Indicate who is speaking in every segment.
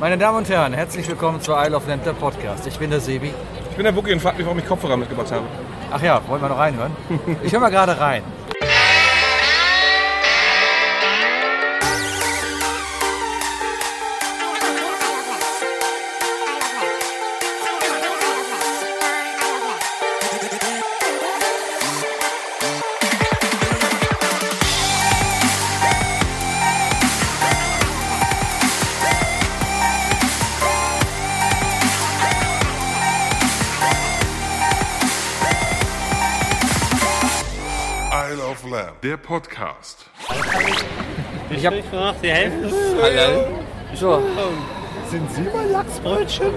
Speaker 1: Meine Damen und Herren, herzlich willkommen zu Isle of Lamp, der Podcast. Ich bin der Sebi.
Speaker 2: Ich bin der Bucki und fragt mich, warum ich Kopfhörer mitgebracht habe.
Speaker 1: Ach ja, wollen wir noch reinhören? Ich höre mal gerade rein.
Speaker 3: Isle of Lamb, der Podcast.
Speaker 4: Ich hab gemacht, die Hälfte.
Speaker 1: So,
Speaker 4: Sind Sie mal Lachsbrötchen?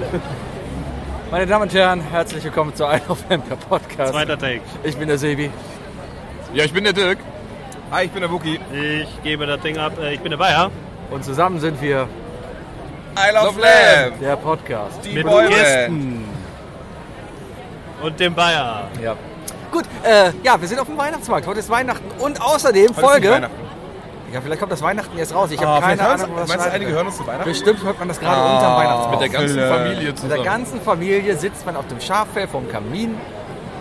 Speaker 1: meine Damen und Herren, herzlich willkommen zu Isle of Lamp, der Podcast.
Speaker 4: Zweiter Take.
Speaker 1: Ich bin der Sebi.
Speaker 2: Ja, ich bin der Dirk. Hi, ich bin der Bucki.
Speaker 4: Ich gebe das Ding ab. Äh, Ich bin dabei, ja?
Speaker 1: Und zusammen sind wir
Speaker 2: I love Lamb.
Speaker 1: der Podcast.
Speaker 2: Die
Speaker 4: Mit
Speaker 2: Bäume.
Speaker 4: Gästen. Und dem Bayer.
Speaker 1: Ja. Gut, äh, ja, wir sind auf dem Weihnachtsmarkt. Heute ist Weihnachten und außerdem
Speaker 2: Heute ist nicht
Speaker 1: Folge.
Speaker 2: Weihnachten.
Speaker 1: Ja, vielleicht kommt das Weihnachten erst raus. Ich habe
Speaker 2: Ah, vielleicht
Speaker 1: keine
Speaker 2: hören
Speaker 1: Ahnung,
Speaker 2: uns,
Speaker 1: was
Speaker 2: meinst du,
Speaker 1: das
Speaker 2: einige Ah, hören uns zu Weihnachten?
Speaker 1: Bestimmt hört man das gerade unterm Weihnachtsmarkt.
Speaker 5: der ganzen
Speaker 2: Fülle.
Speaker 5: Familie
Speaker 1: Mit der
Speaker 5: zusammen.
Speaker 1: ganzen Familie sitzt man auf dem Schaffell vom Kamin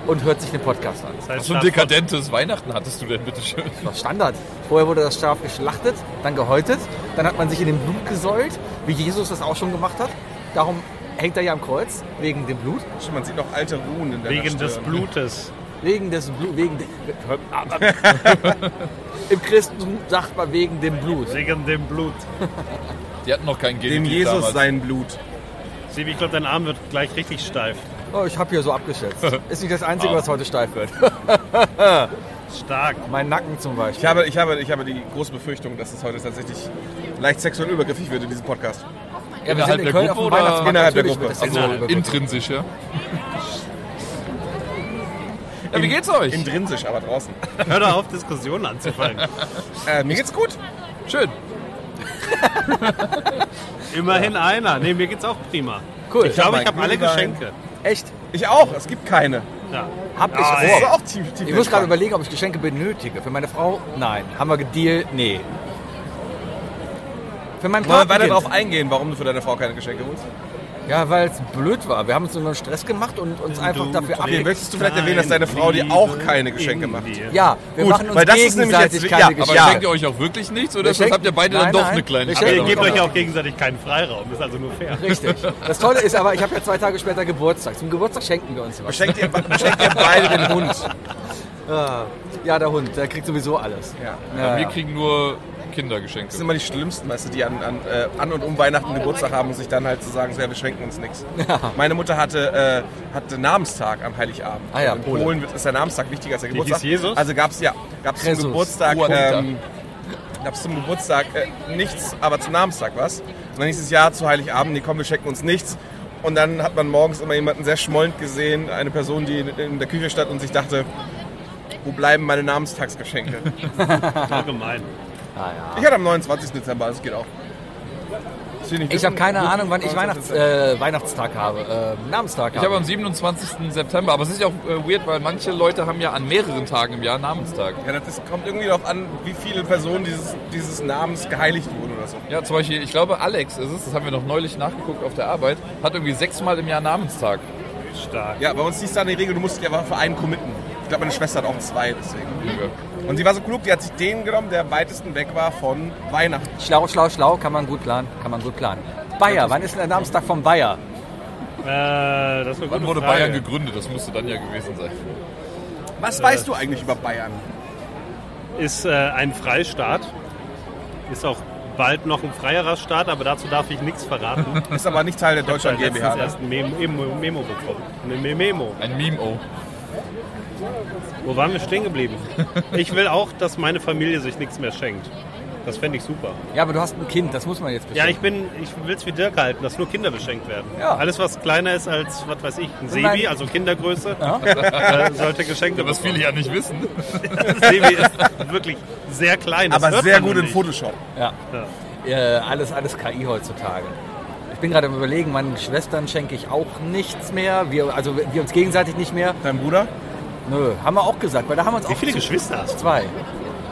Speaker 1: und hört sich den Podcast an.
Speaker 4: Das heißt,
Speaker 5: so ein dekadentes Weihnachten hattest du denn, bitteschön?
Speaker 1: Das war Standard. Vorher wurde das Schaf geschlachtet, dann gehäutet, dann hat man sich in dem Blut gesäult, wie Jesus das auch schon gemacht hat. Darum hängt er ja am Kreuz, wegen dem Blut.
Speaker 2: Stimmt, Man sieht noch alte Ruhen in der
Speaker 4: Wegen
Speaker 2: Stirn.
Speaker 4: des Blutes.
Speaker 1: Wegen des Blut, wegen de Im Christentum sagt man wegen dem Blut.
Speaker 4: Wegen dem Blut.
Speaker 5: Die hatten noch kein Geld.
Speaker 2: Dem Jesus
Speaker 5: damals.
Speaker 2: sein Blut.
Speaker 4: Sebi, ich glaube, dein Arm wird gleich richtig steif.
Speaker 1: Oh, ich habe hier so abgeschätzt. Ist nicht das Einzige, was heute steif wird.
Speaker 4: Stark.
Speaker 1: mein Nacken zum Beispiel.
Speaker 2: Ich habe, ich, habe, ich habe die große Befürchtung, dass es heute tatsächlich leicht sexuell übergriffig wird in diesem Podcast.
Speaker 1: ja, wir
Speaker 5: innerhalb
Speaker 1: sind in
Speaker 5: der
Speaker 1: Köln
Speaker 5: Gruppe
Speaker 1: auf dem
Speaker 5: oder
Speaker 1: Weihnachtsmarkt.
Speaker 2: innerhalb der
Speaker 1: Natürlich
Speaker 2: Gruppe?
Speaker 1: wird das
Speaker 5: Also
Speaker 1: jetzt überbrückt.
Speaker 5: intrinsisch, ja? ja, wie geht's euch?
Speaker 2: Intrinsisch, aber draußen.
Speaker 4: Hör doch auf, Diskussionen anzufangen.
Speaker 2: Äh, mir geht's gut.
Speaker 5: Schön.
Speaker 4: Immerhin einer. Nee, mir geht's auch prima.
Speaker 1: Cool.
Speaker 4: Ich glaube, ich
Speaker 2: hab
Speaker 4: habe alle
Speaker 2: meinen Glühwein.
Speaker 4: Geschenke.
Speaker 1: Echt?
Speaker 2: Ich auch. Es gibt keine.
Speaker 4: Ja.
Speaker 1: Hab ich.
Speaker 4: Ah,
Speaker 1: Oh.
Speaker 2: Das ist
Speaker 4: ey.
Speaker 2: auch tief, tief
Speaker 1: Ich muss gerade
Speaker 2: entspannt.
Speaker 1: überlegen, ob ich Geschenke benötige. Für meine Frau? Nein. Haben wir gedealt? Nee. Für meinen
Speaker 2: Wollen wir weiter
Speaker 1: Partner?
Speaker 2: darauf eingehen, warum du für deine Frau keine Geschenke holst?
Speaker 1: Ja, weil es blöd war. Wir haben uns unseren Stress gemacht und uns einfach dafür
Speaker 2: Okay,
Speaker 1: abgewechselt.
Speaker 2: möchtest du vielleicht erwähnen, dass deine Frau dir auch keine Geschenke macht?
Speaker 1: Ja, wir
Speaker 2: Gut,
Speaker 1: machen uns
Speaker 2: weil das ist nämlich
Speaker 1: gegenseitig
Speaker 2: jetzt- ja,
Speaker 1: keine
Speaker 2: aber
Speaker 5: Aber
Speaker 1: Geschenke.
Speaker 2: Ja.
Speaker 5: schenkt ihr euch auch wirklich nichts oder
Speaker 1: Wir
Speaker 5: ist das,
Speaker 1: schenken-
Speaker 5: habt ihr beide
Speaker 1: Nein,
Speaker 5: dann doch
Speaker 1: nein.
Speaker 5: eine
Speaker 1: Wir
Speaker 5: kleine
Speaker 1: schenken-
Speaker 4: Ihr
Speaker 5: Abteilung?
Speaker 4: gebt euch auch gegenseitig keinen Freiraum. Ist also nur fair.
Speaker 1: Richtig. Das Tolle ist aber, ich habe ja zwei Tage später Geburtstag. Zum Geburtstag schenken wir uns was.
Speaker 2: Beschenkt ihr, beschenkt ihr beide den Hund.
Speaker 1: Ah, Ja, der Hund, der kriegt sowieso alles.
Speaker 2: Ja.
Speaker 1: Ja,
Speaker 5: Wir
Speaker 1: ja.
Speaker 5: kriegen nur
Speaker 2: Das
Speaker 5: Kindergeschenke.
Speaker 2: sind immer die Schlimmsten, weißt du, die an, an, äh, an und um Weihnachten Geburtstag haben und sich dann halt zu sagen, so, ja, wir schenken uns nichts. Meine Mutter hatte, äh, hatte Namenstag am Heiligabend.
Speaker 1: Ah ja,
Speaker 2: Und in
Speaker 1: Pole.
Speaker 2: Polen, wird, ist der Namenstag wichtiger als der
Speaker 4: Die
Speaker 2: Geburtstag.
Speaker 4: hieß Jesus?
Speaker 2: Also gab es ja, gab's zum
Speaker 1: Jesus.
Speaker 2: Geburtstag,
Speaker 5: Urmutter.
Speaker 2: ähm, gab's zum Geburtstag äh, nichts, aber zum Namenstag was. Und dann hieß es, ja, zu Heiligabend, nee, komm, wir schenken uns nichts. Und dann hat man morgens immer jemanden sehr schmollend gesehen, eine Person, die in, in der Küche stand und sich dachte, wo bleiben meine Namenstagsgeschenke?
Speaker 4: So gemein.
Speaker 2: Ich hatte am 29. Dezember, das geht auch. Das will nicht
Speaker 1: Ich
Speaker 2: wissen.
Speaker 1: habe keine
Speaker 2: Gut,
Speaker 1: Ahnung, wann ich
Speaker 2: 29.
Speaker 1: Weihnachts, äh, Weihnachtstag habe. Äh, Namenstag
Speaker 5: Ich habe am 27. September, aber es ist ja auch äh, weird, weil manche Leute haben ja an mehreren Tagen im Jahr Namenstag.
Speaker 2: Ja, das ist, kommt irgendwie darauf an, wie viele Personen dieses, dieses Namens geheiligt wurden oder so.
Speaker 5: Ja, zum Beispiel, ich glaube, Alex ist es, das haben wir noch neulich nachgeguckt auf der Arbeit, hat irgendwie sechsmal im Jahr Namenstag.
Speaker 4: Stark.
Speaker 2: Ja, bei uns hieß da die Regel, du musst dich einfach für einen committen. Ich glaube, meine Schwester hat auch zwei, deswegen.
Speaker 5: Liebe.
Speaker 2: Und sie war so klug, die hat sich den genommen, der am weitesten weg war von Weihnachten.
Speaker 1: Schlau, schlau, schlau, kann man gut planen, kann man gut planen. Bayer, wann ist denn der Namenstag vom Bayer?
Speaker 4: Äh, das ist eine
Speaker 5: Wann
Speaker 4: gute
Speaker 5: wurde
Speaker 4: Frage.
Speaker 5: Bayern gegründet? Das müsste dann ja gewesen sein.
Speaker 2: Was weißt du eigentlich über Bayern?
Speaker 4: ist äh, ein Freistaat. Ist auch bald noch ein freierer Staat, aber dazu darf ich nichts verraten.
Speaker 2: Ist aber nicht Teil der
Speaker 4: Ich habe
Speaker 2: Deutschland GmbH.
Speaker 4: letztens
Speaker 2: ne?
Speaker 4: erst ein Memo, Memo, Memo bekommen. Eine Me- Memo.
Speaker 5: Ein Meme, oh.
Speaker 4: Wo waren wir stehen geblieben? Ich will auch, dass meine Familie sich nichts mehr schenkt. Das fände ich super.
Speaker 1: Ja, aber du hast ein Kind, das muss man jetzt
Speaker 4: Ja,
Speaker 1: bestimmen.
Speaker 4: ich bin, ich will es wie Dirk halten, dass nur Kinder beschenkt werden.
Speaker 1: Ja.
Speaker 4: Alles, was kleiner ist als, was weiß ich, ein
Speaker 1: Nein.
Speaker 4: Sebi, also Kindergröße, äh, sollte geschenkt werden.
Speaker 5: Was viele ja nicht wissen.
Speaker 4: Sebi ist wirklich sehr klein. das
Speaker 2: Aber
Speaker 4: hört
Speaker 2: sehr
Speaker 4: man
Speaker 2: gut
Speaker 4: nur
Speaker 2: in
Speaker 4: nicht.
Speaker 2: Photoshop.
Speaker 1: Ja. Äh, alles, alles KI heutzutage. Ich bin gerade am überlegen, meinen Schwestern schenke ich auch nichts mehr. Wir, also wir uns gegenseitig nicht mehr.
Speaker 2: Dein Bruder?
Speaker 1: Nö, haben wir auch gesagt, weil da haben wir uns
Speaker 4: Wie
Speaker 1: auch
Speaker 4: viele
Speaker 1: zu-
Speaker 4: Geschwister hast du?
Speaker 1: zwei.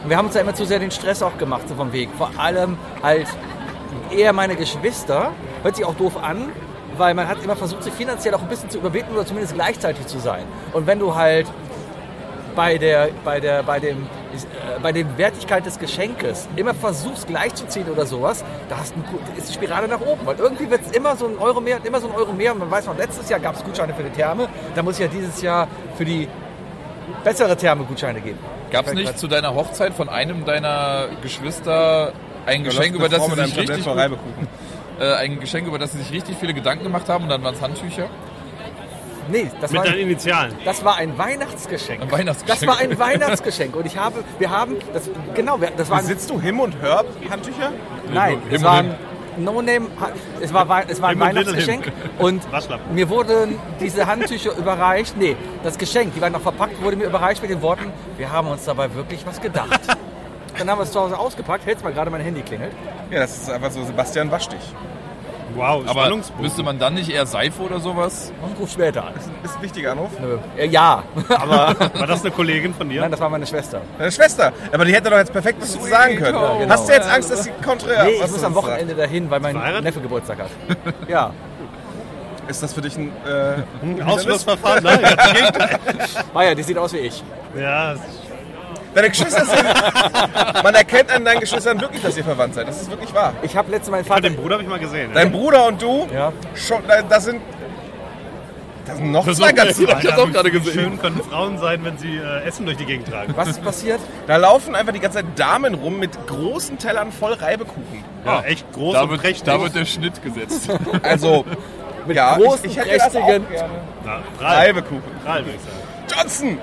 Speaker 1: Und wir haben uns ja immer zu sehr den Stress auch gemacht, so vom Weg. Vor allem halt eher meine Geschwister, Hört sich auch doof an, weil man hat immer versucht, sich finanziell auch ein bisschen zu überbieten oder zumindest gleichzeitig zu sein. Und wenn du halt bei der, bei der, bei dem, äh, bei der Wertigkeit des Geschenkes immer versuchst gleichzuziehen oder sowas, da hast du einen guten- ist die Spirale nach oben. Weil irgendwie wird es immer so ein Euro mehr und immer so ein Euro mehr. Und man weiß noch, letztes Jahr gab es Gutscheine für die Therme, da muss ich ja dieses Jahr für die bessere Therme Gutscheine geben.
Speaker 5: Gab es nicht zu deiner Hochzeit von einem deiner Geschwister ein Geschenk, über das sie
Speaker 2: mit einem
Speaker 5: sich
Speaker 2: Tablett
Speaker 5: richtig,
Speaker 2: vor Reibekuchen.
Speaker 5: äh, ein Geschenk, über das sie sich richtig viele Gedanken gemacht haben und dann waren es Handtücher?
Speaker 1: Nee, das
Speaker 4: Mit
Speaker 1: war
Speaker 4: deinen Initialen.
Speaker 1: Das war ein Weihnachtsgeschenk.
Speaker 5: Ein Weihnachtsgeschenk.
Speaker 1: Das war ein Weihnachtsgeschenk. Und ich habe, wir haben, das, genau, wir- das war,
Speaker 2: Besitzt du Him und Herb Handtücher?
Speaker 1: nein,
Speaker 5: Him
Speaker 1: es
Speaker 5: und
Speaker 1: war
Speaker 5: Him.
Speaker 1: ein No-Name, es war, Wei- es war ein
Speaker 4: Him und Little
Speaker 1: Weihnachtsgeschenk.
Speaker 4: Him.
Speaker 1: Und
Speaker 4: Waschlappen.
Speaker 1: mir wurden diese Handtücher überreicht, nee, das Geschenk, die waren noch verpackt, wurde mir überreicht mit den Worten, wir haben uns dabei wirklich was gedacht. Dann haben wir es zu Hause ausgepackt. Hält's mal gerade, mein Handy klingelt.
Speaker 2: Ja, das ist einfach so Sebastian Waschtig.
Speaker 4: Wow,
Speaker 5: Aber
Speaker 4: Spannungsbogen.
Speaker 5: müsste man dann nicht eher Seife oder sowas?
Speaker 1: Und ruf später an.
Speaker 2: Ist ein wichtiger Anruf.
Speaker 1: Nö. Äh, Ja, aber
Speaker 4: War das eine Kollegin von dir?
Speaker 1: nein, das war meine Schwester.
Speaker 2: Deine Schwester. Aber die hätte doch jetzt perfekt was dazu sagen können.
Speaker 1: Ja, genau.
Speaker 2: Hast du jetzt Angst, dass sie konträr
Speaker 1: Nee, ich
Speaker 2: was
Speaker 1: muss
Speaker 2: zu
Speaker 1: am
Speaker 2: uns
Speaker 1: Wochenende dahin, weil mein
Speaker 4: Verheiratet?
Speaker 1: Neffe Geburtstag hat. Ja,
Speaker 2: sagt? Ist das für dich ein... Äh,
Speaker 4: Ein Ausschlussverfahren? ne? Nein, ganz im Gegenteil.
Speaker 1: war ja, die sieht aus wie ich.
Speaker 4: ja, es-
Speaker 2: deine Geschwister sind... Man erkennt an deinen Geschwistern wirklich, dass ihr verwandt seid. Das ist wirklich wahr.
Speaker 1: Ich habe letztens meinen
Speaker 4: Ah,
Speaker 1: Vater.
Speaker 4: den Bruder habe ich mal gesehen.
Speaker 2: Dein Bruder und du,
Speaker 1: Ja.
Speaker 2: schon, das sind... Das sind noch zwei ganz...
Speaker 5: Ich hab's auch gerade
Speaker 4: Wie
Speaker 5: gesehen.
Speaker 4: schön können Frauen sein, wenn sie äh, Essen durch die Gegend tragen.
Speaker 1: Was ist passiert?
Speaker 2: Da laufen einfach die ganze Zeit Damen rum mit großen Tellern voll Reibekuchen.
Speaker 4: Ja, echt groß
Speaker 5: Da
Speaker 4: und prächtig.
Speaker 5: wird, da wird der Schnitt gesetzt.
Speaker 2: Also,
Speaker 1: Mit
Speaker 2: ja,
Speaker 1: großen,
Speaker 2: ich, ich hätte das auch
Speaker 1: prächtigen-
Speaker 2: gerne.
Speaker 4: Na, prall,
Speaker 2: Reibekuchen.
Speaker 4: prall, würde ich sagen.
Speaker 2: Johnson!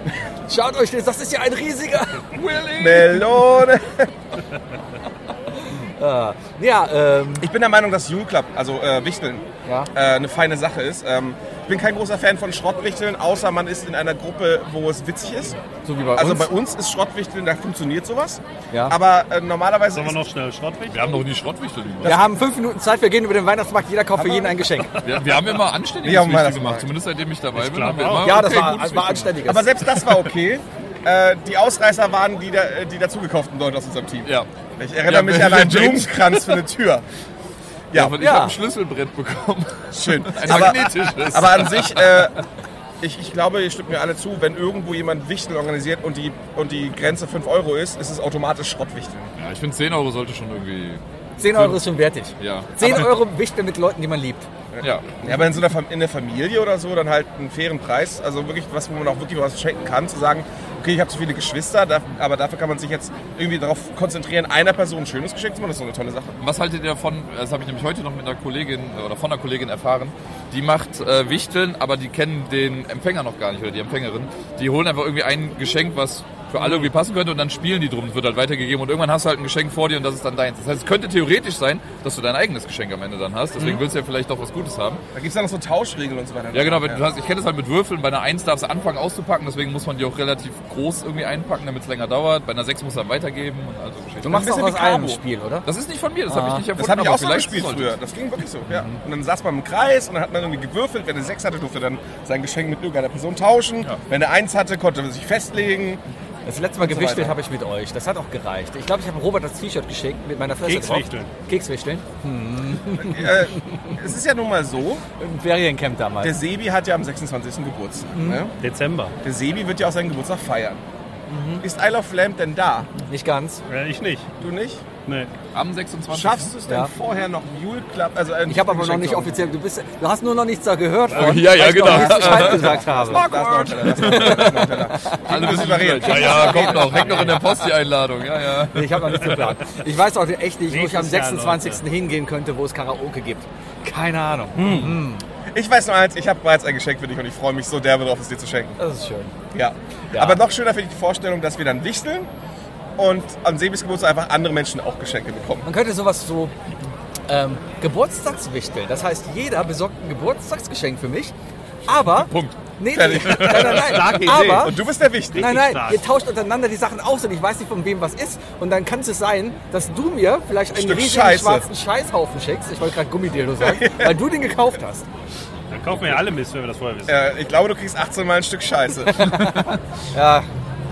Speaker 1: Schaut euch das, das ist ja ein riesiger.
Speaker 2: Melone!
Speaker 1: Ja, ähm,
Speaker 2: Ich bin der Meinung, dass Jule Club, also äh, Wichteln,
Speaker 1: Ja.
Speaker 2: äh, eine feine Sache ist. Ähm, ich bin kein großer Fan von Schrottwichteln, außer man ist in einer Gruppe, wo es witzig ist.
Speaker 1: so wie bei
Speaker 2: Also
Speaker 1: uns.
Speaker 2: bei uns ist Schrottwichteln, da funktioniert sowas.
Speaker 1: Ja.
Speaker 2: Aber äh, normalerweise
Speaker 4: Sollen
Speaker 2: ist
Speaker 4: wir noch schnell Schrottweg?
Speaker 5: Wir haben noch nie Schrottwichtel gemacht.
Speaker 1: wir haben fünf Minuten Zeit, wir gehen über den Weihnachtsmarkt, jeder kauft für jeden ein Geschenk.
Speaker 5: Wir, wir haben immer anständiges
Speaker 2: Ja,
Speaker 5: ja,
Speaker 2: um Weihnachten
Speaker 5: gemacht.
Speaker 2: mal.
Speaker 5: Zumindest seitdem ich dabei bin.
Speaker 4: glaub
Speaker 5: Haben wir
Speaker 4: auch.
Speaker 5: immer,
Speaker 1: Ja, das
Speaker 5: okay,
Speaker 1: war,
Speaker 5: gutes
Speaker 1: das war
Speaker 5: Wichteln
Speaker 1: anständiges.
Speaker 2: aber selbst das war okay. Äh, die Ausreißer waren die, da, äh, die dazugekauften Leute aus unserem Team.
Speaker 5: gemacht. Ja.
Speaker 2: Ich erinnere
Speaker 5: Ja,
Speaker 2: mich
Speaker 5: wenn
Speaker 2: an einen
Speaker 5: wir James-
Speaker 2: Blumenkranz für eine Tür.
Speaker 5: Ja,
Speaker 2: Ja,
Speaker 5: aber ich
Speaker 1: ja.
Speaker 5: habe ein Schlüsselbrett bekommen.
Speaker 2: schön.
Speaker 5: Ein
Speaker 2: Aber,
Speaker 5: magnetisches.
Speaker 2: aber an sich, äh, ich, ich glaube, ihr stimmt mir alle zu, wenn irgendwo jemand Wichteln organisiert und die, und die Grenze 5 Euro ist, ist es automatisch Schrottwichteln.
Speaker 5: ja, ich finde 10 Euro sollte schon irgendwie.
Speaker 1: 10 Euro ist schon wertig.
Speaker 5: Ja.
Speaker 1: 10 Euro wichteln mit Leuten, die man liebt.
Speaker 5: Ja.
Speaker 2: Ja, aber in so einer Fam in der Familie oder so, dann halt einen fairen Preis. Also wirklich was, wo man auch wirklich was schenken kann, zu sagen, okay, ich habe so viele Geschwister, da, aber dafür kann man sich jetzt irgendwie darauf konzentrieren, einer Person ein schönes Geschenk zu machen. Das ist so eine tolle Sache.
Speaker 5: Was haltet ihr davon? Das habe ich nämlich heute noch mit einer Kollegin äh, oder von einer Kollegin erfahren. Die macht äh, Wichteln, aber die kennen den Empfänger noch gar nicht oder die Empfängerin. Die holen einfach irgendwie ein Geschenk, was für alle irgendwie passen könnte und dann spielen die drum. Es wird halt weitergegeben und irgendwann hast du halt ein Geschenk vor dir und das ist dann deins. Das heißt, es könnte theoretisch sein, dass du dein eigenes Geschenk am Ende dann hast. Deswegen willst du ja vielleicht doch was Gutes haben.
Speaker 2: Da gibt es dann noch so Tauschregeln und so weiter.
Speaker 5: Ja, genau. Wenn du hast, ich kenne das halt mit Würfeln. Bei einer 1 darfst du anfangen auszupacken, deswegen muss man die auch relativ groß irgendwie einpacken, damit es länger dauert. Bei einer 6 muss man weitergeben und also all so
Speaker 1: Du
Speaker 5: Geschichten.
Speaker 1: machst
Speaker 2: bisschen
Speaker 1: auch aus
Speaker 2: wie Cabo.
Speaker 1: einem Spiel, oder?
Speaker 5: Das ist nicht von mir, das habe ich nicht
Speaker 2: Ah. Das
Speaker 5: erfunden.
Speaker 2: habe ich
Speaker 5: aber
Speaker 2: auch so
Speaker 5: vielleicht
Speaker 2: gespielt
Speaker 5: sollte Mhm.
Speaker 2: früher. Das ging wirklich so. Ja. Und dann saß man im Kreis und dann hat man irgendwie gewürfelt. Wenn er sechs hatte, durfte er dann sein Geschenk mit irgendeiner Person tauschen.
Speaker 5: Ja.
Speaker 2: Wenn er eins hatte, konnte man sich festlegen.
Speaker 1: Das letzte Mal
Speaker 2: so
Speaker 1: gewichtelt
Speaker 2: weiter.
Speaker 1: habe ich mit euch. Das hat auch gereicht. Ich glaube, ich habe Robert das T-Shirt geschenkt mit meiner Fresse drauf.
Speaker 4: Kekswichteln.
Speaker 1: Kekswichteln.
Speaker 2: äh, es ist ja nun mal so,
Speaker 1: Im Feriencamp damals.
Speaker 2: der Sebi hat ja am 26. Geburtstag.
Speaker 5: Mhm.
Speaker 2: Ne?
Speaker 4: Dezember.
Speaker 2: Der Sebi wird ja auch seinen Geburtstag feiern.
Speaker 1: Mhm.
Speaker 2: Ist Isle of Lamp denn da?
Speaker 1: Nicht ganz.
Speaker 4: Äh, ich nicht.
Speaker 2: Du nicht?
Speaker 4: Nee.
Speaker 5: Am 26.
Speaker 2: Schaffst du es denn
Speaker 1: Ja.
Speaker 2: vorher noch Mule Club? Also ein
Speaker 1: Ich habe aber noch
Speaker 2: Geschenk
Speaker 1: nicht
Speaker 2: zu-
Speaker 1: offiziell, du, bist, du hast nur noch nichts da gehört von,
Speaker 5: Ja, ja, genau.
Speaker 1: was ich halt gesagt habe.
Speaker 2: Da ist noch ein Teller, da ist noch ein Teller.
Speaker 1: Also,
Speaker 5: Alle
Speaker 2: müssen
Speaker 5: müssen
Speaker 2: überreden.
Speaker 5: überredet. Ja, ja, kommt noch. Hängt noch in der Post die Einladung. Ja, ja.
Speaker 1: Nee, ich habe noch nichts geplant. Ich weiß auch echt nicht, wo ich am
Speaker 4: Nächstes Jahr,
Speaker 1: 26. hingehen könnte, wo es Karaoke gibt. Keine Ahnung.
Speaker 2: Ich weiß nur eins, ich habe bereits ein Geschenk für dich und ich freue mich so derbe drauf, es dir zu schenken.
Speaker 1: Das ist schön.
Speaker 2: Ja.
Speaker 1: Ja.
Speaker 2: Aber noch schöner finde ich die Vorstellung, dass wir dann wichteln und am Sebis Geburtstag einfach andere Menschen auch Geschenke bekommen.
Speaker 1: Man könnte sowas so ähm, Geburtstagswichteln. Das heißt, jeder besorgt ein Geburtstagsgeschenk für mich. Aber.
Speaker 5: Punkt.
Speaker 1: Nee, nee, nein, nein, nein.
Speaker 4: Starke Idee.
Speaker 1: Aber.
Speaker 2: Und du bist der Wichtige.
Speaker 1: Nein, nein,
Speaker 4: stark.
Speaker 1: ihr tauscht untereinander die Sachen aus und ich weiß nicht, von wem was ist. Und dann kann es sein, dass du mir vielleicht einen
Speaker 2: Stück
Speaker 1: riesigen
Speaker 2: Scheiße.
Speaker 1: schwarzen Scheißhaufen schickst. Ich wollte gerade Gummidildo sagen, weil du den gekauft hast.
Speaker 4: Dann kaufen wir ja alle Mist, wenn wir das vorher wissen.
Speaker 2: Äh, ich glaube, du kriegst 18 Mal ein Stück Scheiße.
Speaker 1: Ja,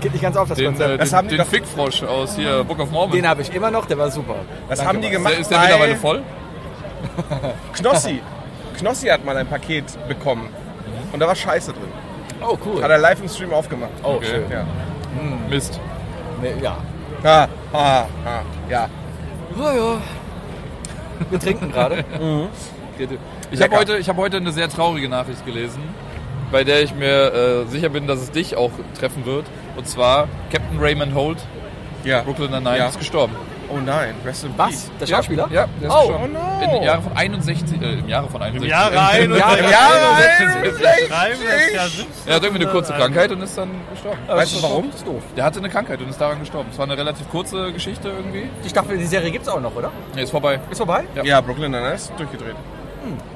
Speaker 1: geht nicht ganz auf das
Speaker 5: Den, äh,
Speaker 1: Konzept.
Speaker 2: Das
Speaker 5: den,
Speaker 2: haben die
Speaker 5: den
Speaker 2: doch-
Speaker 5: Fickfrosch aus hier Book of Mormon.
Speaker 1: Den habe ich immer noch, der war super.
Speaker 2: Was
Speaker 1: Danke,
Speaker 2: haben die
Speaker 1: Max.
Speaker 2: gemacht?
Speaker 5: Der- ist der
Speaker 2: bei-
Speaker 5: mittlerweile voll?
Speaker 2: Knossi. Knossi hat mal ein Paket bekommen. Und da war Scheiße drin.
Speaker 1: Oh, cool.
Speaker 2: Hat er live im Stream aufgemacht.
Speaker 1: oh,
Speaker 5: Okay.
Speaker 1: schön.
Speaker 2: Ja.
Speaker 5: Mist.
Speaker 1: Nee, ja.
Speaker 2: Ha, ha, ha. Ja.
Speaker 1: Ja, ja. Wir trinken gerade.
Speaker 5: Ich habe
Speaker 2: Lecker.
Speaker 5: heute, ich hab heute eine sehr traurige Nachricht gelesen, bei der ich mir äh, sicher bin, dass es dich auch treffen wird. Und zwar Captain Raymond Holt,
Speaker 2: Ja.
Speaker 5: Brooklyn Nine-Nine,
Speaker 2: Ja.
Speaker 5: ist gestorben.
Speaker 2: Oh nein. Rest in
Speaker 1: Was? Der Schauspieler?
Speaker 5: Ja, der ist
Speaker 1: Oh.
Speaker 2: Oh
Speaker 5: gestorben.
Speaker 2: no.
Speaker 5: Im Jahre von 61, äh, im Jahre von 61.
Speaker 4: Jahre
Speaker 5: Im
Speaker 4: 61.
Speaker 5: Jahre-
Speaker 4: Im
Speaker 2: Jahre
Speaker 5: 61.
Speaker 4: Schreiben ist ja 17.
Speaker 5: Er hat irgendwie eine kurze Krankheit und ist dann gestorben.
Speaker 2: Weißt du warum?
Speaker 1: Ist doof.
Speaker 5: Der hatte eine Krankheit und ist daran gestorben. Es war eine relativ kurze Geschichte irgendwie.
Speaker 1: Ich dachte, die Serie gibt's auch noch, oder?
Speaker 5: Nee, ist vorbei.
Speaker 1: Ist vorbei?
Speaker 2: Ja, Brooklyn Nine-Nine ist durchgedreht.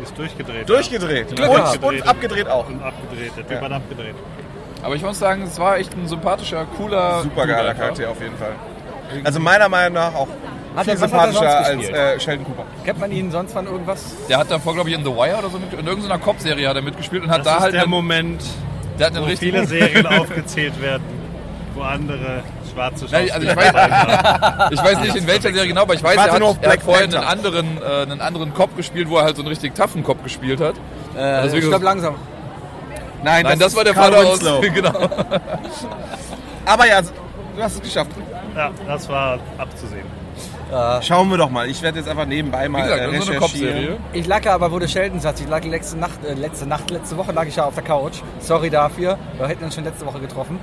Speaker 4: Ist durchgedreht.
Speaker 2: Durchgedreht.
Speaker 4: Glück
Speaker 2: Und,
Speaker 4: gehabt.
Speaker 2: und abgedreht auch.
Speaker 4: Und abgedreht. Der Typ
Speaker 2: Ja.
Speaker 4: hat abgedreht.
Speaker 5: Aber ich muss sagen, es war echt ein sympathischer, cooler.
Speaker 2: Super geiler
Speaker 5: Dude einfach.
Speaker 2: Charakter auf jeden Fall. Also meiner Meinung nach auch
Speaker 1: Hat
Speaker 2: viel
Speaker 1: er- was hat er sonst
Speaker 2: sympathischer als
Speaker 1: gespielt?
Speaker 2: äh, Sheldon Cooper.
Speaker 1: Kennt man ihn sonst von irgendwas?
Speaker 5: Der hat davor, glaube ich, in The Wire oder so mitgespielt. In irgendeiner Cop-Serie hat er mitgespielt und hat
Speaker 4: Das
Speaker 5: da
Speaker 4: ist
Speaker 5: halt.
Speaker 4: der
Speaker 5: einen-
Speaker 4: Moment,
Speaker 5: der hat einen
Speaker 4: wo
Speaker 5: richtig
Speaker 4: viele Serien aufgezählt werden, wo andere schwarze
Speaker 5: Nein,
Speaker 4: Schauspieler
Speaker 5: also ich weiß-
Speaker 4: dabei waren.
Speaker 5: Ich weiß nicht in welcher Serie genau, aber ich weiß,
Speaker 2: Warte
Speaker 5: er hat,
Speaker 2: nur auf
Speaker 5: er hat
Speaker 2: Black
Speaker 5: vorher einen
Speaker 2: Panther.
Speaker 5: anderen, äh, einen anderen Cop gespielt, wo er halt so einen richtig taffen Cop gespielt hat.
Speaker 1: Äh,
Speaker 5: wirklich-
Speaker 1: ich glaube langsam.
Speaker 5: Nein, das,
Speaker 2: ist
Speaker 5: war der
Speaker 2: Carl
Speaker 5: Vater aus.
Speaker 2: Winslow. Äh,
Speaker 5: genau.
Speaker 2: Aber ja, du hast es geschafft.
Speaker 4: Ja, das war abzusehen.
Speaker 2: Schauen wir doch mal. Ich werde jetzt einfach nebenbei
Speaker 5: Wie
Speaker 2: mal
Speaker 5: gesagt,
Speaker 2: äh,
Speaker 5: irgendeine
Speaker 2: recherchieren.
Speaker 5: Cop-Serie.
Speaker 1: Ich lag ja aber, wurde Sheldon sagt, ich lag letzte Nacht, äh, letzte Nacht, letzte Woche lag ich ja auf der Couch. Sorry dafür. Wir hätten uns schon letzte Woche getroffen.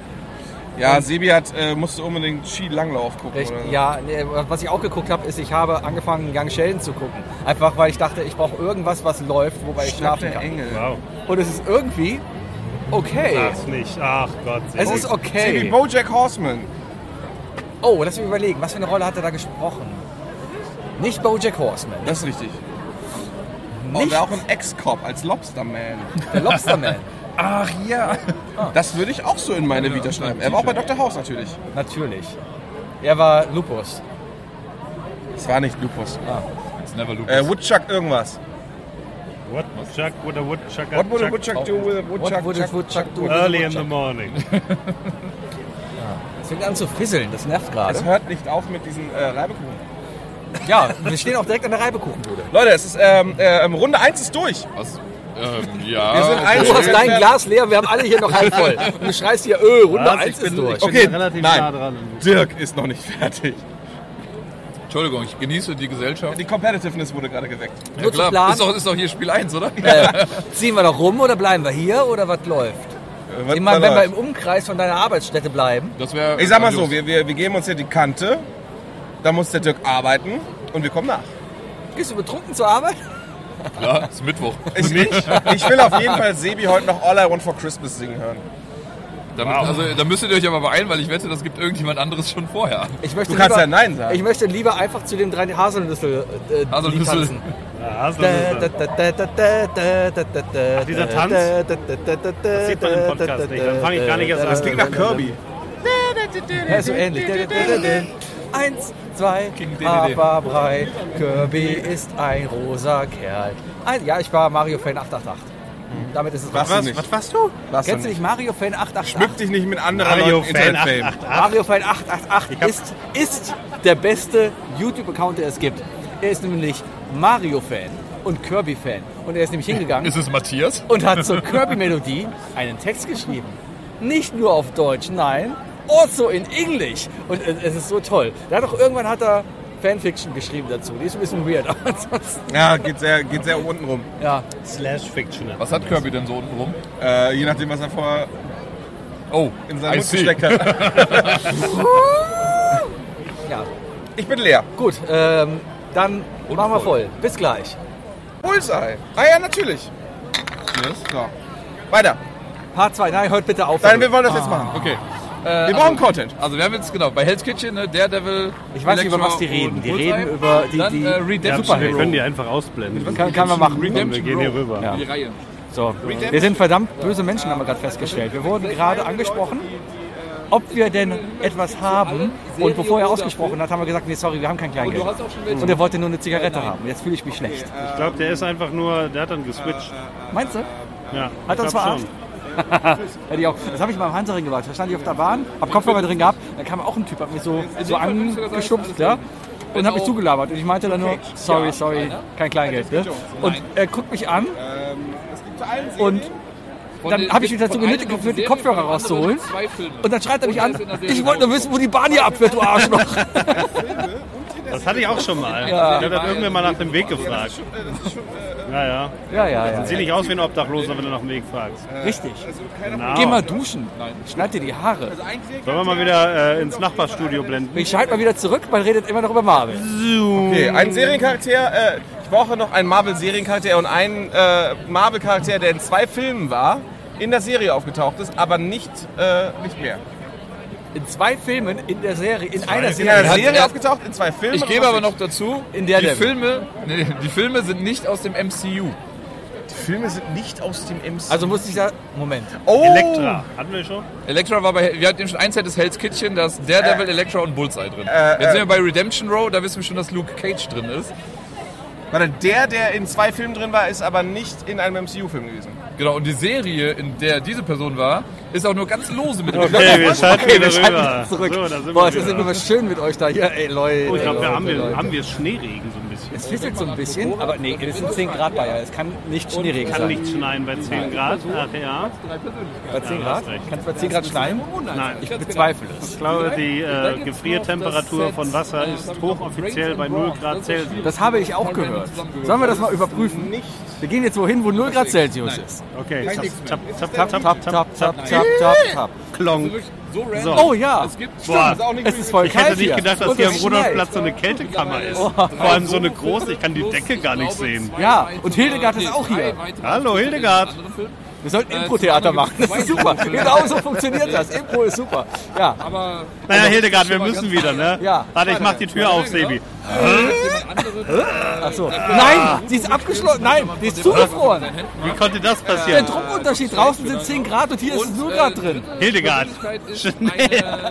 Speaker 2: Ja, Sebi hat, äh, musste unbedingt Skilanglauf gucken.
Speaker 1: Recht,
Speaker 2: oder so.
Speaker 1: ja, nee, was ich auch geguckt habe, ist, ich habe angefangen, Young Sheldon zu gucken. Einfach, weil ich dachte, ich brauche irgendwas, was läuft, wobei ich
Speaker 2: Schnapp
Speaker 1: schlafen
Speaker 2: der
Speaker 1: kann.
Speaker 2: Engel.
Speaker 4: Wow.
Speaker 1: Und es ist irgendwie okay.
Speaker 4: Ach nicht. Ach Gott.
Speaker 1: Es ist
Speaker 2: Sebi
Speaker 1: okay.
Speaker 2: Bojack Horseman.
Speaker 1: Oh, lass mich überlegen, was für eine Rolle hat er da gesprochen? Nicht Bojack Horseman,
Speaker 2: Das ist richtig. Oh, Und
Speaker 1: Nicht?
Speaker 2: auch ein Ex-Cop als Lobsterman.
Speaker 1: der Lobsterman.
Speaker 2: Ach ja.
Speaker 1: Ah.
Speaker 2: Das würde ich auch so in meine Vita schreiben. Er war auch bei Dr. House natürlich.
Speaker 1: Natürlich. Er war Lupus.
Speaker 2: Es war nicht Lupus.
Speaker 5: It's never Lucas.
Speaker 2: Äh, Woodchuck irgendwas.
Speaker 4: What Woodchuck would a Woodchuck
Speaker 2: What would a
Speaker 4: chuck
Speaker 2: Woodchuck do with a Woodchuck?
Speaker 1: What would a woodchuck do?
Speaker 4: early in the morning?
Speaker 1: Es fängt an zu fisseln, das nervt
Speaker 2: Es
Speaker 1: gerade.
Speaker 2: hört nicht auf mit diesen äh, Reibekuchen.
Speaker 1: Ja, wir stehen auch direkt an der Reibekuchenbude.
Speaker 2: Leute, es ist ähm, äh, Runde 1 ist durch.
Speaker 5: Was? Ähm, ja.
Speaker 2: Wir sind ein-
Speaker 1: Du hast dein Glas leer, wir haben alle hier noch halb voll. Und du schreist hier, öh, Runde 1
Speaker 4: Was? Also Ich
Speaker 1: ist
Speaker 4: bin-
Speaker 1: durch.
Speaker 4: ich bin
Speaker 2: Okay,
Speaker 4: relativ
Speaker 2: nein.
Speaker 4: nah dran.
Speaker 2: Dirk ist noch nicht fertig.
Speaker 5: Entschuldigung, ich genieße die Gesellschaft.
Speaker 2: Die Competitiveness wurde gerade geweckt.
Speaker 1: Nur zu planen.
Speaker 5: Ist doch, ist doch hier Spiel 1, oder?
Speaker 1: Äh, ziehen wir noch rum oder bleiben wir hier oder was läuft?
Speaker 2: Äh, was-
Speaker 1: Immer
Speaker 2: was-
Speaker 1: wenn wir im Umkreis von deiner Arbeitsstätte bleiben.
Speaker 5: Das wär,
Speaker 2: ich sag mal so, wir,
Speaker 5: grandios.
Speaker 2: wir, wir geben uns hier die Kante, da muss der Dirk arbeiten und wir kommen nach.
Speaker 1: Gehst du betrunken zur Arbeit?
Speaker 5: Klar, ist Mittwoch.
Speaker 2: Ich, ich, ich will auf jeden Fall Sebi heute noch All I Want for Christmas singen hören.
Speaker 5: Damit,
Speaker 4: Wow.
Speaker 5: also, da müsst ihr euch aber beeilen, weil ich wette, das gibt irgendjemand anderes schon vorher.
Speaker 1: Ich möchte
Speaker 2: Du kannst
Speaker 1: lieber,
Speaker 2: ja Nein sagen.
Speaker 1: Ich möchte lieber einfach zu dem drei Haselnüssel äh,
Speaker 5: Haselnüssel.
Speaker 1: Lied tanzen.
Speaker 4: Ja, hast du
Speaker 1: Da,
Speaker 4: das
Speaker 1: Äh, da,
Speaker 4: gesagt.
Speaker 1: da, da, da, da, da, da, da, da,
Speaker 4: Ach, dieser
Speaker 1: da,
Speaker 4: Tanz?
Speaker 1: da, da, da, da, da,
Speaker 4: Das sieht man im Podcast
Speaker 1: da, da,
Speaker 4: nicht, dann fang ich gar nicht erst
Speaker 1: da,
Speaker 4: an.
Speaker 1: da,
Speaker 4: Das
Speaker 2: Klingt nach Kirby.
Speaker 1: Ja, so ähnlich. Da, da, da, da, da. Eins, zwei, Haferbrei, Kirby ist ein rosa Kerl. Ein, ja, ich war Mario-Fan 888.
Speaker 4: Mhm.
Speaker 1: Damit ist es
Speaker 2: Warst
Speaker 1: raus.
Speaker 2: du nicht.
Speaker 4: warst du?
Speaker 2: Warst
Speaker 1: Kennst du
Speaker 2: nicht.
Speaker 1: nicht Mario-Fan 888?
Speaker 2: Schmück dich nicht mit anderen
Speaker 4: Mario
Speaker 2: Leuten
Speaker 4: Fan
Speaker 2: Internet-Fame.
Speaker 4: 88.
Speaker 1: Mario Fan 888
Speaker 4: Ich hab-
Speaker 1: ist, ist der beste YouTube-Account, der es gibt. Er ist nämlich Mario-Fan und Kirby-Fan. Und er ist nämlich hingegangen
Speaker 5: Ist es Matthias?
Speaker 1: und hat zur Kirby-Melodie einen Text geschrieben. Nicht nur auf Deutsch, nein, also in Englisch. Und es es ist so toll. Da hat auch irgendwann hat er Fanfiction geschrieben dazu. Die ist ein bisschen weird, aber ansonsten.
Speaker 2: Ja, geht sehr, geht sehr unten rum.
Speaker 1: Ja,
Speaker 4: Slash Fictional.
Speaker 5: Was hat Kirby denn so unten rum?
Speaker 2: Äh, je nachdem, was er vorher
Speaker 5: Oh,
Speaker 2: in seinen
Speaker 5: I
Speaker 2: Mund
Speaker 5: see.
Speaker 2: gesteckt hat.
Speaker 1: ja.
Speaker 2: Ich bin leer.
Speaker 1: Gut, ähm, dann
Speaker 5: Und
Speaker 1: machen wir
Speaker 5: voll.
Speaker 1: voll. Bis gleich.
Speaker 2: Bullseye. Ah ja, natürlich.
Speaker 5: Yes.
Speaker 2: So. Weiter.
Speaker 1: Part 2. Nein, hört bitte auf.
Speaker 2: Nein, wir wollen das jetzt machen.
Speaker 5: Also, ah, Okay.
Speaker 2: Wir brauchen Content.
Speaker 5: Also wir haben jetzt genau bei Hell's Kitchen, ne, Daredevil.
Speaker 1: Ich weiß nicht, über
Speaker 5: Elektra
Speaker 1: was die reden.
Speaker 5: und
Speaker 1: Die
Speaker 5: Bullseye.
Speaker 1: reden über die-
Speaker 5: dann,
Speaker 1: die-
Speaker 5: äh,
Speaker 4: Ja,
Speaker 5: Redemption
Speaker 4: wir
Speaker 5: Hero.
Speaker 4: können die einfach ausblenden.
Speaker 1: Kann, kann man machen.
Speaker 4: Komm, wir gehen hier
Speaker 5: Row.
Speaker 4: rüber.
Speaker 1: Ja.
Speaker 5: Die Reihe.
Speaker 1: So, wir sind verdammt böse Menschen, haben wir gerade festgestellt. Wir wurden gerade angesprochen, ob wir denn etwas haben. Und bevor er ausgesprochen hat, haben wir gesagt, nee, sorry, wir haben kein Kleingeld. Und er wollte nur eine Zigarette haben. Jetzt fühle ich mich schlecht.
Speaker 4: Ich glaube, der ist einfach nur, der hat dann geswitcht.
Speaker 1: Meinst du?
Speaker 4: Ja,
Speaker 1: Hat
Speaker 4: ich
Speaker 1: uns
Speaker 4: glaub
Speaker 1: verarscht? Hätte ich auch. Das habe ich mal im Hansaring gemacht. Da stand ich auf der Bahn, hab Kopfhörer drin gehabt, da kam auch ein Typ, hat mich so, so angeschubst, ja. und hat mich
Speaker 5: auch-
Speaker 1: zugelabert. Und ich meinte dann nur, sorry,
Speaker 2: Ja,
Speaker 1: sorry,
Speaker 5: Alter.
Speaker 1: kein Kleingeld. Ne? Und er guckt mich an
Speaker 2: Ähm, es gibt zu allen Serien-
Speaker 1: und
Speaker 5: Von
Speaker 1: Dann
Speaker 5: den-
Speaker 1: hab ich mich dazu
Speaker 5: von
Speaker 1: genötigt
Speaker 5: einem kommt
Speaker 1: gefühlt, die
Speaker 5: eine Serie,
Speaker 1: Kopfhörer
Speaker 5: von dem anderen
Speaker 1: rauszuholen.
Speaker 5: zwei Filme.
Speaker 1: Und dann schreit er mich
Speaker 5: Und
Speaker 1: an,
Speaker 5: er ist in der Serie
Speaker 1: ich wollte nur wissen, wo die Bahn hier abfährt, du Arschloch.
Speaker 4: Das hatte ich auch schon mal. Ich habe dann irgendwann mal nach dem Weg gefragt. Ja, ja.
Speaker 1: Ja, ja, ja.
Speaker 4: Sieh nicht aus wie ein Obdachloser, wenn du nach dem Weg fragst.
Speaker 1: Richtig.
Speaker 4: Genau.
Speaker 1: Geh mal duschen. Schneid dir die Haare.
Speaker 4: Also Sollen wir mal wieder äh, ins Nachbarstudio blenden?
Speaker 1: Ich schalte mal wieder zurück, man redet immer noch über Marvel.
Speaker 2: Okay, ein Seriencharakter, äh, ich brauche noch einen Marvel-Seriencharakter und einen äh, Marvel-Charakter, der in zwei Filmen war, in der Serie aufgetaucht ist, aber nicht, äh, nicht mehr.
Speaker 1: In zwei Filmen, in der Serie, in einer
Speaker 2: In einer
Speaker 1: Serie.
Speaker 2: Serie
Speaker 5: er-
Speaker 2: aufgetaucht, in zwei Filmen.
Speaker 5: Ich gebe aber noch dazu,
Speaker 1: In der
Speaker 5: die,
Speaker 1: Devil.
Speaker 5: Filme, nee, die Filme sind nicht aus dem MCU.
Speaker 2: Die Filme sind nicht aus dem MC.
Speaker 1: Also musste ich da. Moment.
Speaker 2: oh,
Speaker 4: Elektra. Hatten wir schon?
Speaker 5: Elektra war bei, wir hatten eben schon ein Set des Hell's Kitchen, da ist
Speaker 1: Äh.
Speaker 5: Daredevil, Elektra und Bullseye drin. Jetzt sind wir bei Redemption Row, da wissen wir schon, dass Luke Cage drin ist.
Speaker 2: Warte, der, der in zwei Filmen drin war, ist aber nicht in einem MCU-Film gewesen.
Speaker 5: Genau, und die Serie, in der diese Person war, ist auch nur ganz lose mit dem
Speaker 4: Okay, wir schalten wieder rüber.
Speaker 1: Halt zurück.
Speaker 4: So, da sind
Speaker 1: Boah, es
Speaker 4: wir
Speaker 1: ist
Speaker 4: wieder.
Speaker 1: immer schön mit euch da. hier. ey, Leute.
Speaker 4: Oh, ich glaube, wir
Speaker 1: Leute,
Speaker 4: haben, wir,
Speaker 1: Leute.
Speaker 4: haben wir Schneeregen so ein bisschen.
Speaker 1: Es fisselt so ein bisschen, aber nee, es sind 10 Grad bei ja. Es kann nicht Schneeregen
Speaker 4: Kann
Speaker 1: sein.
Speaker 4: nicht schneien bei 10 Grad. Ach ja.
Speaker 1: Bei 10
Speaker 4: Ja, hast
Speaker 1: Grad?
Speaker 4: recht.
Speaker 1: Kann es bei 10 Grad schneien?
Speaker 4: Nein.
Speaker 1: Ich bezweifle
Speaker 4: Ich
Speaker 1: es.
Speaker 4: glaube, die äh, Gefriertemperatur von Wasser ist hochoffiziell bei 0 Grad Celsius.
Speaker 1: Das habe ich auch gehört. Sollen wir das mal überprüfen? Wir gehen jetzt wohin, wo 0 Grad Celsius ist.
Speaker 4: Okay, tap,
Speaker 1: Tap,
Speaker 4: tap, tap,
Speaker 1: tap, tap, tap, tap, tap, tap.
Speaker 4: klonk.
Speaker 5: So random.
Speaker 4: So.
Speaker 1: Oh ja,
Speaker 5: Es gibt
Speaker 4: Boah,
Speaker 1: es ist voll
Speaker 4: ich hätte
Speaker 1: kalt
Speaker 4: nicht
Speaker 1: hier.
Speaker 4: gedacht, dass
Speaker 1: Und
Speaker 4: hier am
Speaker 1: es schneit. Oh.
Speaker 4: Rudolfplatz so eine Kältekammer ist. Vor allem so eine große, ich kann die Decke gar nicht sehen.
Speaker 1: Ja, und Hildegard ist auch hier.
Speaker 4: Hallo, Hildegard.
Speaker 1: Wir sollten Impro-Theater machen. Das ist super. Genau so funktioniert das. Impro ist super. Ja,
Speaker 5: Aber
Speaker 4: Naja,
Speaker 1: Also,
Speaker 4: Hildegard, wir müssen wieder, ne?
Speaker 1: Ja.
Speaker 4: Warte, ich mach die Tür auf, Sebi.
Speaker 1: ach so. Nein, sie ist abgeschlossen. Nein, sie ist zugefroren.
Speaker 4: Wie konnte das
Speaker 1: Der
Speaker 4: passieren?
Speaker 1: Druckunterschied draußen sind 10 Grad äh, und äh, hier ist es 0 Grad drin.
Speaker 4: Hildegard.
Speaker 5: halt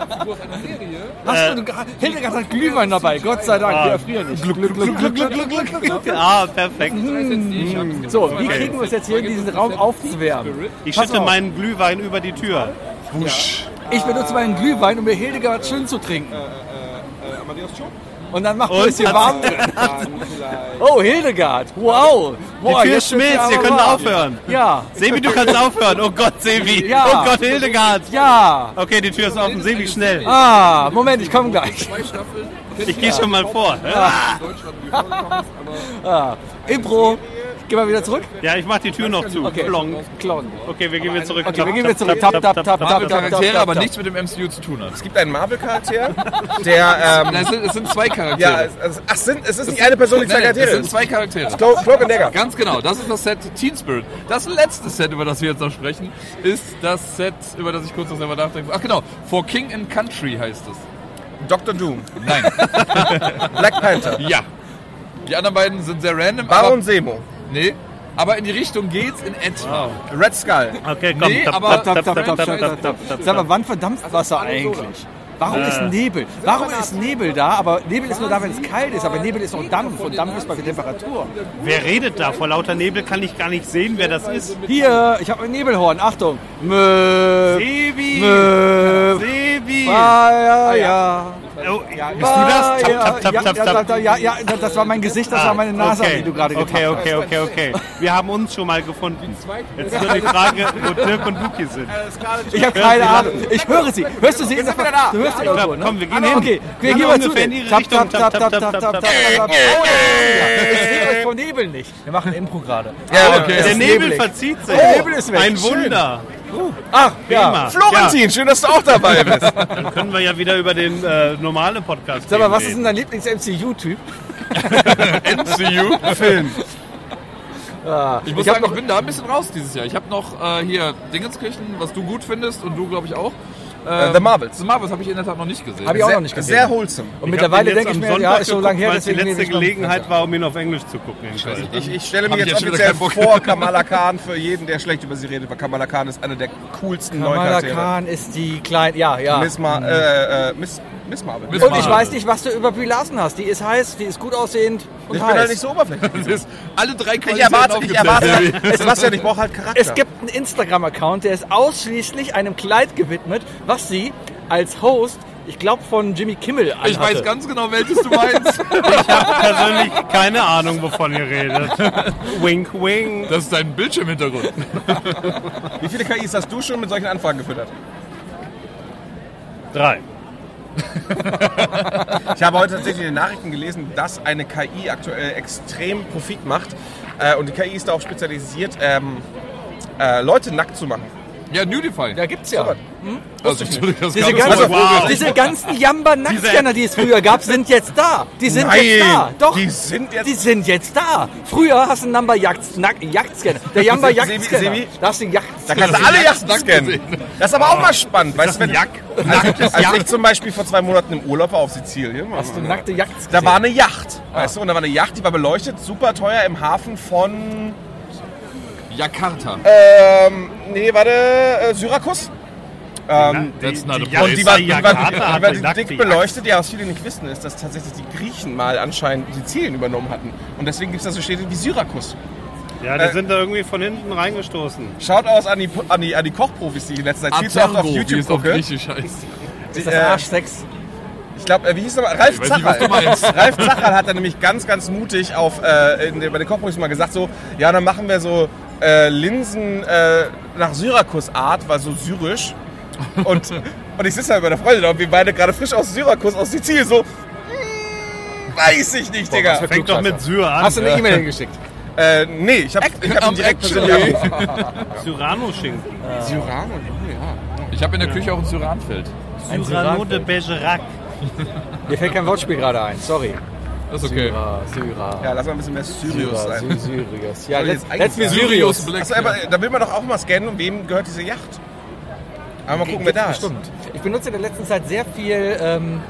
Speaker 1: Hast du, du ge- Hildegard hat Glühwein dabei. Gott sei Dank, wir erfrieren nicht. Ah. Glück, Glück, Glück, Glück, Glück, Glück, Glück.
Speaker 4: Ah, perfekt.
Speaker 1: So, wie kriegen wir es jetzt hier in diesen Raum aufzuwärmen?
Speaker 4: Ich
Speaker 1: Pass
Speaker 4: schütte
Speaker 1: auf.
Speaker 4: meinen Glühwein über die Tür.
Speaker 1: Ich benutze meinen Glühwein, um mir Hildegard schön zu trinken. Und dann macht
Speaker 4: Und
Speaker 1: es hier
Speaker 4: hat-
Speaker 1: warm drin. Oh, Hildegard, wow.
Speaker 4: Die
Speaker 1: Boah, jetzt
Speaker 4: Tür
Speaker 1: wird's
Speaker 4: schmilzt,
Speaker 1: aber
Speaker 4: ihr könnt
Speaker 1: warm.
Speaker 4: aufhören.
Speaker 1: Ja,
Speaker 4: Sebi, du kannst aufhören. Oh Gott, Sebi.
Speaker 1: Ja.
Speaker 4: Oh Gott, Hildegard.
Speaker 1: ja.
Speaker 4: Okay, die Tür ist offen. Sebi, schnell.
Speaker 1: Ah, Moment, ich komme gleich.
Speaker 4: Ich gehe schon mal vor. ne?
Speaker 1: Ah, Impro. Ich geh mal wieder zurück.
Speaker 4: Ja, ich mach die Tür noch zu.
Speaker 1: Okay.
Speaker 4: Klonk.
Speaker 1: Klon.
Speaker 4: Okay, wir gehen wieder zurück.
Speaker 1: Okay, wir gehen wieder zurück. Tap, tap, tap, tap, tap.
Speaker 5: Charaktere, aber nichts mit dem MCU zu tun hat.
Speaker 2: Es gibt einen Marvel-Charakter, der,
Speaker 5: Nein,
Speaker 2: ähm,
Speaker 5: Es sind, es sind zwei Charaktere.
Speaker 2: ja, es, es, ach, sind, es ist nicht eine Person, die zwei
Speaker 5: Nein, nein,
Speaker 2: Charaktere
Speaker 5: es sind
Speaker 2: ist.
Speaker 5: zwei Charaktere.
Speaker 2: Clo- Cloak and Dagger.
Speaker 5: Ganz genau, das ist das Set Teen Spirit. Das letzte Set, über das wir jetzt noch sprechen, ist das Set, über das ich kurz noch selber nachdenke. Ach genau, For King and Country heißt es.
Speaker 2: Dr. Doom.
Speaker 5: Nein,
Speaker 2: Black Panther.
Speaker 5: ja. Die anderen beiden sind sehr random,
Speaker 2: Baron
Speaker 5: aber,
Speaker 2: Semo.
Speaker 5: nee, aber in die Richtung geht's in etwa.
Speaker 2: Red Skull.
Speaker 4: Okay, komm.
Speaker 5: Nee,
Speaker 4: tap,
Speaker 5: aber-
Speaker 4: tap,
Speaker 1: Tap,
Speaker 4: tap,
Speaker 1: tap, tap,
Speaker 4: tap,
Speaker 1: tap,
Speaker 4: tap,
Speaker 1: tap.
Speaker 4: tap, tap,
Speaker 1: Sag mal,
Speaker 4: tap. Äh.
Speaker 1: wann verdampft Wasser eigentlich? Warum ist Nebel? Warum ist Nebel da? Aber Nebel ist nur da, wenn es kalt ist. Aber Nebel ist auch Dampf und Dampf ist bei Temperatur.
Speaker 4: Wer redet da? Vor lauter Nebel kann ich gar nicht sehen, wer das ist. Oh,
Speaker 1: Hier, ich habe ein Nebelhorn. Achtung. Mö,
Speaker 4: Sebi.
Speaker 1: mö,
Speaker 4: Sebi.
Speaker 1: Ah, ja,
Speaker 4: Ah,
Speaker 1: ja.
Speaker 4: Oh, bist du das? Tap, tap, tap,
Speaker 1: ja,
Speaker 4: tap, tap.
Speaker 1: ja, ja, ja, das war mein Gesicht, das war meine Nase,
Speaker 4: okay.
Speaker 1: die du gerade getappt
Speaker 4: Okay, okay, okay, okay. Wir haben uns schon mal gefunden. Jetzt ist nur die Frage, wo Dirk und Luki sind.
Speaker 1: hast. Ich habe keine Ahnung. Ich höre sie. Hörst du sie? Jetzt wieder da. Du hörst sie irgendwo,
Speaker 4: Komm,
Speaker 1: ne?
Speaker 4: komm, wir gehen hin.
Speaker 1: Okay, wir
Speaker 4: Alle
Speaker 1: gehen mal zu
Speaker 4: ungefähr in
Speaker 1: denen.
Speaker 4: ihre
Speaker 1: Tap, tap,
Speaker 4: Richtung.
Speaker 1: tap, tap, tap, tap, tap, tap. Oh, ja. Ich sehe euch vom Nebel nicht. Wir machen Impro gerade.
Speaker 2: Ja,
Speaker 4: Der
Speaker 1: ist
Speaker 4: Nebel
Speaker 1: neblig.
Speaker 4: verzieht sich.
Speaker 1: Der Nebel ist weg.
Speaker 4: Ein
Speaker 1: Schön.
Speaker 4: Wunder.
Speaker 1: Ach,
Speaker 4: Prima.
Speaker 1: ja.
Speaker 2: Florentin, schön, dass du auch dabei bist.
Speaker 4: Dann können wir ja wieder über den äh, normalen Podcast
Speaker 1: Sag mal, was ist denn
Speaker 4: reden.
Speaker 1: dein Lieblings-MCU-Typ?
Speaker 5: MCU.
Speaker 1: Ah,
Speaker 5: Ich muss
Speaker 1: hab
Speaker 5: sagen, ich bin da ein bisschen raus dieses Jahr. Ich habe noch äh, hier Dingenskirchen, was du gut findest und du, glaube ich, auch. Ähm,
Speaker 2: Äh, The Marvels.
Speaker 5: The Marvels habe ich in der Tat noch nicht gesehen.
Speaker 1: Hab ich auch noch nicht gesehen.
Speaker 2: Sehr wholesome.
Speaker 1: Und mittlerweile
Speaker 4: Ich hab
Speaker 1: denke
Speaker 4: den
Speaker 1: ich
Speaker 4: jetzt
Speaker 1: mir,
Speaker 4: am
Speaker 1: ja,
Speaker 4: Sonntag
Speaker 1: ist so
Speaker 4: geguckt,
Speaker 1: lange her,
Speaker 4: weil es die
Speaker 1: deswegen nehme
Speaker 4: letzte
Speaker 1: ich mal-
Speaker 4: Gelegenheit war, um ihn auf Englisch zu gucken. in Köln.
Speaker 2: Ich, ich stelle
Speaker 5: Hab
Speaker 2: mich
Speaker 5: ich
Speaker 2: jetzt
Speaker 5: jetzt schon wieder
Speaker 2: offiziell
Speaker 5: keinen Bock.
Speaker 2: vor Kamala Khan für jeden, der schlecht über sie redet, weil Kamala Khan ist einer der coolsten
Speaker 1: Kamala
Speaker 2: Neucharaktere.
Speaker 1: Khan ist die kleine, ja, ja.
Speaker 2: Miss, Mar äh, äh, Miss, Miss Marvel.
Speaker 5: Miss-
Speaker 1: Und ich
Speaker 5: Marvel.
Speaker 1: weiß nicht, was du über Brie Larson hast. Die ist heiß, die ist gut aussehend und
Speaker 2: ich
Speaker 1: heiß.
Speaker 2: bin halt nicht so oberflächlich.
Speaker 5: Das ist alle drei
Speaker 2: Ich
Speaker 5: Qualitäten
Speaker 2: erwarte, ich
Speaker 5: aufgezählt.
Speaker 2: erwarte, es Sebastian, ich brauche halt Charakter.
Speaker 1: Es gibt einen Instagram-Account, der ist ausschließlich einem Kleid gewidmet, was sie als Host ich glaube, von Jimmy Kimmel an
Speaker 5: Ich weiß
Speaker 1: hatte.
Speaker 5: ganz genau, welches du meinst.
Speaker 4: Persönlich keine Ahnung, wovon ihr redet. wink, wink.
Speaker 5: Das ist dein Bildschirmhintergrund.
Speaker 2: Wie viele KIs hast du schon mit solchen Anfragen gefüttert?
Speaker 4: Drei.
Speaker 2: Ich habe heute tatsächlich in den Nachrichten gelesen, dass eine KI aktuell extrem Profit macht. Äh, und die KI ist darauf spezialisiert, ähm, äh, Leute nackt zu machen.
Speaker 5: Ja, Nudify.
Speaker 1: Da gibt's ja.
Speaker 5: also, Entschuldigung, das
Speaker 1: Diese
Speaker 5: gab's
Speaker 1: ganzen,
Speaker 5: vorher.
Speaker 4: wow.
Speaker 1: diese ganzen Jamba-Nackscanner, die es früher gab, sind jetzt da. Die sind jetzt da. Doch.
Speaker 2: die sind jetzt
Speaker 1: Die sind jetzt da. Früher hast du einen Number Yacht- Nack- Jachtscanner. Der Jamba
Speaker 2: Sebi,
Speaker 1: Jachtscanner.
Speaker 2: Sebi?
Speaker 1: Da hast du einen
Speaker 2: Da
Speaker 1: Jachtscanner.
Speaker 2: kannst du alle Yachten
Speaker 5: Nackt
Speaker 2: scannen.
Speaker 5: gesehen.
Speaker 2: Das ist aber auch mal spannend. Weißt du, wenn Also,
Speaker 4: Jack.
Speaker 2: als, als ich zum Beispiel vor zwei Monaten im Urlaub war auf Sizilien, ähm,
Speaker 1: Hast du nackte Jachtscanner.
Speaker 2: da war eine Yacht. Weißt du, und da war eine Yacht, die war beleuchtet, super teuer im Hafen von.
Speaker 5: Jakarta.
Speaker 2: Ähm, nee, warte, äh, Syrakus. Ähm,
Speaker 5: That's not a
Speaker 4: Ja,
Speaker 2: und
Speaker 5: place.
Speaker 2: die war, die war,
Speaker 4: Jakarta
Speaker 2: die
Speaker 4: hat
Speaker 2: war,
Speaker 4: eine nackte
Speaker 2: dick
Speaker 4: Yacht.
Speaker 2: beleuchtet. Ja, was viele nicht wissen, ist, dass tatsächlich die Griechen mal anscheinend Sizilien übernommen hatten. Und deswegen gibt es da so Städte wie Syrakus.
Speaker 4: Ja, die
Speaker 2: Äh,
Speaker 4: sind da irgendwie von hinten reingestoßen.
Speaker 2: Schaut aus an die, an die, an die Kochprofis, die ich in letzter Zeit viel zu oft auf
Speaker 5: Atergo, wie
Speaker 2: YouTube
Speaker 5: es auf
Speaker 2: gucke.
Speaker 5: Griechisch heißt.
Speaker 2: Die,
Speaker 1: Ist das
Speaker 2: äh,
Speaker 1: Arschsex?
Speaker 2: Ich glaube, äh, wie hieß nochmal? Ralf
Speaker 5: Ich weiß nicht, was
Speaker 2: Zacherl.
Speaker 5: du meinst.
Speaker 2: Ralf Zacherl hat dann nämlich ganz, ganz mutig auf, äh, in, den- bei den Kochprofis mal gesagt, so, ja, dann machen wir so äh, Linsen äh, nach Syrakus-Art, weil so syrisch. Und, und ich sitze da mit meiner Freundin da und wir beide gerade frisch aus Syrakus, aus Sizilien, so, mm, weiß ich nicht, Digga.
Speaker 1: was für
Speaker 4: Fängt doch mit Syr an.
Speaker 1: Hast du eine E-Mail hingeschickt?
Speaker 2: Äh, nee, ich habe ich hab ihn
Speaker 5: Am
Speaker 2: direkt
Speaker 5: Actually.
Speaker 2: persönlich angerufen.
Speaker 4: Cyrano-Schinken.
Speaker 2: Cyrano, ja.
Speaker 5: Ich habe in der Küche auch ein Syranfeld.
Speaker 1: Ein
Speaker 4: Cyrano
Speaker 1: Cyrano
Speaker 4: de
Speaker 1: de
Speaker 4: Bergerac.
Speaker 1: Mir fällt kein Wortspiel gerade ein, sorry.
Speaker 5: Das ist okay.
Speaker 1: Syra, Syra.
Speaker 2: Ja, lass mal ein bisschen mehr Syrius
Speaker 1: Syra, Sy-
Speaker 2: sein.
Speaker 1: Syrius. Ja,
Speaker 2: Soll ich
Speaker 1: let's,
Speaker 2: jetzt
Speaker 1: let's be
Speaker 2: eigentlich
Speaker 1: Syrius.
Speaker 5: Black.
Speaker 2: Achso, aber äh, da will man doch auch mal scannen, um wem gehört diese Yacht. Aber mal gucken, wer da ist.
Speaker 1: Stimmt. Ich benutze in der letzten Zeit sehr viel ähm,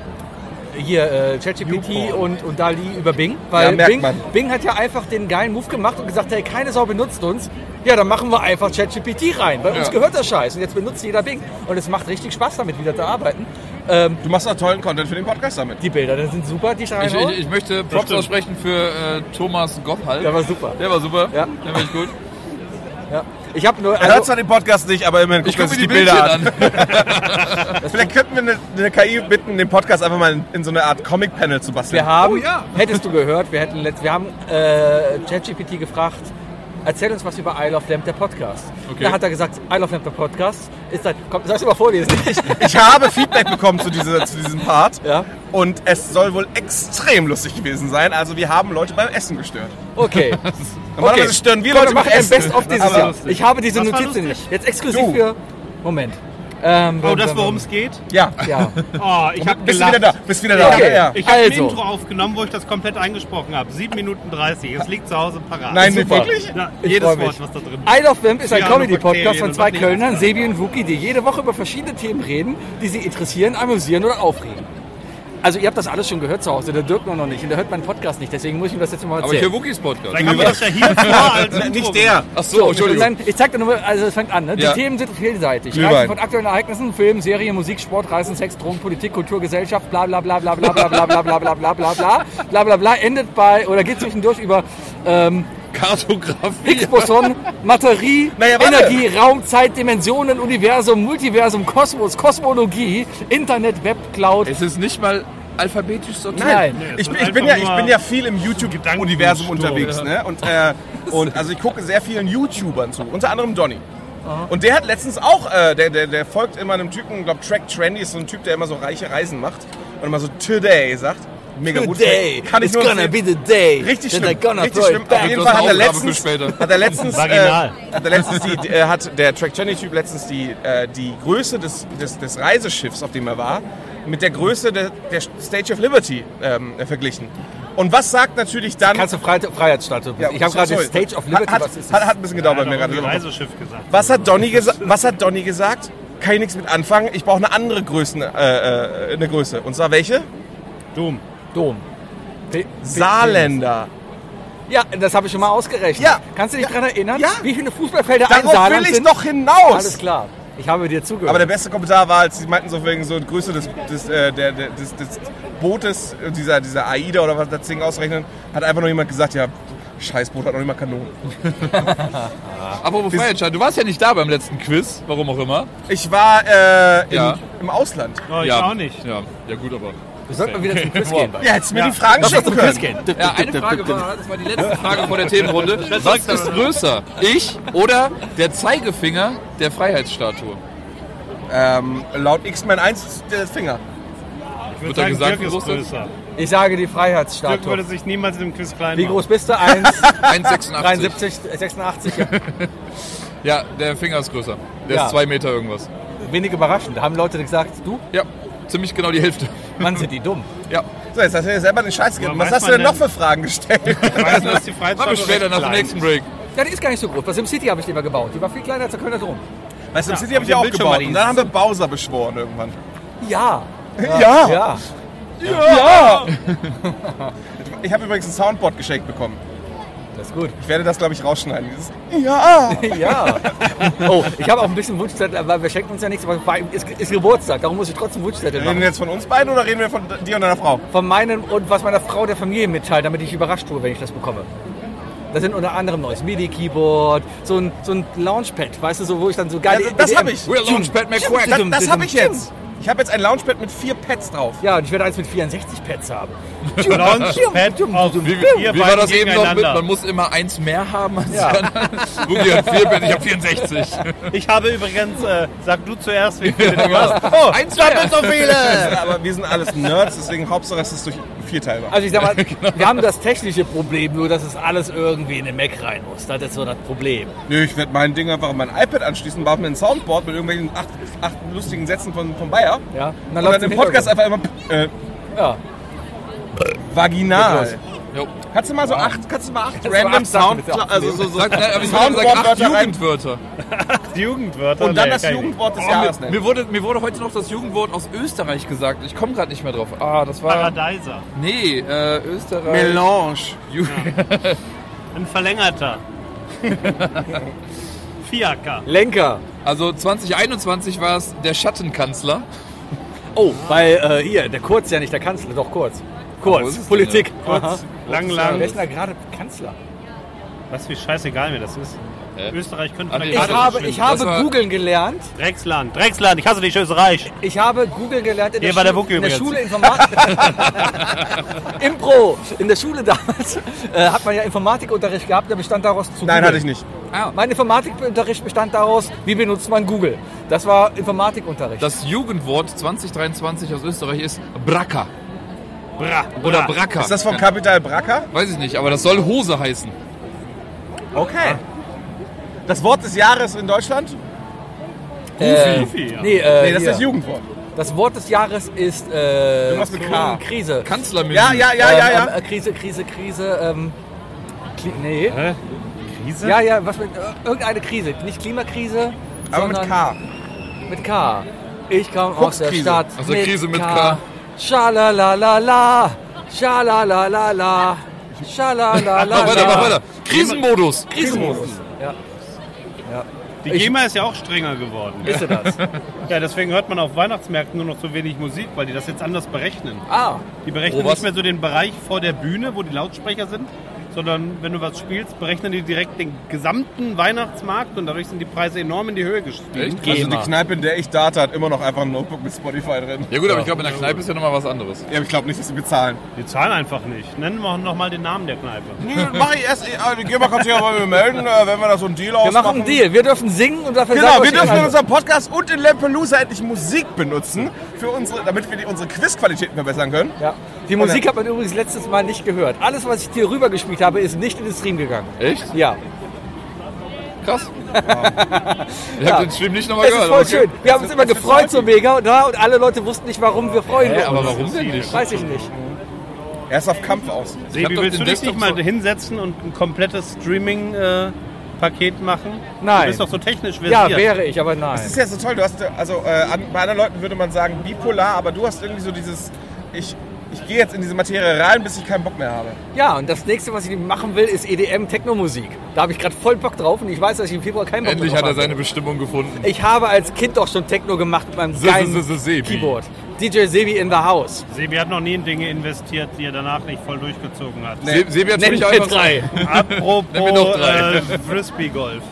Speaker 1: hier äh, ChatGPT
Speaker 2: YouPorn.
Speaker 1: und, und Dali über Bing, weil
Speaker 2: Ja, merkt
Speaker 1: Bing,
Speaker 2: man.
Speaker 1: Bing hat ja einfach den geilen Move gemacht und gesagt, hey, keine Sau benutzt uns. Ja, dann machen wir einfach ChatGPT rein. Bei uns
Speaker 5: Ja.
Speaker 1: gehört der Scheiß und jetzt benutzt jeder Bing. Und es macht richtig Spaß, damit wieder zu arbeiten. Ähm,
Speaker 2: Du machst auch tollen Content für den Podcast damit.
Speaker 1: die Bilder, das sind super, die ich da
Speaker 5: Ich,
Speaker 1: reinhaue.
Speaker 5: ich, ich möchte Props
Speaker 4: stimmt.
Speaker 5: aussprechen für äh, Thomas Gotthalb.
Speaker 1: Der war super.
Speaker 5: Der war super.
Speaker 1: Ja.
Speaker 5: Der war echt gut.
Speaker 1: Ja. Ich habe nur...
Speaker 2: Er hört zwar den Podcast nicht, aber immerhin
Speaker 5: Ich
Speaker 2: guckt er
Speaker 5: gucke mir
Speaker 2: sich
Speaker 5: die Bilder an.
Speaker 2: Vielleicht könnten wir eine, eine KI bitten, den Podcast einfach mal in, in so eine Art Comic-Panel zu basteln.
Speaker 1: Wir haben,
Speaker 5: Oh ja.
Speaker 1: hättest du gehört, wir, hätten letzt, wir haben äh, ChatGPT gefragt, erzähl uns was über I Love Lamp, der Podcast.
Speaker 5: Okay.
Speaker 1: Da hat er gesagt, I Love Lamp, der Podcast ist ein, komm, sag's mal vorlesen.
Speaker 2: Ich habe Feedback bekommen zu, dieser, zu diesem Part.
Speaker 1: Ja.
Speaker 2: Und es soll wohl extrem lustig gewesen sein. Also wir haben Leute beim Essen gestört.
Speaker 1: Okay.
Speaker 2: Normalerweise stören wir
Speaker 1: Komm, dann
Speaker 2: Leute
Speaker 1: mach
Speaker 2: beim
Speaker 1: ein
Speaker 2: Essen.
Speaker 1: Best-of dieses
Speaker 2: Aber-
Speaker 1: Jahr. Ich habe diese
Speaker 4: Was war
Speaker 1: Notizen
Speaker 4: lustig?
Speaker 1: nicht. Jetzt exklusiv
Speaker 2: Du.
Speaker 1: für... Moment. Ähm,
Speaker 4: Oh, das, worum es geht?
Speaker 2: Ja.
Speaker 1: Ja.
Speaker 4: Oh, ich habe
Speaker 2: Bist du wieder da? Bist wieder da?
Speaker 1: Okay.
Speaker 2: Ja, ja.
Speaker 4: Ich habe
Speaker 1: Also.
Speaker 4: ein Intro aufgenommen, wo ich das komplett eingesprochen habe. 7 Minuten 30. Es liegt zu Hause parat.
Speaker 2: Nein,
Speaker 1: Super.
Speaker 2: wirklich?
Speaker 4: Ja,
Speaker 1: Ich
Speaker 4: jedes
Speaker 1: freu mich.
Speaker 4: Wort, was da drin ist.
Speaker 1: I Love Vamp ist ein
Speaker 4: Ja,
Speaker 1: Comedy-Podcast
Speaker 4: Bakterien
Speaker 1: von
Speaker 4: und
Speaker 1: zwei
Speaker 4: was nicht.
Speaker 1: Kölnern, Sebi und Wuki, die jede Woche über verschiedene Themen reden, die sie interessieren, amüsieren oder aufregen. Also ihr habt das alles schon gehört zu Hause, der Dirk noch nicht und der hört meinen Podcast nicht, deswegen muss ich ihm das jetzt mal
Speaker 5: Aber ich höre
Speaker 1: erzählen.
Speaker 5: Wookies Podcast.
Speaker 4: Vielleicht haben wir das ja hier vor als
Speaker 2: Na,
Speaker 4: Intro.
Speaker 2: Nicht der.
Speaker 5: Ach so,
Speaker 1: ich,
Speaker 5: Entschuldigung.
Speaker 1: dann, ich zeig dir nur, mal- also es fängt an, ne? Die
Speaker 5: Ja.
Speaker 1: Themen sind vielseitig.
Speaker 2: Glühwein.
Speaker 1: Reichen von aktuellen Ereignissen, Film, Serie, Musik, Sport, Reisen, Sex, Drogen, Politik, Kultur, Gesellschaft, bla bla bla bla bla bla bla bla bla bla bla bla bla bla bla bla endet bei oder geht zwischendurch über ähm,
Speaker 5: Kartografie.
Speaker 1: Higgs-Boson, Materie,
Speaker 2: Naja, warte.
Speaker 1: Energie, Raum, Zeit, Dimensionen, Universum, Multiversum, Kosmos, Kosmologie, Internet, Web, Cloud.
Speaker 5: Es ist nicht mal alphabetisch sortiert.
Speaker 1: Nein.
Speaker 4: Nee, es
Speaker 2: Ich
Speaker 4: sind
Speaker 2: bin, ich, bin ja,
Speaker 4: einfach
Speaker 2: ich
Speaker 4: nur
Speaker 2: bin ja viel im YouTube-Universum
Speaker 4: Gedankensturm,
Speaker 2: unterwegs.
Speaker 4: ja.
Speaker 2: Ne? Und, äh, und also ich gucke sehr vielen YouTubern zu, unter anderem Donny. Und der hat letztens auch, äh, der, der, der folgt immer einem Typen, glaube Track Trendy ist so ein Typ, der immer so reiche Reisen macht und immer so Today sagt. Mega gut. Kann ich nur empfehlen.
Speaker 1: the day.
Speaker 2: Richtig
Speaker 1: that
Speaker 2: schlimm.
Speaker 1: I gonna
Speaker 2: Richtig
Speaker 1: throw
Speaker 2: schlimm. Also
Speaker 1: it
Speaker 2: Auf
Speaker 1: back.
Speaker 2: jeden
Speaker 5: Das
Speaker 2: Fall
Speaker 5: ist
Speaker 2: hat er
Speaker 5: eine Aufgabe
Speaker 2: letztens,
Speaker 5: für später.
Speaker 2: hat er letztens, äh,
Speaker 4: Vaginal.
Speaker 2: hat er letztens die, die, äh, hat der Track Channel Typ letztens die, äh, die Größe des, des, des Reiseschiffs, auf dem er war, mit der Größe der, der Stage of Liberty ähm, verglichen. Und was sagt natürlich dann...
Speaker 1: Kannst du Freiheit- Freiheitsstatue?
Speaker 2: Ja,
Speaker 1: ich habe gerade
Speaker 2: sorry.
Speaker 1: Stage of Liberty.
Speaker 2: Hat,
Speaker 1: was ist das?
Speaker 2: hat, hat, hat ein bisschen gedauert
Speaker 4: Ja,
Speaker 2: bei mir
Speaker 4: da wurde
Speaker 2: gerade.
Speaker 4: Reiseschiff gesagt.
Speaker 2: Was hat, Donny gesa- was hat Donny gesagt? Kann ich nichts mit anfangen. Ich brauche eine andere Größen, äh, äh, eine Größe. Und zwar welche?
Speaker 4: Dom.
Speaker 1: Dom. Pe- Pe-
Speaker 2: Saarländer.
Speaker 1: Ja, das habe ich schon mal ausgerechnet.
Speaker 2: Ja.
Speaker 1: Kannst du dich daran erinnern,
Speaker 2: Ja.
Speaker 1: wie viele Fußballfelder ein
Speaker 2: Darauf
Speaker 1: Saarland
Speaker 2: will ich
Speaker 1: sind?
Speaker 2: doch
Speaker 1: Alles
Speaker 2: hinaus.
Speaker 1: klar. Ich habe dir zugehört.
Speaker 2: Aber der beste Kommentar war, als sie meinten so wegen so Größe des, des, äh, der, der, des, des Bootes, äh, dieser, dieser AIDA oder was das Ding ausrechnen, hat einfach nur jemand gesagt, ja, Scheißboot hat noch nicht mal Kanonen.
Speaker 5: Apropos Freientscheid, du warst ja nicht da beim letzten Quiz, warum auch immer.
Speaker 2: Ich war äh, in,
Speaker 5: Ja.
Speaker 2: im Ausland.
Speaker 4: Oh, ich
Speaker 5: ja.
Speaker 4: auch nicht.
Speaker 5: Ja, ja gut, aber.
Speaker 1: Wir sollten mal wieder zum Quiz gehen.
Speaker 2: Ja, hättest du mir
Speaker 4: Ja.
Speaker 2: die Fragen schicken können.
Speaker 5: Ja, eine Frage war, das war die letzte Frage vor der Themenrunde. Was ist größer? Ich oder der Zeigefinger der Freiheitsstatue?
Speaker 2: Ähm, laut X-Men 1 ist der Finger.
Speaker 5: Wird
Speaker 4: Ich würde
Speaker 5: da
Speaker 4: sagen,
Speaker 5: gesagt,
Speaker 4: Dirk
Speaker 5: wie
Speaker 4: ist
Speaker 5: groß das ist?
Speaker 4: größer.
Speaker 1: Ich sage die
Speaker 4: Dirk würde
Speaker 1: Freiheitsstatue.
Speaker 4: sich niemals in einem Quiz klein
Speaker 1: Wie groß bist du? 1,
Speaker 5: 1,86.
Speaker 1: 73, 86. Ja.
Speaker 5: Ja, der Finger ist größer. Der
Speaker 1: Ja.
Speaker 5: ist zwei Meter irgendwas.
Speaker 1: Wenig überraschend. Da haben Leute gesagt, du,
Speaker 5: Ja, ziemlich genau die Hälfte.
Speaker 1: Mann, sind die dumm.
Speaker 5: Ja,
Speaker 2: So, jetzt hast du dir selber den Scheiß gegeben.
Speaker 4: Woher
Speaker 2: Was hast
Speaker 4: weiß
Speaker 2: du denn
Speaker 4: man
Speaker 2: noch für Fragen gestellt?
Speaker 4: Ich weiß nur, dass die
Speaker 5: machen wir
Speaker 4: Freiheitsstatue
Speaker 5: später
Speaker 4: recht
Speaker 5: nach dem
Speaker 4: klein
Speaker 5: nächsten
Speaker 4: ist.
Speaker 5: Break.
Speaker 1: Ja, die ist gar nicht so groß. Bei SimCity habe ich die mal gebaut. Die war viel kleiner als der Kölner Dom.
Speaker 2: Weißt du, im
Speaker 4: Ja,
Speaker 2: City habe ich
Speaker 4: wir
Speaker 2: ja auch
Speaker 4: haben schon mal
Speaker 2: gebaut. Und
Speaker 4: dieses-
Speaker 2: dann haben wir Bowser beschworen irgendwann.
Speaker 1: Ja.
Speaker 2: Ja.
Speaker 1: Ja.
Speaker 2: Ja! Ich habe übrigens ein Soundboard geschenkt bekommen.
Speaker 1: Das ist gut.
Speaker 2: Ich werde das, glaube ich, rausschneiden. Dieses ja!
Speaker 1: Ja. Oh, ich habe auch ein bisschen Wunschzettel, weil wir schenken uns ja nichts, aber es ist, ist Geburtstag, darum muss ich trotzdem Wunschzettel
Speaker 2: Reden wir
Speaker 1: machen.
Speaker 2: jetzt von uns beiden oder reden wir von dir und deiner Frau?
Speaker 1: Von meinem und was meiner Frau der Familie mitteilt, damit ich überrascht tue, wenn ich das bekomme. Da sind unter anderem neues MIDI-Keyboard, so ein, so ein Launchpad, weißt du, so, wo ich dann so geil...
Speaker 2: Ja, Also, das hab ich.
Speaker 5: We're Launchpad
Speaker 2: Das,
Speaker 5: McQuack.
Speaker 2: das habe ich jetzt. Ich habe jetzt ein Launchpad mit vier Pads drauf.
Speaker 1: Ja, und ich werde eins mit 64 Pads haben.
Speaker 4: Launchpad auf
Speaker 5: Wie,
Speaker 4: vier
Speaker 5: wie war
Speaker 4: Beinen
Speaker 5: das eben noch mit?
Speaker 4: gegeneinander.
Speaker 5: Man muss immer eins mehr haben als
Speaker 1: Ja.
Speaker 5: ja. der andere. Boogie hat vier Bälle, ich habe 64.
Speaker 4: Ich habe übrigens, äh, sag du zuerst, wie viele du hast.
Speaker 5: Oh, eins mehr.
Speaker 2: So viele! Aber wir sind alles Nerds, deswegen Hauptsache es ist durch vier teilbar.
Speaker 1: Also ich sag mal, wir haben das technische Problem, nur dass es alles irgendwie in den Mac rein muss. Das ist so das Problem.
Speaker 2: Nö, ich werde mein Ding einfach an mein iPad anschließen, baue mir ein Soundboard mit irgendwelchen acht, acht lustigen Sätzen von, von Bayer.
Speaker 1: Ja. Und dann
Speaker 2: Und
Speaker 1: läuft's
Speaker 2: dann im
Speaker 1: im
Speaker 2: Podcast einfach immer äh,
Speaker 1: Ja.
Speaker 2: vaginal.
Speaker 5: Jo.
Speaker 2: Kannst du mal so acht, kannst du mal acht
Speaker 1: du mal
Speaker 2: random
Speaker 1: acht Sachen
Speaker 2: Sound,
Speaker 1: bitte
Speaker 2: also so, so
Speaker 5: Sag, nein, aber ich habe
Speaker 2: Soundboard-
Speaker 5: gesagt, acht
Speaker 2: Wörter rein.
Speaker 5: Jugendwörter.
Speaker 4: Die Jugendwörter.
Speaker 2: Und dann
Speaker 4: Oh, Nee,
Speaker 2: das
Speaker 4: kann ich nicht.
Speaker 2: Jugendwort des
Speaker 5: Oh,
Speaker 2: Jahres
Speaker 5: mir,
Speaker 2: nennen.
Speaker 5: mir, wurde, mir wurde heute noch das Jugendwort aus Österreich gesagt. Ich komme gerade nicht mehr drauf. Ah, das war.
Speaker 4: Paradeiser.
Speaker 5: Nee, äh, Österreich.
Speaker 2: Melange.
Speaker 5: Ju-
Speaker 4: Ein verlängerter. Fiaker.
Speaker 1: Lenker.
Speaker 5: Also 2021 war es der Schattenkanzler.
Speaker 1: Oh, weil äh, hier, der Kurz ja nicht der Kanzler, doch Kurz.
Speaker 5: wo ist
Speaker 1: Kurz,
Speaker 5: es denn,
Speaker 1: Politik. Aha.
Speaker 4: Kurz, lang, lang.
Speaker 1: Wer ist denn da gerade Kanzler?
Speaker 4: Was wie scheißegal mir das ist. Österreich könnte
Speaker 5: Ah,
Speaker 4: vielleicht
Speaker 5: nee,
Speaker 1: Ich
Speaker 5: das
Speaker 4: gerade
Speaker 5: ist
Speaker 1: habe,
Speaker 5: schlimm.
Speaker 1: ich
Speaker 5: Das war-
Speaker 1: habe googeln gelernt.
Speaker 4: Drecksland, Drecksland, ich hasse dich, Österreich.
Speaker 1: Ich habe googeln gelernt in der,
Speaker 4: Hier war der
Speaker 1: Schule,
Speaker 4: Wucke
Speaker 1: in der
Speaker 4: übrigens.
Speaker 1: Schule Informatik. Impro. In der Schule damals äh, hat man ja Informatikunterricht gehabt, der bestand daraus zu
Speaker 2: Nein,
Speaker 1: googeln.
Speaker 2: hatte ich nicht.
Speaker 1: Mein Informatikunterricht bestand daraus, wie benutzt man Google. Das war Informatikunterricht.
Speaker 5: Das Jugendwort 2023 aus Österreich ist Bracker
Speaker 4: Bra,
Speaker 5: oder Bracker.
Speaker 2: Ist das von Capital Bracker?
Speaker 5: Weiß ich nicht, aber das soll Hose heißen.
Speaker 2: Okay. Das Wort des Jahres in Deutschland?
Speaker 1: äh,
Speaker 4: Profi, ja.
Speaker 1: nee, äh,
Speaker 2: Nee, das ist
Speaker 1: hier.
Speaker 2: das Jugendwort.
Speaker 1: Das Wort des Jahres ist äh,
Speaker 2: Irgendwas mit K.
Speaker 1: Krise.
Speaker 5: Kanzlermenü.
Speaker 2: Ja, ja, ja, ja,
Speaker 1: Ähm,
Speaker 2: ja.
Speaker 1: äh, Krise, Krise, Krise. Ähm, Kli nee.
Speaker 4: Hä? Krise?
Speaker 1: Ja, ja, was mit, äh, irgendeine Krise. Nicht Klimakrise,
Speaker 2: Aber mit
Speaker 1: sondern
Speaker 2: K.
Speaker 1: mit K. Ich komme aus der
Speaker 2: Fuchskrise.
Speaker 1: Stadt.
Speaker 5: Also Krise mit K.
Speaker 1: Schalalalala. Schalalalala. Schalalalala.
Speaker 5: Mach weiter, mach weiter. Krisenmodus.
Speaker 1: Krisenmodus. Ja,
Speaker 4: Die
Speaker 1: Ich-
Speaker 4: GEMA ist ja auch strenger geworden.
Speaker 1: ist sie das.
Speaker 4: Ja, deswegen hört man auf Weihnachtsmärkten nur noch so wenig Musik, weil die das jetzt anders berechnen.
Speaker 1: Ah,
Speaker 4: Die berechnen
Speaker 5: Oh, was?
Speaker 4: nicht mehr so den Bereich vor der Bühne, wo die Lautsprecher sind, sondern wenn du was spielst, berechnen die direkt den gesamten Weihnachtsmarkt und dadurch sind die Preise enorm in die Höhe gestiegen.
Speaker 5: Echt?
Speaker 2: Also die
Speaker 1: GEMA.
Speaker 2: Kneipe, in der ich Data hat immer noch einfach ein Notebook mit Spotify drin.
Speaker 5: Ja gut, aber ich glaube, in der Kneipe ist ja nochmal was anderes.
Speaker 2: Ja, aber ich glaube nicht, dass sie bezahlen.
Speaker 4: Die zahlen einfach nicht. Nennen wir nochmal den Namen der Kneipe.
Speaker 2: Nö, mach ich erst. äh, Die GEMA kann sich ja bei mir melden, äh, wenn wir da so einen Deal
Speaker 1: wir machen einen Deal. Wir dürfen singen und dafür
Speaker 2: Genau,
Speaker 1: sagt
Speaker 2: wir
Speaker 1: euch
Speaker 2: dürfen in
Speaker 1: jemand-
Speaker 2: unserem Podcast und in Lampelusa endlich Musik benutzen, für unsere, damit wir die, unsere Quizqualität verbessern können.
Speaker 1: Ja. Die Musik hat man übrigens letztes Mal nicht gehört. Alles, was ich dir rübergespielt habe, ist nicht in den Stream gegangen.
Speaker 5: Echt?
Speaker 1: Ja,
Speaker 5: Krass. Ihr habt den Stream nicht nochmal
Speaker 1: es ist
Speaker 5: gehört.
Speaker 1: voll
Speaker 5: aber Oh okay.
Speaker 1: schön. Wir haben uns immer gefreut so mega und, da, und alle Leute wussten nicht, warum wir freuen
Speaker 5: Hä,
Speaker 1: uns.
Speaker 5: aber warum denn nicht?
Speaker 1: Weiß ich nicht.
Speaker 2: Er ist auf Kampf aus.
Speaker 4: Sebi,
Speaker 5: doch
Speaker 4: willst du
Speaker 5: den
Speaker 4: dich nicht
Speaker 5: Desktop
Speaker 4: mal
Speaker 5: so-
Speaker 4: hinsetzen und ein komplettes Streaming-Paket machen?
Speaker 1: Nein.
Speaker 4: Du bist doch so technisch
Speaker 1: Ja,
Speaker 4: versiert.
Speaker 1: wäre ich, aber
Speaker 2: Das
Speaker 1: nein.
Speaker 2: ist ja so toll. Du hast, äh, also, äh, an, bei anderen Leuten würde man sagen bipolar, aber du hast irgendwie so dieses, ich, ich gehe jetzt in diese Materie rein, bis ich keinen Bock mehr habe.
Speaker 1: Ja, und das nächste, was ich machen will, ist EDM Technomusik. Da habe ich gerade voll Bock drauf und ich weiß, dass ich im Februar keinen Bock
Speaker 5: Endlich
Speaker 1: mehr
Speaker 5: hat
Speaker 1: drauf
Speaker 5: er
Speaker 1: habe.
Speaker 5: seine Bestimmung gefunden.
Speaker 1: Ich habe als Kind doch schon Techno gemacht mit meinem
Speaker 5: Se- se-
Speaker 1: geilen
Speaker 5: se- se- Sebi.
Speaker 1: Keyboard. DJ Sebi in the house.
Speaker 4: Sebi hat noch nie in Dinge investiert, die er danach nicht voll durchgezogen hat.
Speaker 5: Se- Sebi hat
Speaker 1: Nenn
Speaker 5: völlig
Speaker 1: mir
Speaker 5: einfach
Speaker 1: drei.
Speaker 5: Nenn mir noch
Speaker 4: Apropos
Speaker 5: drei.
Speaker 4: äh, Frisbee-Golf.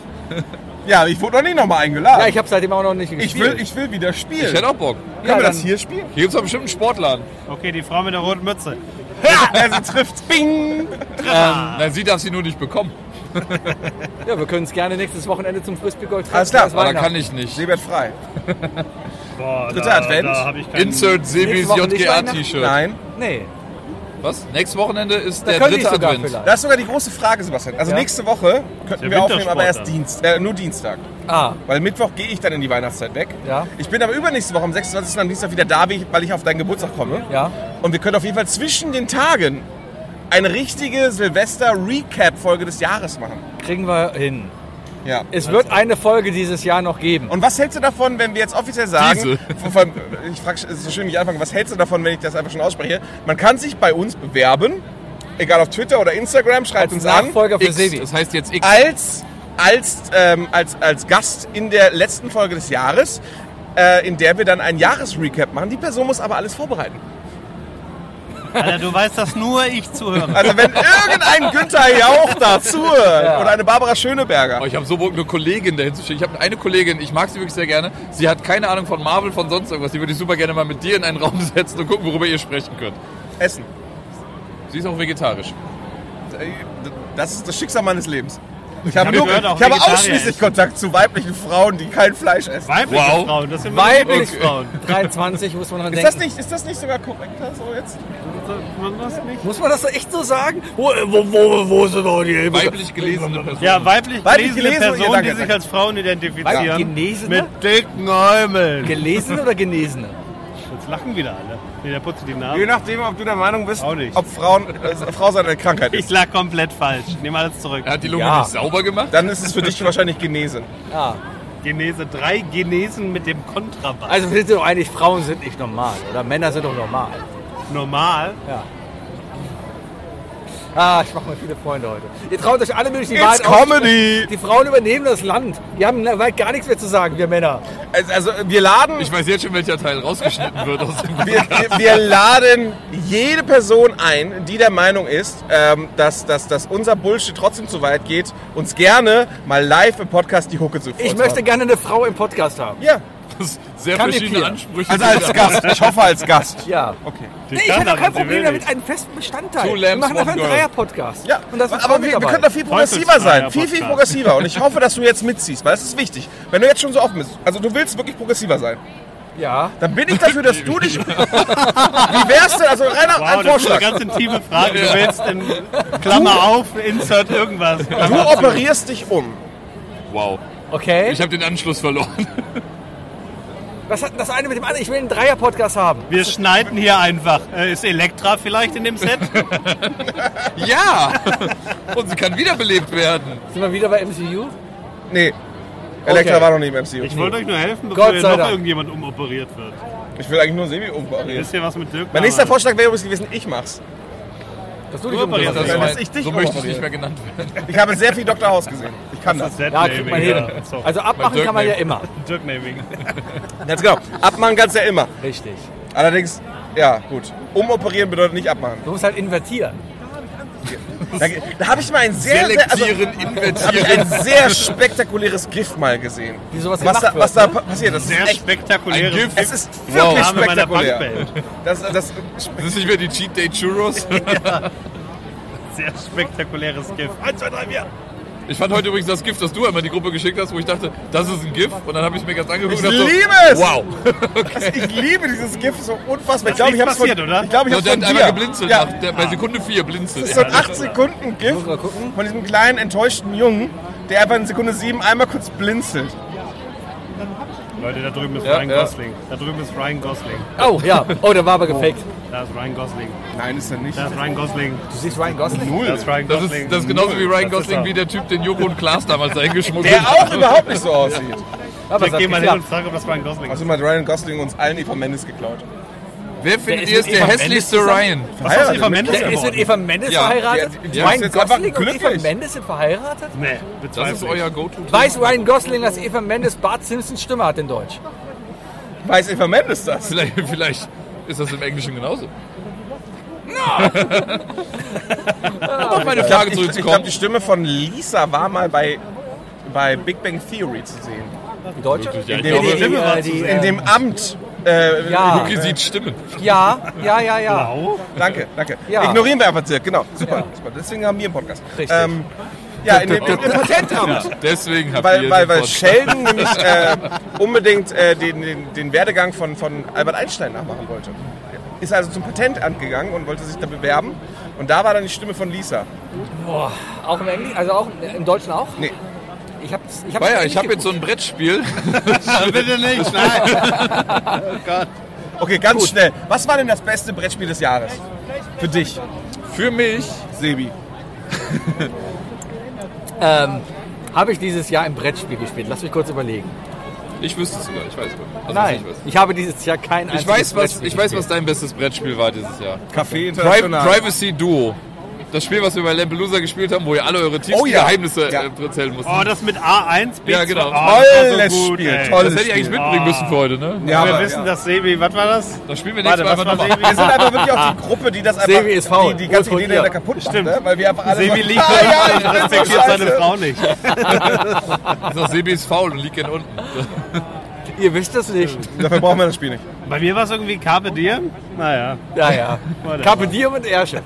Speaker 2: Ja, ich wurde noch nie nochmal eingeladen.
Speaker 1: Ja, ich habe seitdem auch noch nicht gespielt.
Speaker 2: ich, will, ich will wieder spielen.
Speaker 5: Ich hätte auch Bock.
Speaker 2: Können
Speaker 1: Ja,
Speaker 2: wir das
Speaker 1: dann-
Speaker 2: hier spielen?
Speaker 5: Hier gibt's doch bestimmt einen Sportladen.
Speaker 4: Okay, die Frau mit der roten Mütze.
Speaker 2: Also trifft. Bing!
Speaker 5: Nein, sie darf sie nur nicht bekommen.
Speaker 1: ja, wir können es gerne nächstes Wochenende zum Frisbee-Golf treffen.
Speaker 2: Alles klar,
Speaker 1: Das
Speaker 5: Aber da
Speaker 1: Weihnachten.
Speaker 5: kann ich nicht.
Speaker 2: Seebert frei.
Speaker 4: Boah,
Speaker 2: Dritter
Speaker 4: da,
Speaker 2: Advent.
Speaker 4: Da hab ich keinen,
Speaker 5: Insert Sebis
Speaker 1: Nächste Woche nicht
Speaker 5: JGA-T-Shirt.
Speaker 2: Nein.
Speaker 1: Nee,
Speaker 5: Was? Nächstes Wochenende ist
Speaker 1: da
Speaker 5: der
Speaker 1: könnte ich
Speaker 5: dritte
Speaker 1: sogar
Speaker 5: Advent.
Speaker 1: vielleicht.
Speaker 2: Das ist sogar die große Frage, Sebastian. Also
Speaker 1: Ja.
Speaker 2: nächste Woche könnten
Speaker 4: Der
Speaker 2: wir aufnehmen,
Speaker 4: Wintersport
Speaker 2: aber erst
Speaker 4: dann.
Speaker 2: Dienst, äh, nur Dienstag.
Speaker 1: Ah,
Speaker 2: Weil Mittwoch gehe ich dann in die Weihnachtszeit weg.
Speaker 1: Ja.
Speaker 2: Ich bin aber übernächste Woche am 26. am Dienstag wieder da, weil ich auf deinen Geburtstag komme.
Speaker 1: ja.
Speaker 2: Und wir können auf jeden Fall zwischen den Tagen eine richtige Silvester-Recap-Folge des Jahres machen.
Speaker 1: Kriegen wir hin.
Speaker 2: Ja.
Speaker 1: Es wird eine Folge dieses Jahr noch geben.
Speaker 2: Und was hältst du davon, wenn wir jetzt offiziell sagen,
Speaker 5: Diese.
Speaker 2: vor allem, ich frage, es ist so schön, wie ich anfange, was hältst du davon, wenn ich das einfach schon ausspreche? Man kann sich bei uns bewerben, egal auf Twitter oder Instagram, schreibt
Speaker 1: Als
Speaker 2: uns an,
Speaker 1: Nachfolger für
Speaker 5: X,
Speaker 1: Sebi.
Speaker 5: das heißt jetzt X.
Speaker 2: als, als, ähm, als, als Gast in der letzten Folge des Jahres, äh, in der wir dann ein Jahresrecap machen. Die Person muss aber alles vorbereiten.
Speaker 4: Alter, du weißt, dass nur ich zuhöre.
Speaker 2: Also wenn irgendein Günther Jauch dazu oder eine Barbara Schöneberger.
Speaker 5: Oh, ich habe so Bock, eine Kollegin dahin zu schicken. Ich habe eine Kollegin, ich mag sie wirklich sehr gerne. Sie hat keine Ahnung von Marvel, von sonst irgendwas. Die würde ich super gerne mal mit dir in einen Raum setzen und gucken, worüber ihr sprechen könnt.
Speaker 2: Essen.
Speaker 5: Sie ist auch vegetarisch.
Speaker 2: Das ist das Schicksal meines Lebens. Ich habe,
Speaker 4: habe
Speaker 2: nur,
Speaker 4: gehört, auch
Speaker 2: ich habe
Speaker 4: Vegetarier
Speaker 2: ausschließlich
Speaker 4: essen.
Speaker 2: Kontakt zu weiblichen Frauen, die kein Fleisch essen.
Speaker 4: Weibliche
Speaker 5: Wow.
Speaker 4: Frauen, das sind meine
Speaker 1: Weiblich
Speaker 4: Lieblingsfrauen.
Speaker 1: 23 muss man dran
Speaker 2: Ist
Speaker 1: denken.
Speaker 2: das, nicht, ist das nicht sogar korrekter so jetzt?
Speaker 4: Man weiß nicht.
Speaker 1: Muss man das echt so sagen? Wo, wo, wo, wo sind da die
Speaker 5: Weiblich gelesene Person.
Speaker 4: Ja, weiblich,
Speaker 2: Weiblich
Speaker 4: gelesene
Speaker 2: gelesen, ja,
Speaker 4: Personen,
Speaker 2: danke,
Speaker 4: die sich
Speaker 2: danke.
Speaker 4: als Frauen
Speaker 1: Weiblich
Speaker 4: identifizieren.
Speaker 1: Gelesene?
Speaker 4: Mit dicken Äumeln.
Speaker 1: Gelesene oder Genesene?
Speaker 4: Jetzt lachen wieder alle. Nee, der putzt die
Speaker 2: Je
Speaker 4: Nase.
Speaker 2: nachdem, ob du der Meinung bist,
Speaker 4: Auch nicht.
Speaker 2: ob Frauen, äh, Frau sein eine Krankheit
Speaker 4: Ich
Speaker 2: ist.
Speaker 4: lag komplett falsch. Ich nehme alles zurück.
Speaker 5: Er hat die Lunge
Speaker 1: Ja.
Speaker 5: nicht sauber gemacht.
Speaker 2: Dann ist es für dich wahrscheinlich genesen.
Speaker 1: Ja.
Speaker 4: Genese, drei Genesen mit dem Kontrabass.
Speaker 1: Also sind doch eigentlich Frauen sind nicht normal, oder? Männer sind doch normal.
Speaker 4: normal.
Speaker 1: Ja. Ah, ich mache mir viele Freunde heute. Ihr traut euch alle möglichen
Speaker 2: It's
Speaker 1: Wahrheit auf.
Speaker 2: Comedy.
Speaker 1: Die Frauen übernehmen das Land. Wir haben bald gar nichts mehr zu sagen, wir Männer.
Speaker 2: Also, also wir laden
Speaker 5: Ich weiß jetzt schon, welcher Teil rausgeschnitten wird aus dem
Speaker 2: wir, wir, wir laden jede Person ein, die der Meinung ist, ähm, dass, dass, dass unser Bullshit trotzdem zu weit geht, uns gerne mal live im Podcast die Hucke zu
Speaker 1: Ich
Speaker 2: vortragen.
Speaker 1: möchte gerne eine Frau im Podcast haben.
Speaker 2: Ja,
Speaker 5: Sehr
Speaker 1: Kann die
Speaker 5: verschiedene
Speaker 1: Pia.
Speaker 5: Ansprüche.
Speaker 2: also als Gast. Ich hoffe als Gast.
Speaker 1: Ja.
Speaker 2: Okay.
Speaker 4: Die
Speaker 1: Nee, ich
Speaker 4: kann
Speaker 1: hätte auch
Speaker 4: aber,
Speaker 1: kein
Speaker 4: sie will
Speaker 1: Problem damit,
Speaker 4: nicht.
Speaker 1: einen festen Bestandteil.
Speaker 5: Two
Speaker 1: Wir
Speaker 5: Lambs,
Speaker 1: machen einfach einen
Speaker 5: one girl.
Speaker 1: Dreier-Podcast.
Speaker 2: Ja,
Speaker 1: Und das ist
Speaker 2: aber wir, wir können da viel progressiver sein. Viel, viel
Speaker 4: Podcast.
Speaker 2: progressiver. Und ich hoffe, dass du jetzt mitziehst, weil das ist wichtig. Wenn du jetzt schon so offen bist, also du willst wirklich progressiver sein,
Speaker 1: Ja.
Speaker 2: dann bin ich dafür, dass du dich. Wie wär's denn? Also reiner ein
Speaker 4: Wow, das ist eine
Speaker 2: Vorschlag.
Speaker 4: ganz intime Frage. Du willst in Klammer auf, insert irgendwas.
Speaker 2: Du
Speaker 4: Klammer zu.
Speaker 2: operierst dich um.
Speaker 5: Wow.
Speaker 1: Okay.
Speaker 5: Ich habe den Anschluss verloren.
Speaker 1: Was hat denn das eine mit dem anderen? Ich will einen Dreier-Podcast haben.
Speaker 4: Wir schneiden hier einfach. Äh, ist Elektra vielleicht in dem Set?
Speaker 5: Ja! Und sie kann wiederbelebt werden.
Speaker 1: Sind wir wieder bei MCU?
Speaker 2: Nee. Elektra
Speaker 1: Okay.
Speaker 2: war noch nie im MCU.
Speaker 4: Ich wollte euch nur helfen,
Speaker 1: Gott
Speaker 4: bevor hier
Speaker 1: sei
Speaker 4: noch
Speaker 1: Dank.
Speaker 4: irgendjemand umoperiert wird.
Speaker 2: Ich will eigentlich nur Semi operieren.
Speaker 4: Wisst ihr was mit Dirk?
Speaker 2: Mein nächster
Speaker 4: damals?
Speaker 2: Vorschlag wäre übrigens gewesen, ich mach's.
Speaker 1: Dass du
Speaker 4: Du
Speaker 1: dich
Speaker 4: operierst
Speaker 1: umdrehst.
Speaker 4: das
Speaker 2: dass ich dich
Speaker 5: so möchte ich
Speaker 2: operiere.
Speaker 5: nicht mehr genannt werden.
Speaker 2: Ich habe sehr viel Dr. House gesehen. Ich kann das.
Speaker 4: Set
Speaker 1: Ja, kriegt man
Speaker 4: Naming,
Speaker 1: hin.
Speaker 4: ja. So,
Speaker 1: Also abmachen
Speaker 5: Dirk
Speaker 1: kann man ja
Speaker 5: nehmen.
Speaker 1: immer.
Speaker 4: Dirk Naming.
Speaker 2: Ganz genau. Abmachen kannst du ja immer.
Speaker 1: Richtig.
Speaker 2: Allerdings, ja, gut. Umoperieren bedeutet nicht abmachen.
Speaker 1: Du musst halt invertieren.
Speaker 2: Da, da habe ich mal ein sehr, sehr, also,
Speaker 5: Selektieren,
Speaker 2: habe ich ein
Speaker 5: invertieren.
Speaker 2: sehr spektakuläres Gift mal gesehen.
Speaker 1: Wie sowas
Speaker 2: was
Speaker 1: gemacht
Speaker 2: da,
Speaker 1: wird,
Speaker 2: was da
Speaker 1: ne?
Speaker 2: pa- passiert, das ist
Speaker 4: Sehr
Speaker 2: echt,
Speaker 5: Ein
Speaker 4: spektakuläres
Speaker 5: Gift.
Speaker 2: es ist
Speaker 5: Wow.
Speaker 2: wirklich
Speaker 4: Name meiner
Speaker 2: spektakulär.
Speaker 4: Punkband.
Speaker 2: Das, das,
Speaker 5: Das ist nicht mehr die Cheat Day Churros.
Speaker 4: Sehr spektakuläres Gift. 1, 2, 3, 4.
Speaker 5: Ich fand heute übrigens das Gift, das du einmal in die Gruppe geschickt hast, wo ich dachte, das ist ein Gift. Und dann habe ich mir ganz angeguckt
Speaker 2: Ich
Speaker 5: und dachte,
Speaker 2: liebe es!
Speaker 5: wow.
Speaker 2: Also ich liebe dieses Gift so unfassbar. Ich
Speaker 4: Das
Speaker 2: glaube,
Speaker 4: ist
Speaker 2: ich habe es von,
Speaker 4: passiert, oder?
Speaker 2: ich glaube, ich
Speaker 5: Und
Speaker 2: hab's
Speaker 5: der
Speaker 2: von
Speaker 5: hat einmal
Speaker 2: dir.
Speaker 5: geblinzelt.
Speaker 2: Ja,
Speaker 5: Nach, der, bei Sekunde 4 blinzelt.
Speaker 2: Das ist so ein
Speaker 5: er.
Speaker 2: 8 Sekunden
Speaker 1: Muss
Speaker 2: Gift
Speaker 1: mal gucken.
Speaker 2: von diesem kleinen enttäuschten Jungen, der einfach in Sekunde 7 einmal kurz blinzelt.
Speaker 4: Leute, da drüben ist
Speaker 5: Ja,
Speaker 4: Ryan
Speaker 5: ja.
Speaker 4: Gosling. Da drüben ist Ryan Gosling.
Speaker 1: Oh, ja. Oh, der war aber gefaked.
Speaker 4: Da ist Ryan Gosling.
Speaker 2: Nein, ist er nicht.
Speaker 4: Da ist Ryan Gosling.
Speaker 1: Du siehst Ryan Gosling?
Speaker 4: Da ist Ryan
Speaker 5: Das
Speaker 4: Gosling.
Speaker 5: ist, das ist genauso wie Ryan
Speaker 4: Das ist
Speaker 5: Gosling,
Speaker 4: er.
Speaker 5: wie der Typ, den Joko und Klaas damals eingeschmuggelt
Speaker 2: Der auch überhaupt nicht so aussieht.
Speaker 1: Aber es
Speaker 4: Ich
Speaker 1: hat
Speaker 4: geh mal hin und
Speaker 1: geklappt.
Speaker 4: frage, ob das Ryan Gosling ist.
Speaker 2: Also mal Ryan Gosling uns allen Eva Mendes geklaut.
Speaker 5: Wer findet
Speaker 1: ist
Speaker 5: ihr ist
Speaker 1: mit
Speaker 5: der
Speaker 1: Eva
Speaker 5: hässlichste
Speaker 1: Mendes
Speaker 5: Ryan?
Speaker 4: Was hast du
Speaker 2: verheiratet
Speaker 4: von Mendes
Speaker 1: Der ist mit
Speaker 4: geworden?
Speaker 1: Eva Mendes
Speaker 5: Ja,
Speaker 1: verheiratet?
Speaker 2: die- die
Speaker 1: Ryan
Speaker 2: ist jetzt einfach
Speaker 1: Gosling und Eva
Speaker 2: glücklich.
Speaker 1: Mendes sind verheiratet?
Speaker 4: Nee,
Speaker 5: Das ist
Speaker 4: bezweifle ich.
Speaker 5: euer Go-To.
Speaker 1: Weiß Ryan Gosling, dass Eva Mendes Bart Simpsons Stimme hat in Deutsch?
Speaker 2: Weiß Eva Mendes das?
Speaker 5: Vielleicht, vielleicht ist das im Englischen genauso. No! um auf meine
Speaker 2: Ich glaube, ich,
Speaker 5: Frage
Speaker 2: ich glaub,
Speaker 5: zurückzukommen.
Speaker 2: die Stimme von Lisa war mal bei, bei Big Bang Theory zu sehen.
Speaker 1: Die Deutsche?
Speaker 5: Ja, ich
Speaker 2: die-
Speaker 5: glaube,
Speaker 2: die-
Speaker 1: äh, die,
Speaker 2: In dem Amt. Äh,
Speaker 1: ja,
Speaker 5: Luki sieht Stimmen.
Speaker 1: ja, ja, ja, ja.
Speaker 4: Genau.
Speaker 2: Danke, danke.
Speaker 1: Ja.
Speaker 2: Ignorieren wir einfach Dirk, genau. Super,
Speaker 1: Ja.
Speaker 2: super. Deswegen haben wir einen Podcast. Ähm,
Speaker 1: Richtig.
Speaker 2: ja, in dem, im Patentamt.
Speaker 5: Deswegen habt
Speaker 2: Weil,
Speaker 5: ihr
Speaker 2: weil,
Speaker 5: den
Speaker 2: weil
Speaker 5: Podcast.
Speaker 2: Sheldon nämlich äh, unbedingt äh, den, den, den Werdegang von, von Albert Einstein nachmachen wollte. Ist also zum Patentamt gegangen und wollte sich da bewerben. Und da war dann die Stimme von Lisa.
Speaker 1: Boah, auch im Englischen, also auch im Deutschen auch?
Speaker 2: Nee.
Speaker 1: Ich habe ich hab
Speaker 5: Bayer,
Speaker 1: das
Speaker 5: ich habe
Speaker 1: nicht
Speaker 5: jetzt so ein Brettspiel.
Speaker 4: Bitte nicht, nein.
Speaker 2: Okay, ganz schnell. Was war denn das beste Brettspiel des Jahres? Für dich,
Speaker 5: Für mich.
Speaker 2: Sebi.
Speaker 1: geguckt. Habe Ähm, ich dieses Jahr im Brettspiel gespielt? Lass mich kurz überlegen.
Speaker 5: Ich wüsste es sogar, ich weiß es aber. Also, was
Speaker 1: Nein,
Speaker 5: Ich, weiß.
Speaker 1: ich habe dieses Jahr kein
Speaker 5: ich,
Speaker 1: einziges
Speaker 5: weiß, was,
Speaker 1: Brettspiel
Speaker 5: ich weiß, was
Speaker 1: gespielt.
Speaker 5: dein bestes Brettspiel war dieses Jahr.
Speaker 2: Café
Speaker 5: Pri
Speaker 2: International.
Speaker 5: Privacy Duo. Das Spiel, was wir bei Lampelusa gespielt haben, wo ihr alle eure tiefsten
Speaker 2: Oh ja.
Speaker 5: Geheimnisse
Speaker 2: Ja.
Speaker 5: äh, erzählen musstet.
Speaker 4: Oh, das mit A1, B2.
Speaker 5: Ja, genau.
Speaker 4: Oh, das war
Speaker 2: Tolles Spiel,
Speaker 4: ey.
Speaker 2: toll.
Speaker 5: das hätte ich eigentlich
Speaker 2: Spiel.
Speaker 5: mitbringen
Speaker 4: Ah.
Speaker 5: müssen für heute, ne?
Speaker 2: Ja,
Speaker 4: Wir
Speaker 2: aber,
Speaker 4: wissen,
Speaker 2: ja.
Speaker 4: das Sebi, was war das?
Speaker 5: Das spielen wir
Speaker 4: Warte,
Speaker 5: nächstes Mal
Speaker 4: was
Speaker 5: einfach
Speaker 4: war
Speaker 5: nochmal.
Speaker 4: Sebi?
Speaker 2: Wir sind aber wirklich auch die Gruppe, die das einfach
Speaker 1: Sebi ist faul.
Speaker 2: Die, die ganze
Speaker 1: Hol
Speaker 2: Idee da
Speaker 1: dir.
Speaker 2: kaputt macht,
Speaker 4: Stimmt.
Speaker 2: ne? weil wir einfach alle
Speaker 4: Sebi
Speaker 2: so-
Speaker 4: liegt
Speaker 2: ah, ja, ich bin so
Speaker 4: respektiert
Speaker 2: scheiße.
Speaker 4: seine Frau nicht.
Speaker 5: Das ist auch Sebi ist faul und liegt gern unten.
Speaker 1: Ihr wisst es nicht.
Speaker 2: Dafür brauchen wir das Spiel nicht.
Speaker 4: Bei mir war es irgendwie Carpe Diem. Naja.
Speaker 1: Ja, ja. Carpe Diem und Ersche.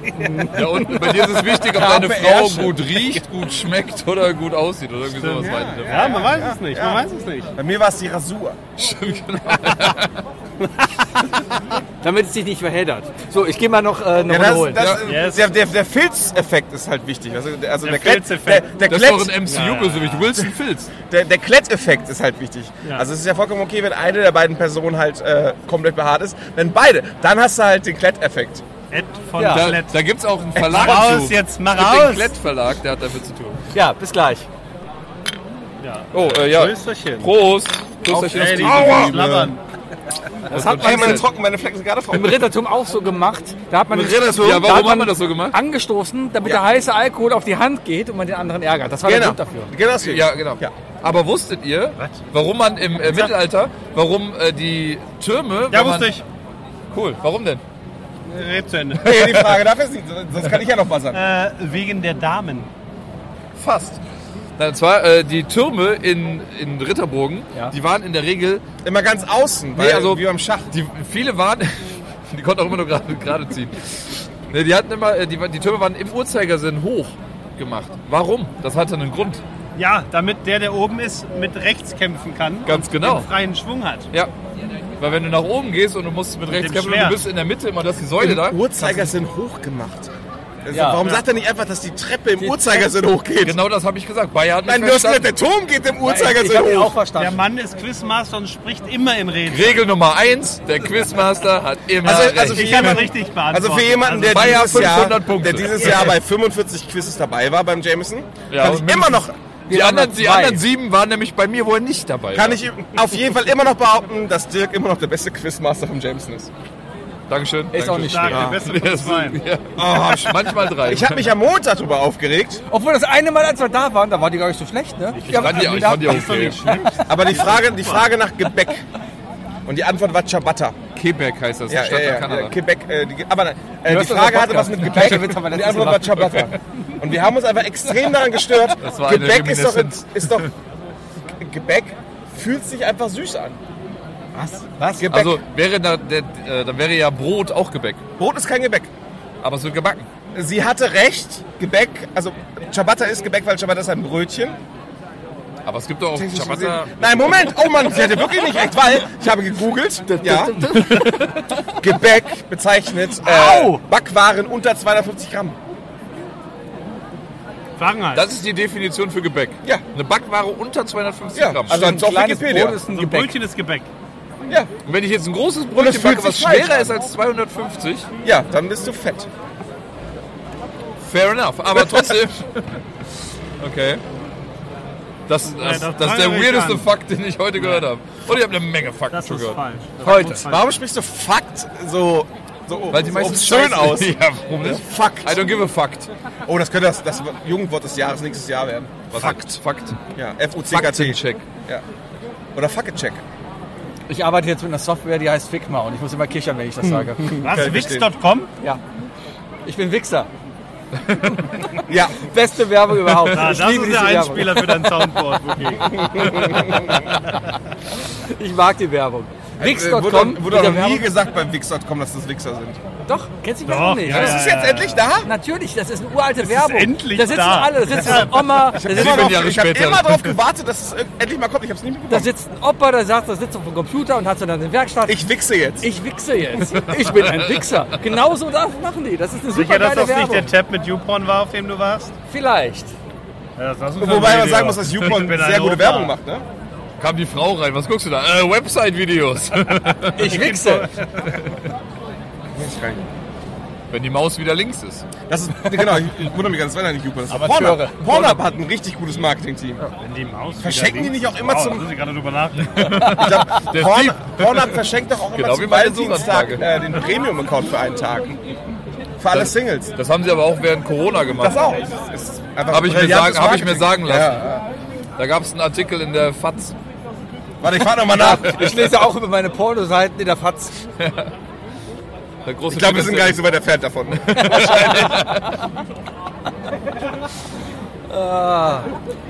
Speaker 5: Ja, und bei dir ist es wichtig, ob
Speaker 2: Karpe
Speaker 5: deine Frau
Speaker 2: Ersche.
Speaker 5: gut riecht, gut schmeckt oder gut aussieht oder irgendwie sowas. meinte der.
Speaker 4: Ja, man weiß es nicht, man weiß es nicht.
Speaker 2: Bei mir war es die Rasur.
Speaker 5: Stimmt, genau.
Speaker 1: Damit es dich nicht verheddert. So, ich gehe mal noch äh,
Speaker 2: Ja,
Speaker 1: eine Runde
Speaker 2: das,
Speaker 1: holen.
Speaker 2: das,
Speaker 4: Yes.
Speaker 2: der, der, der Filzeffekt ist halt wichtig. Also, der- also der,
Speaker 4: Der
Speaker 2: Klett- der,
Speaker 4: Filzeffekt.
Speaker 2: der,
Speaker 5: Das ist doch
Speaker 2: Klett,
Speaker 5: ein MCU-Bösewicht, Wilson Filz.
Speaker 2: der, der Kletteffekt ist halt wichtig.
Speaker 4: Ja.
Speaker 2: Also es ist ja vollkommen okay, wenn eine der beiden Personen halt äh, komplett behaart ist. Wenn beide, dann hast du halt den Kletteffekt.
Speaker 4: Ed von
Speaker 1: Ja.
Speaker 5: Da,
Speaker 4: Klett.
Speaker 5: da gibt es auch einen Verlag
Speaker 4: Mach raus,
Speaker 5: zu.
Speaker 4: jetzt, mach
Speaker 5: Mit
Speaker 4: raus.
Speaker 5: dem Klett-Verlag, der hat dafür zu tun.
Speaker 1: ja, bis gleich.
Speaker 5: Oh, äh, ja.
Speaker 4: Österchen.
Speaker 5: Prost.
Speaker 4: Ey, die
Speaker 2: Aua.
Speaker 4: schlabbern.
Speaker 5: Das
Speaker 1: hat
Speaker 2: Hey,
Speaker 1: man
Speaker 2: meine Trocken, meine Flecken sind gerade drauf.
Speaker 1: Im Rittertum auch so gemacht. Da hat man den-
Speaker 5: Ja,
Speaker 1: da hat
Speaker 5: warum haben wir das so gemacht?
Speaker 1: Angestoßen, damit der heiße Alkohol auf die Hand geht und man den anderen ärgert. Das war der
Speaker 2: Genau,
Speaker 1: Grund dafür.
Speaker 2: genau deswegen.
Speaker 5: Ja, genau.
Speaker 2: Ja.
Speaker 5: Aber wusstet ihr, warum man im äh, Mittelalter, warum äh, die Türme...
Speaker 4: Ja,
Speaker 5: wenn
Speaker 4: wusste
Speaker 5: man,
Speaker 4: ich.
Speaker 5: Cool, warum denn?
Speaker 4: Red zu Ende.
Speaker 2: Nee, die Frage darf jetzt nicht, sonst kann ich ja noch was sagen.
Speaker 4: Äh, wegen der Damen.
Speaker 5: Fast. Na, Und zwar äh, die Türme in, in Ritterburgen,
Speaker 1: Ja.
Speaker 5: die waren in der Regel,
Speaker 2: Immer ganz außen, weil,
Speaker 5: also-
Speaker 2: wie beim Schach.
Speaker 5: die, viele waren, die konnten auch immer nur gerade- gerade ziehen. Ne, die hatten immer, äh, die, die Türme waren im Uhrzeigersinn hoch gemacht. Warum? Das hatte einen Grund.
Speaker 4: Ja, damit der, der oben ist, mit rechts kämpfen kann.
Speaker 5: Ganz genau.
Speaker 4: Und freien Schwung hat.
Speaker 5: Ja. Weil wenn du nach oben gehst und du musst mit rechts
Speaker 4: dem
Speaker 5: kämpfen und du
Speaker 4: Schwert.
Speaker 5: bist in der Mitte immer, das ist die Säule da.
Speaker 2: Uhrzeigersinn hochgemacht. Also,
Speaker 1: Ja.
Speaker 2: Warum sagt er nicht einfach, dass die Treppe im Uhrzeigersinn hochgeht?
Speaker 5: Genau das habe ich gesagt. Bayer hat mich
Speaker 2: Nein, du hast gesagt,
Speaker 5: verstanden.
Speaker 2: der Turm geht im
Speaker 5: also,
Speaker 1: ich
Speaker 2: Uhrzeigersinn
Speaker 1: habe ihn auch
Speaker 2: hoch.
Speaker 4: Der
Speaker 1: verstanden.
Speaker 4: Mann ist Quizmaster und spricht immer im Reden.
Speaker 5: Regel Nummer 1, der Quizmaster hat immer
Speaker 2: Also-
Speaker 5: recht.
Speaker 2: also
Speaker 4: Ich kann
Speaker 2: jemand-
Speaker 4: das richtig beantworten.
Speaker 2: Also für jemanden, der
Speaker 5: Bayer
Speaker 2: dieses, Jahr,
Speaker 5: 500 Punkte.
Speaker 2: der dieses Jahr bei 45 Quizzes dabei war beim Jameson,
Speaker 5: Ja,
Speaker 2: kann
Speaker 5: und
Speaker 2: ich immer
Speaker 5: mindestens-
Speaker 2: noch,
Speaker 5: die, anderen, die
Speaker 1: zwei.
Speaker 5: anderen sieben waren nämlich bei mir, wo er nicht dabei
Speaker 2: kann
Speaker 5: war.
Speaker 2: ich auf jeden Fall immer noch behaupten, dass Dirk immer noch der beste Quizmaster vom Jameson ist.
Speaker 5: Dankeschön.
Speaker 1: Ist auch nicht
Speaker 4: Stark,
Speaker 1: schwer.
Speaker 4: der beste von zwei.
Speaker 5: Ja. Ah, Manchmal drei.
Speaker 2: Ich habe mich am Montag darüber aufgeregt,
Speaker 1: Obwohl das eine Mal, als wir da waren, da war die gar nicht so schlecht, ne? Ich,
Speaker 5: fand die- ich fand die
Speaker 4: Ist doch nicht schlimm.
Speaker 2: aber die Frage, die Frage nach Gebäck und die Antwort war Ciabatta.
Speaker 5: Quebec heißt das, eine Stadt in Kanada.
Speaker 2: Quebec, äh, die, aber nein, äh,
Speaker 1: Du
Speaker 2: die
Speaker 1: hast
Speaker 2: Frage
Speaker 1: unseren
Speaker 2: hatte was
Speaker 1: Podcast.
Speaker 2: mit
Speaker 1: Den
Speaker 2: Gebäck,
Speaker 1: gleichen Witz haben wir
Speaker 2: die
Speaker 1: letztes
Speaker 2: Antwort war Ciabatta. Und wir haben uns einfach extrem daran gestört.
Speaker 5: Das war eine
Speaker 2: Gebäck ist doch,
Speaker 5: Reminiszenz.
Speaker 2: ist doch, Gebäck fühlt sich einfach süß an.
Speaker 1: was? Was?
Speaker 2: Gebäck.
Speaker 5: Also wäre da, der, äh, dann wäre ja Brot auch Gebäck.
Speaker 2: Brot ist kein Gebäck.
Speaker 5: Aber es wird gebacken.
Speaker 2: Sie hatte recht, Gebäck, also Ciabatta ist Gebäck, weil Ciabatta ist ein Brötchen.
Speaker 5: Aber es gibt doch auch Ciabatta.
Speaker 2: Nein, Moment, oh Mann, sie hatte wirklich nicht recht, weil ich habe gegoogelt, ja. Gebäck bezeichnet äh,
Speaker 4: Au!
Speaker 2: Backwaren unter 250 Gramm.
Speaker 4: Fangen halt.
Speaker 5: Das ist die Definition für Gebäck.
Speaker 2: Ja.
Speaker 5: Eine Backware unter 250
Speaker 2: Ja,
Speaker 5: Gramm.
Speaker 2: also
Speaker 5: Stimmt.
Speaker 2: ein auf
Speaker 1: kleines
Speaker 2: Wikipedia.
Speaker 1: Brot ist ein
Speaker 4: so ein
Speaker 1: Gebäck.
Speaker 4: Brötchen ist Gebäck.
Speaker 2: Ja,
Speaker 5: Und wenn ich jetzt ein großes
Speaker 2: Und es
Speaker 5: Brötchen
Speaker 2: fühlt
Speaker 5: backe, was
Speaker 2: sich falsch
Speaker 5: schwerer
Speaker 2: an.
Speaker 5: ist als 250,
Speaker 2: ja, dann bist du fett.
Speaker 5: fair enough. Aber trotzdem. okay. Das, das,
Speaker 4: das
Speaker 5: das ist
Speaker 4: kann
Speaker 5: der
Speaker 4: ich
Speaker 5: weirdeste
Speaker 4: an.
Speaker 5: Fakt, den ich heute gehört habe. Und ich habe eine Menge Fakten
Speaker 4: Das
Speaker 5: schon
Speaker 4: ist
Speaker 5: gehört.
Speaker 4: falsch. Das
Speaker 1: Heute.
Speaker 4: ist falsch.
Speaker 2: Warum sprichst du Fakt so, so
Speaker 5: Weil die
Speaker 2: so
Speaker 5: meisten
Speaker 2: schön
Speaker 5: scheiße-
Speaker 2: aus?
Speaker 5: ja, warum Halt. nicht?
Speaker 2: Fakt.
Speaker 5: I don't give a Fakt.
Speaker 2: Oh, das könnte das, das Jugendwort des Jahres nächstes Jahr werden.
Speaker 5: Fakt. Fakt.
Speaker 2: Ja, F-U-C-K-T.
Speaker 5: Faktencheck.
Speaker 2: Oder Fuck-Check.
Speaker 1: Ich arbeite jetzt mit einer Software, die heißt Figma und ich muss immer kichern, wenn ich das sage.
Speaker 4: Was?
Speaker 2: ich verstehen.
Speaker 4: Wix.com?
Speaker 1: ja. Ich bin Wichser.
Speaker 2: Ja,
Speaker 1: Beste Werbung überhaupt.
Speaker 4: Ah,
Speaker 1: ich
Speaker 4: das
Speaker 1: liebe
Speaker 4: ist der
Speaker 1: diese Werbung.
Speaker 4: Einspieler für dein Soundboard. wirklich.
Speaker 1: Ich mag die Werbung.
Speaker 4: Äh,
Speaker 1: Wix.com.
Speaker 2: Wurde, doch- wurde
Speaker 1: mit der
Speaker 2: doch noch nie
Speaker 1: Werbung-
Speaker 2: gesagt bei Wix.com, dass das Wichser sind.
Speaker 1: Doch, kennst du die
Speaker 4: Doch,
Speaker 1: Werbung nicht?
Speaker 4: ja,
Speaker 2: Das
Speaker 4: ja.
Speaker 2: ist jetzt endlich da?
Speaker 1: Natürlich, das ist eine uralte Werbung.
Speaker 4: endlich
Speaker 1: da sitzen
Speaker 4: da.
Speaker 1: alle, da sitzt eine Oma, da sitzt,
Speaker 5: Sieben
Speaker 1: noch,
Speaker 5: Jahre
Speaker 2: ich habe
Speaker 5: später.
Speaker 2: immer darauf gewartet, dass es äh, endlich mal kommt. Ich habe es nie
Speaker 1: da
Speaker 2: mitbekommen.
Speaker 1: sitzt ein Opa, der sagt, da sitzt auf dem Computer und hat so dann eine Werkstatt.
Speaker 2: ich wichse jetzt.
Speaker 1: Ich wichse jetzt. Ich bin ein Wichser. Genauso das machen die. Das ist eine super
Speaker 4: Sicher, dass
Speaker 1: geile
Speaker 4: das nicht
Speaker 1: Werbung.
Speaker 4: der Tab mit YouPorn war, auf dem du warst?
Speaker 1: Vielleicht.
Speaker 4: Ja, das lassen wir
Speaker 2: Wobei
Speaker 4: mal
Speaker 2: man sagen
Speaker 4: lieber.
Speaker 2: muss, dass YouPorn
Speaker 4: Ich bin ein
Speaker 2: sehr gute
Speaker 4: Opa.
Speaker 2: Werbung macht. Ne?
Speaker 5: Kam die Frau rein, was guckst du da? Äh, Website-Videos.
Speaker 1: Ich wichse.
Speaker 5: Wenn die Maus wieder links ist.
Speaker 2: Das ist, genau, ich ich wundere mich ganz, das war ja nicht YouPorn. Das war
Speaker 1: Amateure.
Speaker 2: Pornhub. Pornhub hat ein richtig gutes Marketingteam.
Speaker 4: Wenn die Maus wieder
Speaker 2: Verschenken die
Speaker 4: links-
Speaker 2: nicht auch immer
Speaker 4: wow,
Speaker 2: zum-
Speaker 4: da muss ich gerade drüber nachdenken.
Speaker 2: Ich glaub,
Speaker 5: Der
Speaker 2: Porn,
Speaker 5: Typ.
Speaker 2: Pornhub verschenkt doch auch immer
Speaker 5: Genau wie
Speaker 2: zum
Speaker 5: meine
Speaker 2: Valentinstag
Speaker 5: Suchanfrage.
Speaker 2: äh, den Premium-Account für einen Tag. Für alle Singles.
Speaker 5: Das haben sie aber auch während Corona gemacht.
Speaker 2: Das auch. Das ist einfach
Speaker 5: Hab ich mir
Speaker 2: brillantes
Speaker 5: sagen- hab ich mir
Speaker 2: Marketing.
Speaker 5: sagen lassen.
Speaker 2: Ja, ja.
Speaker 5: Da gab es einen Artikel in der FAZ.
Speaker 2: Warte, ich fahr nochmal nach.
Speaker 1: Ich lese auch über meine Pornoseiten in der FAZ.
Speaker 5: Der große
Speaker 2: Ich glaube, wir sind gar nicht so weit entfernt davon.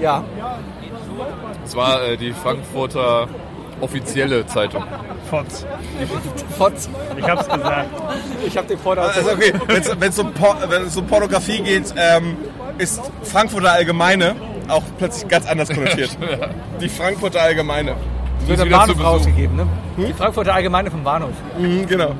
Speaker 1: Ja.
Speaker 5: Das war äh, die Frankfurter offizielle Zeitung.
Speaker 4: Fotz.
Speaker 1: FAZ.
Speaker 4: Ich hab's gesagt.
Speaker 1: Ich habe den Porno.
Speaker 2: Also okay, wenn es um, Por wenn es um Pornografie geht, ähm, ist Frankfurter Allgemeine auch plötzlich ganz anders konnotiert. Die Frankfurter Allgemeine.
Speaker 5: Die
Speaker 1: Wird
Speaker 5: ist
Speaker 1: am
Speaker 5: wieder zu
Speaker 1: Bahnhof
Speaker 5: Besuch.
Speaker 1: rausgegeben, ne?
Speaker 4: Hm?
Speaker 1: Die Frankfurter Allgemeine vom Bahnhof.
Speaker 2: Mhm, genau.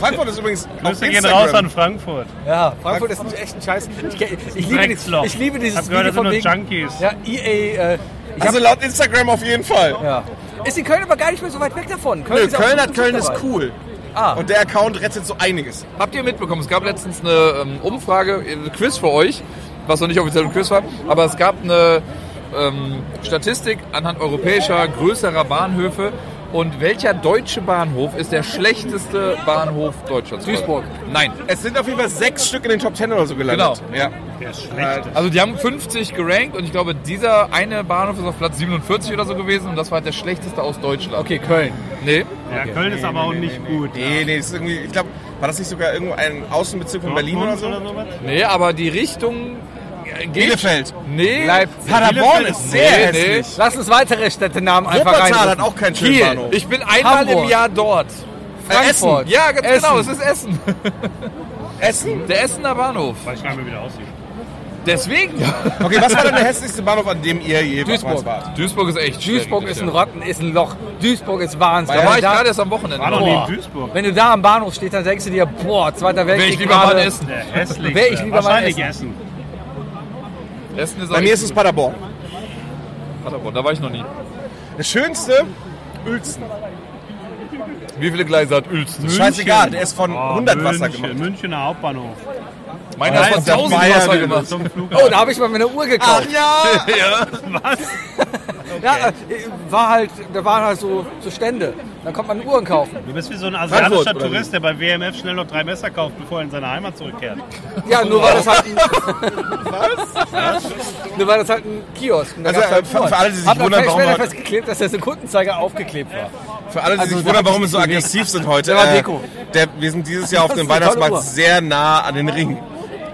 Speaker 2: Frankfurt ist übrigens auf
Speaker 4: Grüße gehen raus
Speaker 2: Instagram.
Speaker 4: an Frankfurt.
Speaker 1: Ja, Frankfurt ist ein echt ein Scheiß. Ich, kenn- ich, liebe, dieses,
Speaker 4: Drecksloch.
Speaker 1: ich liebe dieses
Speaker 4: Hab gehört, das
Speaker 1: Video
Speaker 4: sind
Speaker 1: von
Speaker 4: nur Junkies.
Speaker 1: Ja, EA. Äh, ich hab,
Speaker 2: Also laut Instagram auf jeden Fall.
Speaker 1: ja. Ist in Köln aber gar nicht mehr so weit weg davon.
Speaker 2: Nö,
Speaker 1: ist auch
Speaker 2: Köln
Speaker 1: gut
Speaker 2: hat Köln ist
Speaker 1: dabei.
Speaker 2: cool.
Speaker 1: Ah.
Speaker 2: Und der Account rettet so einiges.
Speaker 5: Habt ihr mitbekommen, es gab letztens eine ähm, Umfrage, ein Quiz für euch, was noch nicht offiziell ein Quiz war, aber es gab eine ähm, Statistik anhand europäischer, größerer Bahnhöfe. Und welcher deutsche Bahnhof ist der schlechteste Bahnhof Deutschlands?
Speaker 1: Duisburg.
Speaker 5: Nein.
Speaker 2: Es sind auf jeden Fall sechs Stück in den Top Ten oder so gelandet.
Speaker 5: Genau.
Speaker 2: Ja.
Speaker 4: Der ist schlecht.
Speaker 5: Also die haben 50 gerankt und ich glaube, dieser eine Bahnhof ist auf Platz 47 oder so gewesen und das war halt der schlechteste aus Deutschland.
Speaker 1: Okay, Köln.
Speaker 5: Nee.
Speaker 4: Ja, Köln ist aber auch nicht gut.
Speaker 2: Nee, nee, das ist irgendwie, ich glaube, war das nicht sogar irgendwo ein Außenbezirk von Berlin oder so?
Speaker 4: sowas?
Speaker 5: Nee, aber die Richtung äh, geht.
Speaker 2: Bielefeld.
Speaker 5: Nee.
Speaker 1: Leipzig.
Speaker 2: Paderborn ist sehr
Speaker 5: Nee, nee.
Speaker 2: hässlich.
Speaker 1: Lass uns weitere Städtenamen einfach
Speaker 2: Wuppertal hat
Speaker 1: reinrufen.
Speaker 2: auch keinen schönen
Speaker 1: Kiel.
Speaker 2: Bahnhof.
Speaker 5: Ich bin einmal
Speaker 1: Hamburg.
Speaker 5: im Jahr dort.
Speaker 2: Äh,
Speaker 1: Frankfurt.
Speaker 5: Ja, ganz
Speaker 1: Essen.
Speaker 5: genau, es ist Essen.
Speaker 2: Essen?
Speaker 5: Der Essener Bahnhof.
Speaker 4: Weiß ich gar nicht mehr, wie der aussieht.
Speaker 5: Deswegen.
Speaker 2: Okay, was war denn der hässlichste Bahnhof, an dem ihr je
Speaker 1: Duisburg.
Speaker 2: wart?
Speaker 5: Duisburg ist echt schwierig,
Speaker 1: Duisburg
Speaker 5: das
Speaker 1: ist
Speaker 5: ja.
Speaker 1: ein Rotten, ist ein Loch. Duisburg ist Wahnsinn.
Speaker 5: Da
Speaker 1: Wenn
Speaker 5: war
Speaker 1: du
Speaker 5: ich
Speaker 1: da-
Speaker 5: gerade erst am Wochenende.
Speaker 4: War doch nie
Speaker 5: Boah.
Speaker 4: in Duisburg.
Speaker 1: Wenn du da am Bahnhof stehst, dann denkst du dir, boah, Zweiter
Speaker 5: Wäre
Speaker 1: Weltkrieg.
Speaker 5: ich lieber mal
Speaker 1: gerade.
Speaker 5: in Essen.
Speaker 4: Der hässlichste.
Speaker 1: Wär ich lieber mal
Speaker 4: Wahrscheinlich Essen.
Speaker 5: Essen ist auch
Speaker 2: Bei mir
Speaker 5: echt
Speaker 2: ist es
Speaker 5: gut.
Speaker 2: Paderborn.
Speaker 5: Paderborn. Da war ich noch nie.
Speaker 2: Der schönste? Uelzen.
Speaker 5: Wie viele Gleise hat Uelzen?
Speaker 2: Scheißegal, der ist von
Speaker 4: Oh,
Speaker 2: 100 Wasser
Speaker 4: München,
Speaker 2: gemacht.
Speaker 4: Münchener Hauptbahnhof.
Speaker 5: Meiner ist
Speaker 4: Nein,
Speaker 5: von
Speaker 4: der
Speaker 5: 1000
Speaker 2: Meier
Speaker 5: Wasser
Speaker 2: will
Speaker 5: gemacht.
Speaker 4: Zum
Speaker 1: Oh,
Speaker 4: Flughafen.
Speaker 1: da habe ich mal meine Uhr gekauft.
Speaker 2: ja!
Speaker 5: Ja.
Speaker 1: Ja, äh, war halt, da waren halt so, so Stände. Dann konnte man Uhren kaufen.
Speaker 4: Du bist wie so ein
Speaker 2: Frankfurt,
Speaker 4: asiatischer
Speaker 2: oder wie?
Speaker 4: Tourist, der bei WMF schnell noch drei Messer kauft, bevor er in seine Heimat zurückkehrt.
Speaker 1: Ja, nur war das halt ein. Nur war das halt ein Kiosk. Und da
Speaker 2: Also,
Speaker 1: gab's halt
Speaker 2: für-
Speaker 1: Uhren.
Speaker 2: für alle, die sich
Speaker 1: Hab dann
Speaker 2: wundern,
Speaker 1: vielleicht
Speaker 2: warum
Speaker 1: später
Speaker 2: heute-
Speaker 1: festgeklebt, dass der Sekundzeiger aufgeklebt war.
Speaker 2: Für alle, die
Speaker 1: Also,
Speaker 2: sich
Speaker 1: da
Speaker 2: wundern,
Speaker 1: hab ich
Speaker 2: warum wir so
Speaker 1: mich bewegt.
Speaker 2: aggressiv sind heute, äh,
Speaker 1: Der war Deko.
Speaker 2: der, wir sind dieses Jahr auf
Speaker 1: Das
Speaker 2: dem
Speaker 1: ist eine tolle
Speaker 2: Weihnachtsmarkt
Speaker 1: Uhr.
Speaker 2: sehr nah an den Ring.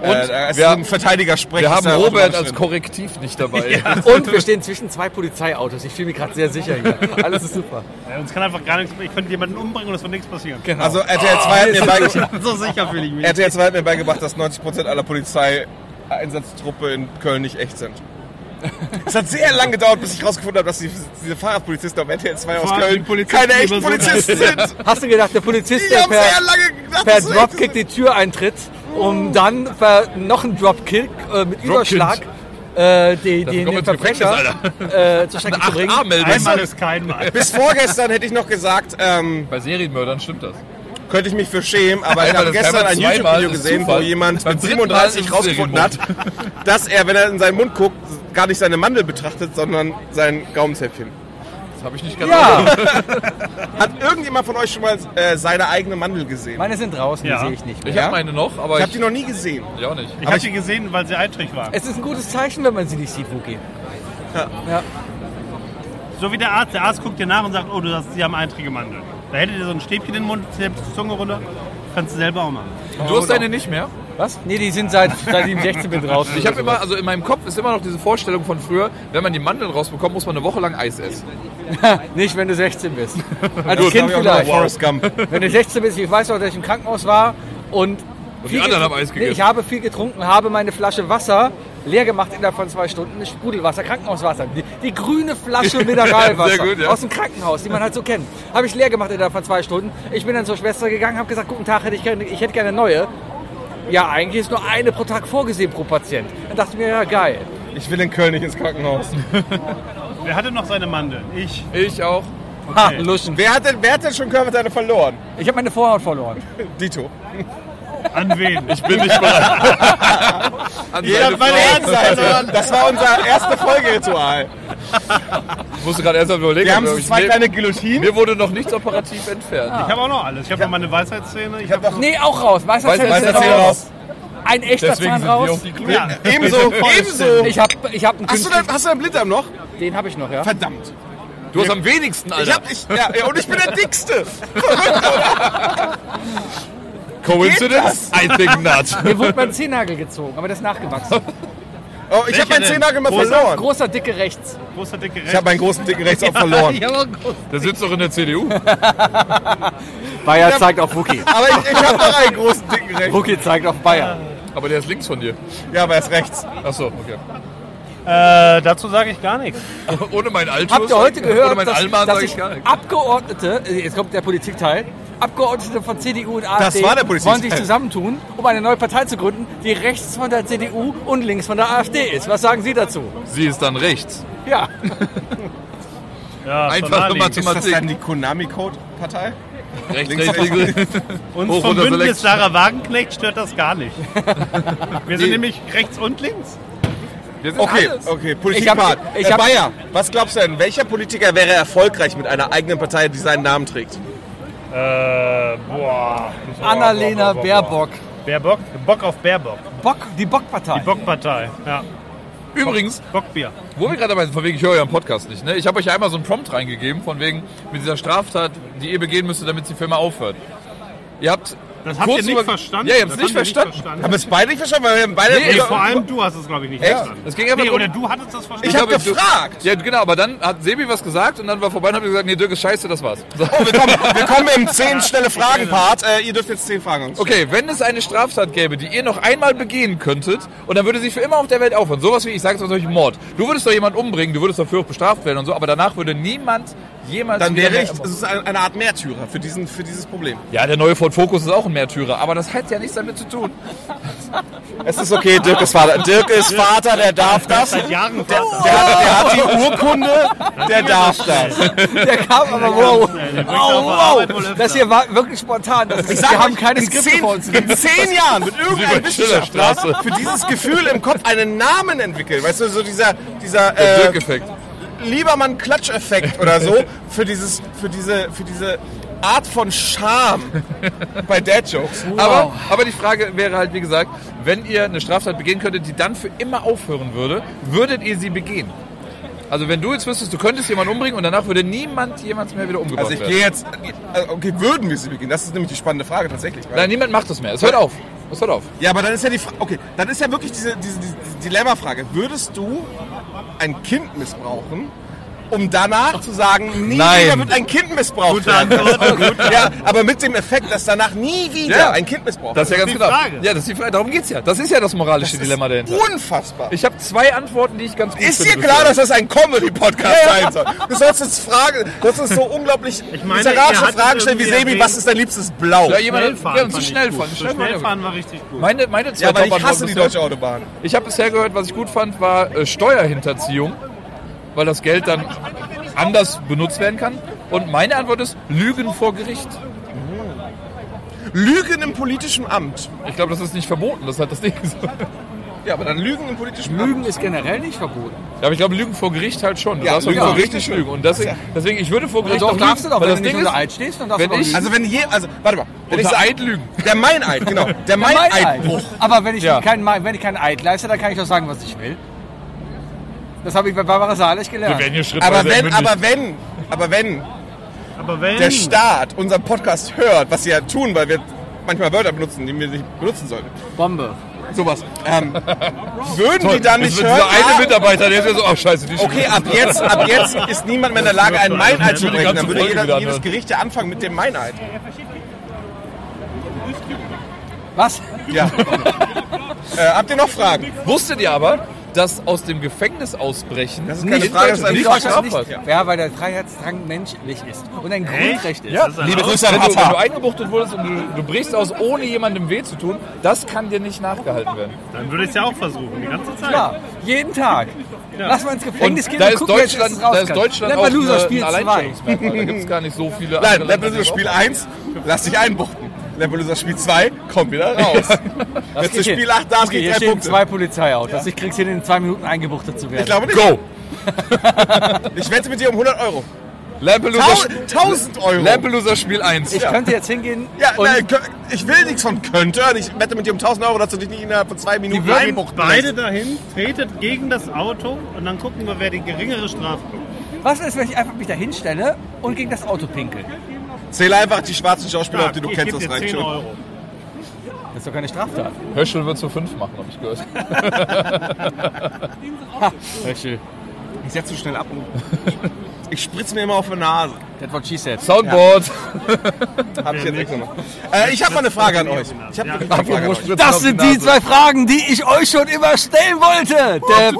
Speaker 2: Und äh, es
Speaker 5: wir-
Speaker 2: ist ein Verteidiger sprechen.
Speaker 5: Wir haben Robert als Korrektiv nicht dabei.
Speaker 1: Und wir stehen zwischen zwei Polizeiautos. Ich fühle mich gerade sehr sicher hier. Alles ist super.
Speaker 4: Ja, uns kann einfach gar nichts Ich könnte jemanden umbringen und es wird nichts passieren.
Speaker 1: Genau.
Speaker 2: Also RTL 2 hat mir beigebracht.
Speaker 4: so sicher fühle ich mich.
Speaker 2: RTL 2 hat mir beigebracht, dass 90% aller Polizeieinsatztruppe in Köln nicht echt sind. Es hat sehr lange gedauert, bis ich rausgefunden habe, dass die, diese Fahrradpolizisten auf RTL 2 aus
Speaker 4: Vor allem die
Speaker 2: Köln
Speaker 4: Polizisten,
Speaker 2: keine
Speaker 4: die
Speaker 2: echten
Speaker 4: immer so-
Speaker 2: Polizisten sind.
Speaker 1: Hast du gedacht, der Polizist,
Speaker 2: Die
Speaker 1: der
Speaker 2: haben
Speaker 1: per,
Speaker 2: sehr lange gedacht,
Speaker 1: per
Speaker 2: dass sie echt
Speaker 1: Dropkick die Tür eintritt,
Speaker 2: Oh.
Speaker 1: um dann per noch einen Dropkick äh, mit Überschlag äh, die, die,
Speaker 5: kommt
Speaker 1: den
Speaker 5: ins Gefängnis,
Speaker 1: Verbrecher äh, zur Strecke zu bringen.
Speaker 5: A-Meldung.
Speaker 4: Einmal ist kein Mal.
Speaker 2: Bis vorgestern hätte ich noch gesagt, ähm,
Speaker 5: Bei Serienmördern stimmt das.
Speaker 2: könnte ich mich für schämen, aber ich
Speaker 5: Einmal
Speaker 2: habe
Speaker 5: ist
Speaker 2: gestern
Speaker 5: Hermann
Speaker 2: ein
Speaker 5: zweimal,
Speaker 2: YouTube-Video
Speaker 5: ist
Speaker 2: gesehen, wo
Speaker 5: Zufall.
Speaker 2: jemand
Speaker 5: Beim
Speaker 2: mit
Speaker 5: dritten Mal ist
Speaker 2: 37
Speaker 5: es
Speaker 2: rausgefunden hat, dass er, wenn er in seinen Mund guckt, gar nicht seine Mandel betrachtet, sondern sein Gaumenzäpfchen.
Speaker 5: Das habe ich nicht ganz
Speaker 1: Ja,
Speaker 2: Hat irgendjemand von euch schon mal äh, seine eigene Mandel gesehen?
Speaker 1: meine sind draußen,
Speaker 4: Ja.
Speaker 1: die sehe ich nicht mehr.
Speaker 5: Ich
Speaker 2: Ja?
Speaker 5: habe meine noch, aber
Speaker 2: ich
Speaker 5: ich,
Speaker 2: habe die noch Oh, nie gesehen.
Speaker 5: ich auch nicht.
Speaker 4: Ich habe sie gesehen,
Speaker 1: Äh.
Speaker 4: weil sie eitrig waren.
Speaker 1: Es ist ein gutes Zeichen, wenn man sie nicht sieht, Wookie. Ja.
Speaker 4: So wie der Arzt. Der Arzt guckt dir nach und sagt, oh, du hast, sie haben eintrige Mandeln. Da hättet ihr so ein Stäbchen in den Mund, selbst die Zunge runter. Kannst du selber auch machen.
Speaker 5: Du
Speaker 2: genau.
Speaker 5: hast deine nicht mehr?
Speaker 1: Was? Nee, die sind seit, seit ich 16 bin draußen.
Speaker 5: Ich habe immer, also in meinem Kopf ist immer noch diese Vorstellung von früher, wenn man die Mandeln rausbekommt, muss man eine Woche lang Eis essen.
Speaker 1: Nicht, wenn du 16 bist. Als
Speaker 2: Gut,
Speaker 1: Kind
Speaker 2: hab ich auch noch
Speaker 1: vielleicht.
Speaker 2: Forrest Gump.
Speaker 1: Wenn du 16 bist, ich weiß noch, dass ich im Krankenhaus war und,
Speaker 5: die anderen
Speaker 1: getru-
Speaker 5: haben Eis gegessen.
Speaker 1: ich habe viel getrunken, habe meine Flasche Wasser leer gemacht innerhalb von zwei Stunden. Sprudelwasser, Krankenhauswasser. Die, die grüne Flasche Mineralwasser
Speaker 5: Sehr gut, ja.
Speaker 1: aus dem Krankenhaus, die man halt so kennt. Habe ich leer gemacht innerhalb von zwei Stunden. Ich bin dann zur Schwester gegangen, habe gesagt, guten Tag, hätte ich, gerne, ich hätte gerne eine neue. Ja, eigentlich ist nur eine pro Tag vorgesehen pro Patient. Dann dachte ich mir, ja geil.
Speaker 2: Ich will in Köln nicht ins Krankenhaus.
Speaker 4: Wer hatte noch seine Mandeln? Ich.
Speaker 5: Ich auch.
Speaker 1: Ha, Luschen.
Speaker 2: Wer hat denn, wer hat denn schon Körperteile verloren?
Speaker 1: Ich habe meine Vorhaut verloren.
Speaker 2: Dito.
Speaker 4: An wen? Ich bin
Speaker 5: An
Speaker 2: Jeder
Speaker 5: seine
Speaker 2: hat meine
Speaker 5: Frau.
Speaker 2: Herzenseite. Das war unser erste Folgeritual.
Speaker 5: Ich musste gerade erst mal überlegen.
Speaker 2: Wir haben so
Speaker 5: ich-
Speaker 2: zwei
Speaker 5: mir-
Speaker 2: kleine Guillotinen.
Speaker 5: Mir wurde noch nichts operativ entfernt.
Speaker 2: Ah.
Speaker 4: Ich habe auch noch alles. Ich habe noch meine Weisheitszähne. Ich habe
Speaker 2: doch-
Speaker 1: Nee, auch raus. Weißt
Speaker 5: Weißt du,
Speaker 2: Weiß
Speaker 5: Weißt
Speaker 2: das
Speaker 5: du,
Speaker 2: hier raus.
Speaker 1: Ein echter
Speaker 5: Deswegen
Speaker 1: Zahn
Speaker 5: sind wir
Speaker 1: raus.
Speaker 5: auf die Klu
Speaker 4: Ja.
Speaker 2: Ebenso, ebenso.
Speaker 1: Ich habe ich hab einen
Speaker 2: Hast du,
Speaker 1: künstlichen-
Speaker 2: dein, hast du deinen Blinddarm noch?
Speaker 1: Den habe ich noch, ja.
Speaker 2: Verdammt.
Speaker 5: Du hast am wenigsten, Alter.
Speaker 2: Ich hab, ich, ja, ja, und ich bin der Dickste.
Speaker 5: Coincidence? I think not.
Speaker 1: Mir wurde mein Zehennagel gezogen, aber das ist nachgewachsen.
Speaker 2: Oh, ich habe meinen
Speaker 4: denn?
Speaker 2: Zehennagel mal
Speaker 4: Großer?
Speaker 2: verloren.
Speaker 1: Großer, dicke rechts.
Speaker 4: großer, dicke
Speaker 2: Ich habe meinen großen dicken rechts auch verloren.
Speaker 5: Der sitzt doch in der CDU.
Speaker 1: Bayer zeigt auf Wookie.
Speaker 2: Aber ich, ich habe noch einen großen dicken rechts.
Speaker 1: Wookie zeigt auf Bayer.
Speaker 5: Aber der ist links von dir.
Speaker 2: Ja, aber er ist rechts.
Speaker 5: Achso, okay.
Speaker 4: Äh, dazu sage ich gar nichts.
Speaker 5: Ohne mein Altus.
Speaker 1: Habt ihr heute
Speaker 5: Ohne
Speaker 1: gehört,
Speaker 5: mein
Speaker 1: dass,
Speaker 5: Alman
Speaker 1: dass
Speaker 5: sage ich
Speaker 1: ich
Speaker 5: gar nichts.
Speaker 1: Abgeordnete, äh, jetzt kommt der Politikteil, Abgeordnete von CDU und AfD
Speaker 2: war der Politikteil.
Speaker 1: wollen sich zusammentun, um eine neue Partei zu gründen, die rechts von der CDU und links von der AfD ist. Was sagen Sie dazu?
Speaker 5: Sie ist dann rechts.
Speaker 1: Ja,
Speaker 4: Ja,
Speaker 5: Einfache
Speaker 4: Sonali.
Speaker 5: Mathematik.
Speaker 2: Ist das dann die Konami-Code-Partei?
Speaker 5: Rechts,
Speaker 2: Links,
Speaker 5: rechts, links.
Speaker 4: Uns
Speaker 5: Hoch
Speaker 4: vom
Speaker 5: runter, Select.
Speaker 4: Bündnis Sarah Wagenknecht stört das gar nicht. Wir sind
Speaker 5: Nee.
Speaker 4: nämlich rechts und links.
Speaker 5: Wir sind
Speaker 2: Okay,
Speaker 5: alles.
Speaker 2: okay,
Speaker 1: Ich
Speaker 2: Politikpart.
Speaker 1: hab- ich
Speaker 2: Herr
Speaker 1: hab-
Speaker 2: Bayer, was glaubst du denn, welcher Politiker wäre erfolgreich mit einer eigenen Partei, die seinen Namen trägt?
Speaker 4: Äh, boah.
Speaker 1: Annalena
Speaker 4: Boah, boah, boah,
Speaker 1: Baerbock.
Speaker 4: boah. Baerbock? Bock auf Baerbock.
Speaker 1: Bock, die Bockpartei.
Speaker 4: Die Bockpartei. Ja.
Speaker 5: Übrigens,
Speaker 4: Bockbier.
Speaker 5: wo wir gerade dabei sind, von wegen, ich höre euren Podcast nicht. Ne? Ich habe euch ja einmal so einen Prompt reingegeben, von wegen, mit dieser Straftat, die ihr begehen müsstet, damit die Firma aufhört. Ihr habt
Speaker 4: Das habt
Speaker 5: kurz
Speaker 4: ihr nicht
Speaker 5: drüber-
Speaker 4: verstanden.
Speaker 5: Ja, ihr habt es
Speaker 4: Das
Speaker 5: nicht
Speaker 4: habt ihr
Speaker 5: verstanden.
Speaker 2: Haben wir es beide nicht verstanden? Weil wir beide
Speaker 5: Nee,
Speaker 4: Nee,
Speaker 5: Oder-
Speaker 4: vor allem du hast es, glaube ich, nicht
Speaker 2: Echt?
Speaker 4: verstanden.
Speaker 5: Es ging einfach
Speaker 4: nee,
Speaker 5: drum-
Speaker 4: oder du hattest das verstanden.
Speaker 2: ich habe
Speaker 5: Ich hab-
Speaker 2: gefragt.
Speaker 5: Ja, genau, aber dann hat Sebi was gesagt und dann war vorbei und hab ich gesagt, nee, Dirk ist scheiße, das war's. So.
Speaker 2: Wir kommen, wir kommen im 10 schnelle Fragen-Part. Äh, ihr dürft jetzt 10 Fragen uns.
Speaker 5: Okay, wenn es eine Straftat gäbe, die ihr noch einmal begehen könntet und dann würde sie für immer auf der Welt aufhören, sowas wie, ich sag's mal, solch Mord. Du würdest doch jemanden umbringen, du würdest dafür auch bestraft werden und so, aber danach würde niemand jemals
Speaker 2: Dann
Speaker 5: wieder
Speaker 2: wäre
Speaker 5: mehr-
Speaker 2: ich, es ist eine, eine Art Märtyrer für, diesen, für dieses Problem.
Speaker 5: Ja, der neue Ford Focus ist auch ein Märtyrer, aber das hat ja nichts damit zu tun.
Speaker 2: Es ist okay, Dirk ist Vater. Dirk ist Vater, der darf das.
Speaker 4: seit Jahren
Speaker 2: Der hat, der hat die Urkunde, der darf das.
Speaker 1: Der kam aber wow.
Speaker 4: Der bringt auf der
Speaker 1: Oh,
Speaker 4: Arbeit wohl
Speaker 1: wow.
Speaker 4: öfter.
Speaker 1: Das hier war wirklich spontan. Das ist, wir haben keine Skripte vor uns.
Speaker 2: in zehn Jahren wird irgendein
Speaker 5: Über
Speaker 2: Wissenschaftler
Speaker 5: Schillerstraße.
Speaker 2: für dieses Gefühl im Kopf einen Namen entwickeln. Weißt du, so dieser, dieser äh,
Speaker 5: Dirk-Effekt.
Speaker 2: Liebermann-Klatsch-Effekt oder so für, dieses, für, diese, für diese Art von Scham bei Dad-Jokes.
Speaker 5: Aber, aber die Frage wäre halt, wie gesagt, wenn ihr eine Straftat begehen könntet, die dann für immer aufhören würde, würdet ihr sie begehen? Also wenn du jetzt wüsstest, du könntest jemanden umbringen und danach würde niemand jemals mehr wieder umgebracht
Speaker 2: Also ich
Speaker 5: werden.
Speaker 2: gehe jetzt, also okay, würden wir sie begehen? Das ist nämlich die spannende Frage tatsächlich. weil-
Speaker 5: Nein, niemand macht das mehr. Es hört auf. Es hört auf.
Speaker 2: Ja, aber dann ist ja die Frage, okay, dann ist ja wirklich diese, diese, diese Dilemma-Frage. Würdest du ein Kind missbrauchen, um danach zu sagen, nie
Speaker 5: Nein.
Speaker 2: wieder wird ein Kind missbraucht
Speaker 4: Gute
Speaker 2: werden?
Speaker 4: Antwort.
Speaker 2: Ja, aber mit dem Effekt, dass danach nie wieder
Speaker 5: Ja.
Speaker 2: ein Kind missbraucht
Speaker 5: Das ist ja
Speaker 2: wird.
Speaker 5: ganz
Speaker 4: die
Speaker 5: genau.
Speaker 4: Frage.
Speaker 5: Ja, das ist die Frage. Darum geht's ja. Das ist ja das moralische Dilemma dahinter.
Speaker 2: Unfassbar.
Speaker 5: Ich habe zwei Antworten, die ich ganz gut
Speaker 2: ist
Speaker 5: finde.
Speaker 2: dir klar, dass
Speaker 5: bisher.
Speaker 2: das ein Comedy-Podcast sein soll? Du sollst uns fragen, du sollst uns so unglaublich
Speaker 4: Ich meine,
Speaker 2: literarische
Speaker 4: er hat
Speaker 2: Fragen stellen wie
Speaker 4: irgendwie
Speaker 2: Sebi,
Speaker 4: erwähnt-
Speaker 2: was ist dein liebstes Blau?
Speaker 5: ja,
Speaker 2: Ja,
Speaker 5: jemand
Speaker 4: Schnellfahren
Speaker 5: ja, zu
Speaker 4: fand ich
Speaker 5: schnell
Speaker 4: gut.
Speaker 5: fahren.
Speaker 4: Zu schnell fahren war richtig gut.
Speaker 5: Meine, meine zwei ne?
Speaker 2: aber ich
Speaker 5: Top-Antworten
Speaker 2: hasse die
Speaker 5: bisher.
Speaker 2: deutsche Autobahn.
Speaker 5: Ich habe bisher gehört, was ich gut fand, war äh, Steuerhinterziehung, weil das Geld dann anders benutzt werden kann. Und meine Antwort ist Lügen vor Gericht.
Speaker 2: Lügen im politischen Amt.
Speaker 5: Ich glaube, das ist nicht verboten, das hat das Ding gesagt.
Speaker 2: Ja, aber dann Lügen im politischen Amt.
Speaker 1: Lügen ist generell nicht verboten.
Speaker 5: Ja, aber ich glaube, Lügen vor Gericht halt schon. Du
Speaker 2: Ja,
Speaker 5: darfst
Speaker 2: Lügen
Speaker 5: auch
Speaker 2: vor
Speaker 5: richtig
Speaker 2: Gericht
Speaker 5: lügen. Und deswegen, deswegen, ich würde vor Gericht
Speaker 1: Also Doch,
Speaker 5: auch
Speaker 1: darfst du
Speaker 5: lügen,
Speaker 1: doch,
Speaker 5: weil
Speaker 1: wenn
Speaker 5: das
Speaker 1: du nicht
Speaker 5: Ding
Speaker 1: unter
Speaker 5: ist,
Speaker 1: Eid stehst, dann darfst
Speaker 5: wenn
Speaker 1: du doch
Speaker 5: ich-
Speaker 1: lügen.
Speaker 2: Also wenn je, also warte mal, wenn ich
Speaker 5: unter
Speaker 2: sage,
Speaker 5: Eid lügen.
Speaker 2: der Meineid, genau, der
Speaker 1: Mein
Speaker 2: Meineid.
Speaker 1: Eid. Aber wenn ich,
Speaker 5: Ja.
Speaker 1: kein, Mein- wenn ich keinen Eid leiste, dann kann ich doch sagen, was ich will. Das habe ich bei Barbara Salisch
Speaker 5: Wir
Speaker 1: gelernt.
Speaker 5: werden hier schrittweise
Speaker 2: Aber wenn,
Speaker 5: ermündigt.
Speaker 2: aber wenn, aber wenn
Speaker 4: Aber wenn.
Speaker 2: der Staat unseren Podcast hört, was sie ja tun, weil wir manchmal Wörter benutzen, die wir nicht benutzen sollten,
Speaker 1: Bombe.
Speaker 2: sowas, ähm, würden
Speaker 5: Toll,
Speaker 2: die dann
Speaker 5: jetzt
Speaker 2: nicht
Speaker 5: wird
Speaker 2: hören?
Speaker 5: Dieser eine
Speaker 2: ah,
Speaker 5: Mitarbeiter, der ist ja so, oh scheiße, die
Speaker 2: Okay, ab jetzt, ab jetzt ist niemand mehr in der Lage, einen Meineid zu brechen. Dann würde jeder, jedes Gericht ja anfangen mit dem Meineid.
Speaker 1: Was?
Speaker 2: Ja. äh, habt ihr noch Fragen?
Speaker 5: ah. Wusstet ihr aber, dass aus dem Gefängnis ausbrechen
Speaker 2: Das ist keine Frage, das ist ein
Speaker 5: nicht
Speaker 2: Deutscher
Speaker 5: strafbar
Speaker 1: nicht.
Speaker 5: ist?
Speaker 1: Ja. weil der Freiheitsdrang menschlich ist und ein Grundrecht ist.
Speaker 4: Ja. Das ist
Speaker 2: Liebe
Speaker 4: erlaubt?
Speaker 2: Grüße an
Speaker 5: Wenn du, wenn du
Speaker 2: Haffa.
Speaker 5: eingebuchtet wurdest und du, du brichst aus, ohne jemandem weh zu tun, das kann dir nicht nachgehalten werden.
Speaker 4: Dann würde ich es ja auch versuchen, die ganze Zeit.
Speaker 1: Ja, jeden Tag. Lass mal ins
Speaker 5: Und
Speaker 1: Gefängnis gehen
Speaker 5: da
Speaker 1: und
Speaker 5: ist
Speaker 1: gucken, wer als
Speaker 5: Deutschland,
Speaker 1: erstes
Speaker 5: da
Speaker 1: raus
Speaker 5: ist
Speaker 1: kann.
Speaker 5: Deutschland
Speaker 1: Lemper
Speaker 5: auch
Speaker 1: Loser
Speaker 5: eine,
Speaker 1: Spiel
Speaker 5: ein
Speaker 1: 2.
Speaker 5: Alleinstellungsmerkmal. Da gibt es gar nicht so viele
Speaker 2: Nein,
Speaker 5: andere Länder,
Speaker 2: Lampedusa
Speaker 5: die
Speaker 2: Spiel
Speaker 5: auch-
Speaker 2: 1, lass dich einbuchten. Lampedusa Spiel 2, komm wieder raus. Wenn du
Speaker 1: geht
Speaker 2: Spiel
Speaker 1: hin.
Speaker 2: 8
Speaker 1: Okay,
Speaker 2: darfst, kriegst
Speaker 1: hier
Speaker 2: drei
Speaker 1: stehen
Speaker 2: Punkte.
Speaker 1: zwei Polizeiautos. Ich krieg's hin, in zwei Minuten eingebuchtet zu werden.
Speaker 2: Ich glaube nicht. Go! ich wette mit dir um 100 Euro.
Speaker 5: Lampedusa,
Speaker 2: Tau- 1000
Speaker 5: Sp-
Speaker 2: Euro.
Speaker 5: Lampedusa Spiel 1.
Speaker 1: Ich könnte jetzt hingehen
Speaker 2: ja,
Speaker 1: und
Speaker 2: nein, kö- ich will nichts von könnte. und Ich wette mit dir um 1000 Euro, dass du dich nicht innerhalb von zwei Minuten
Speaker 1: würden
Speaker 2: einbuchten
Speaker 4: Beide
Speaker 2: lässt.
Speaker 4: dahin, tretet gegen das Auto und dann gucken wir, wer die geringere Strafe
Speaker 2: Genau,
Speaker 4: bekommt.
Speaker 1: was ist, wenn ich einfach mich da hinstelle und gegen das Auto pinkel?
Speaker 2: Zähl einfach die schwarzen Schauspieler, auf die du
Speaker 4: ich
Speaker 2: kennst,
Speaker 4: geb
Speaker 2: das
Speaker 4: dir
Speaker 2: reicht
Speaker 4: 10
Speaker 2: schon.
Speaker 4: Euro.
Speaker 1: Das ist doch keine Straftat.
Speaker 5: Höschel wird zu 5 machen, habe ich gehört.
Speaker 2: Ich setze zu schnell ab. Ich spritze mir immer auf die Nase.
Speaker 1: That's what she said.
Speaker 5: Soundboard.
Speaker 2: Hab ich jetzt extra noch. Äh, ich habe mal eine Frage an euch. Ich habe wirklich mal eine Frage an euch.
Speaker 1: Das sind die zwei Fragen, die ich euch schon immer stellen wollte. Döp,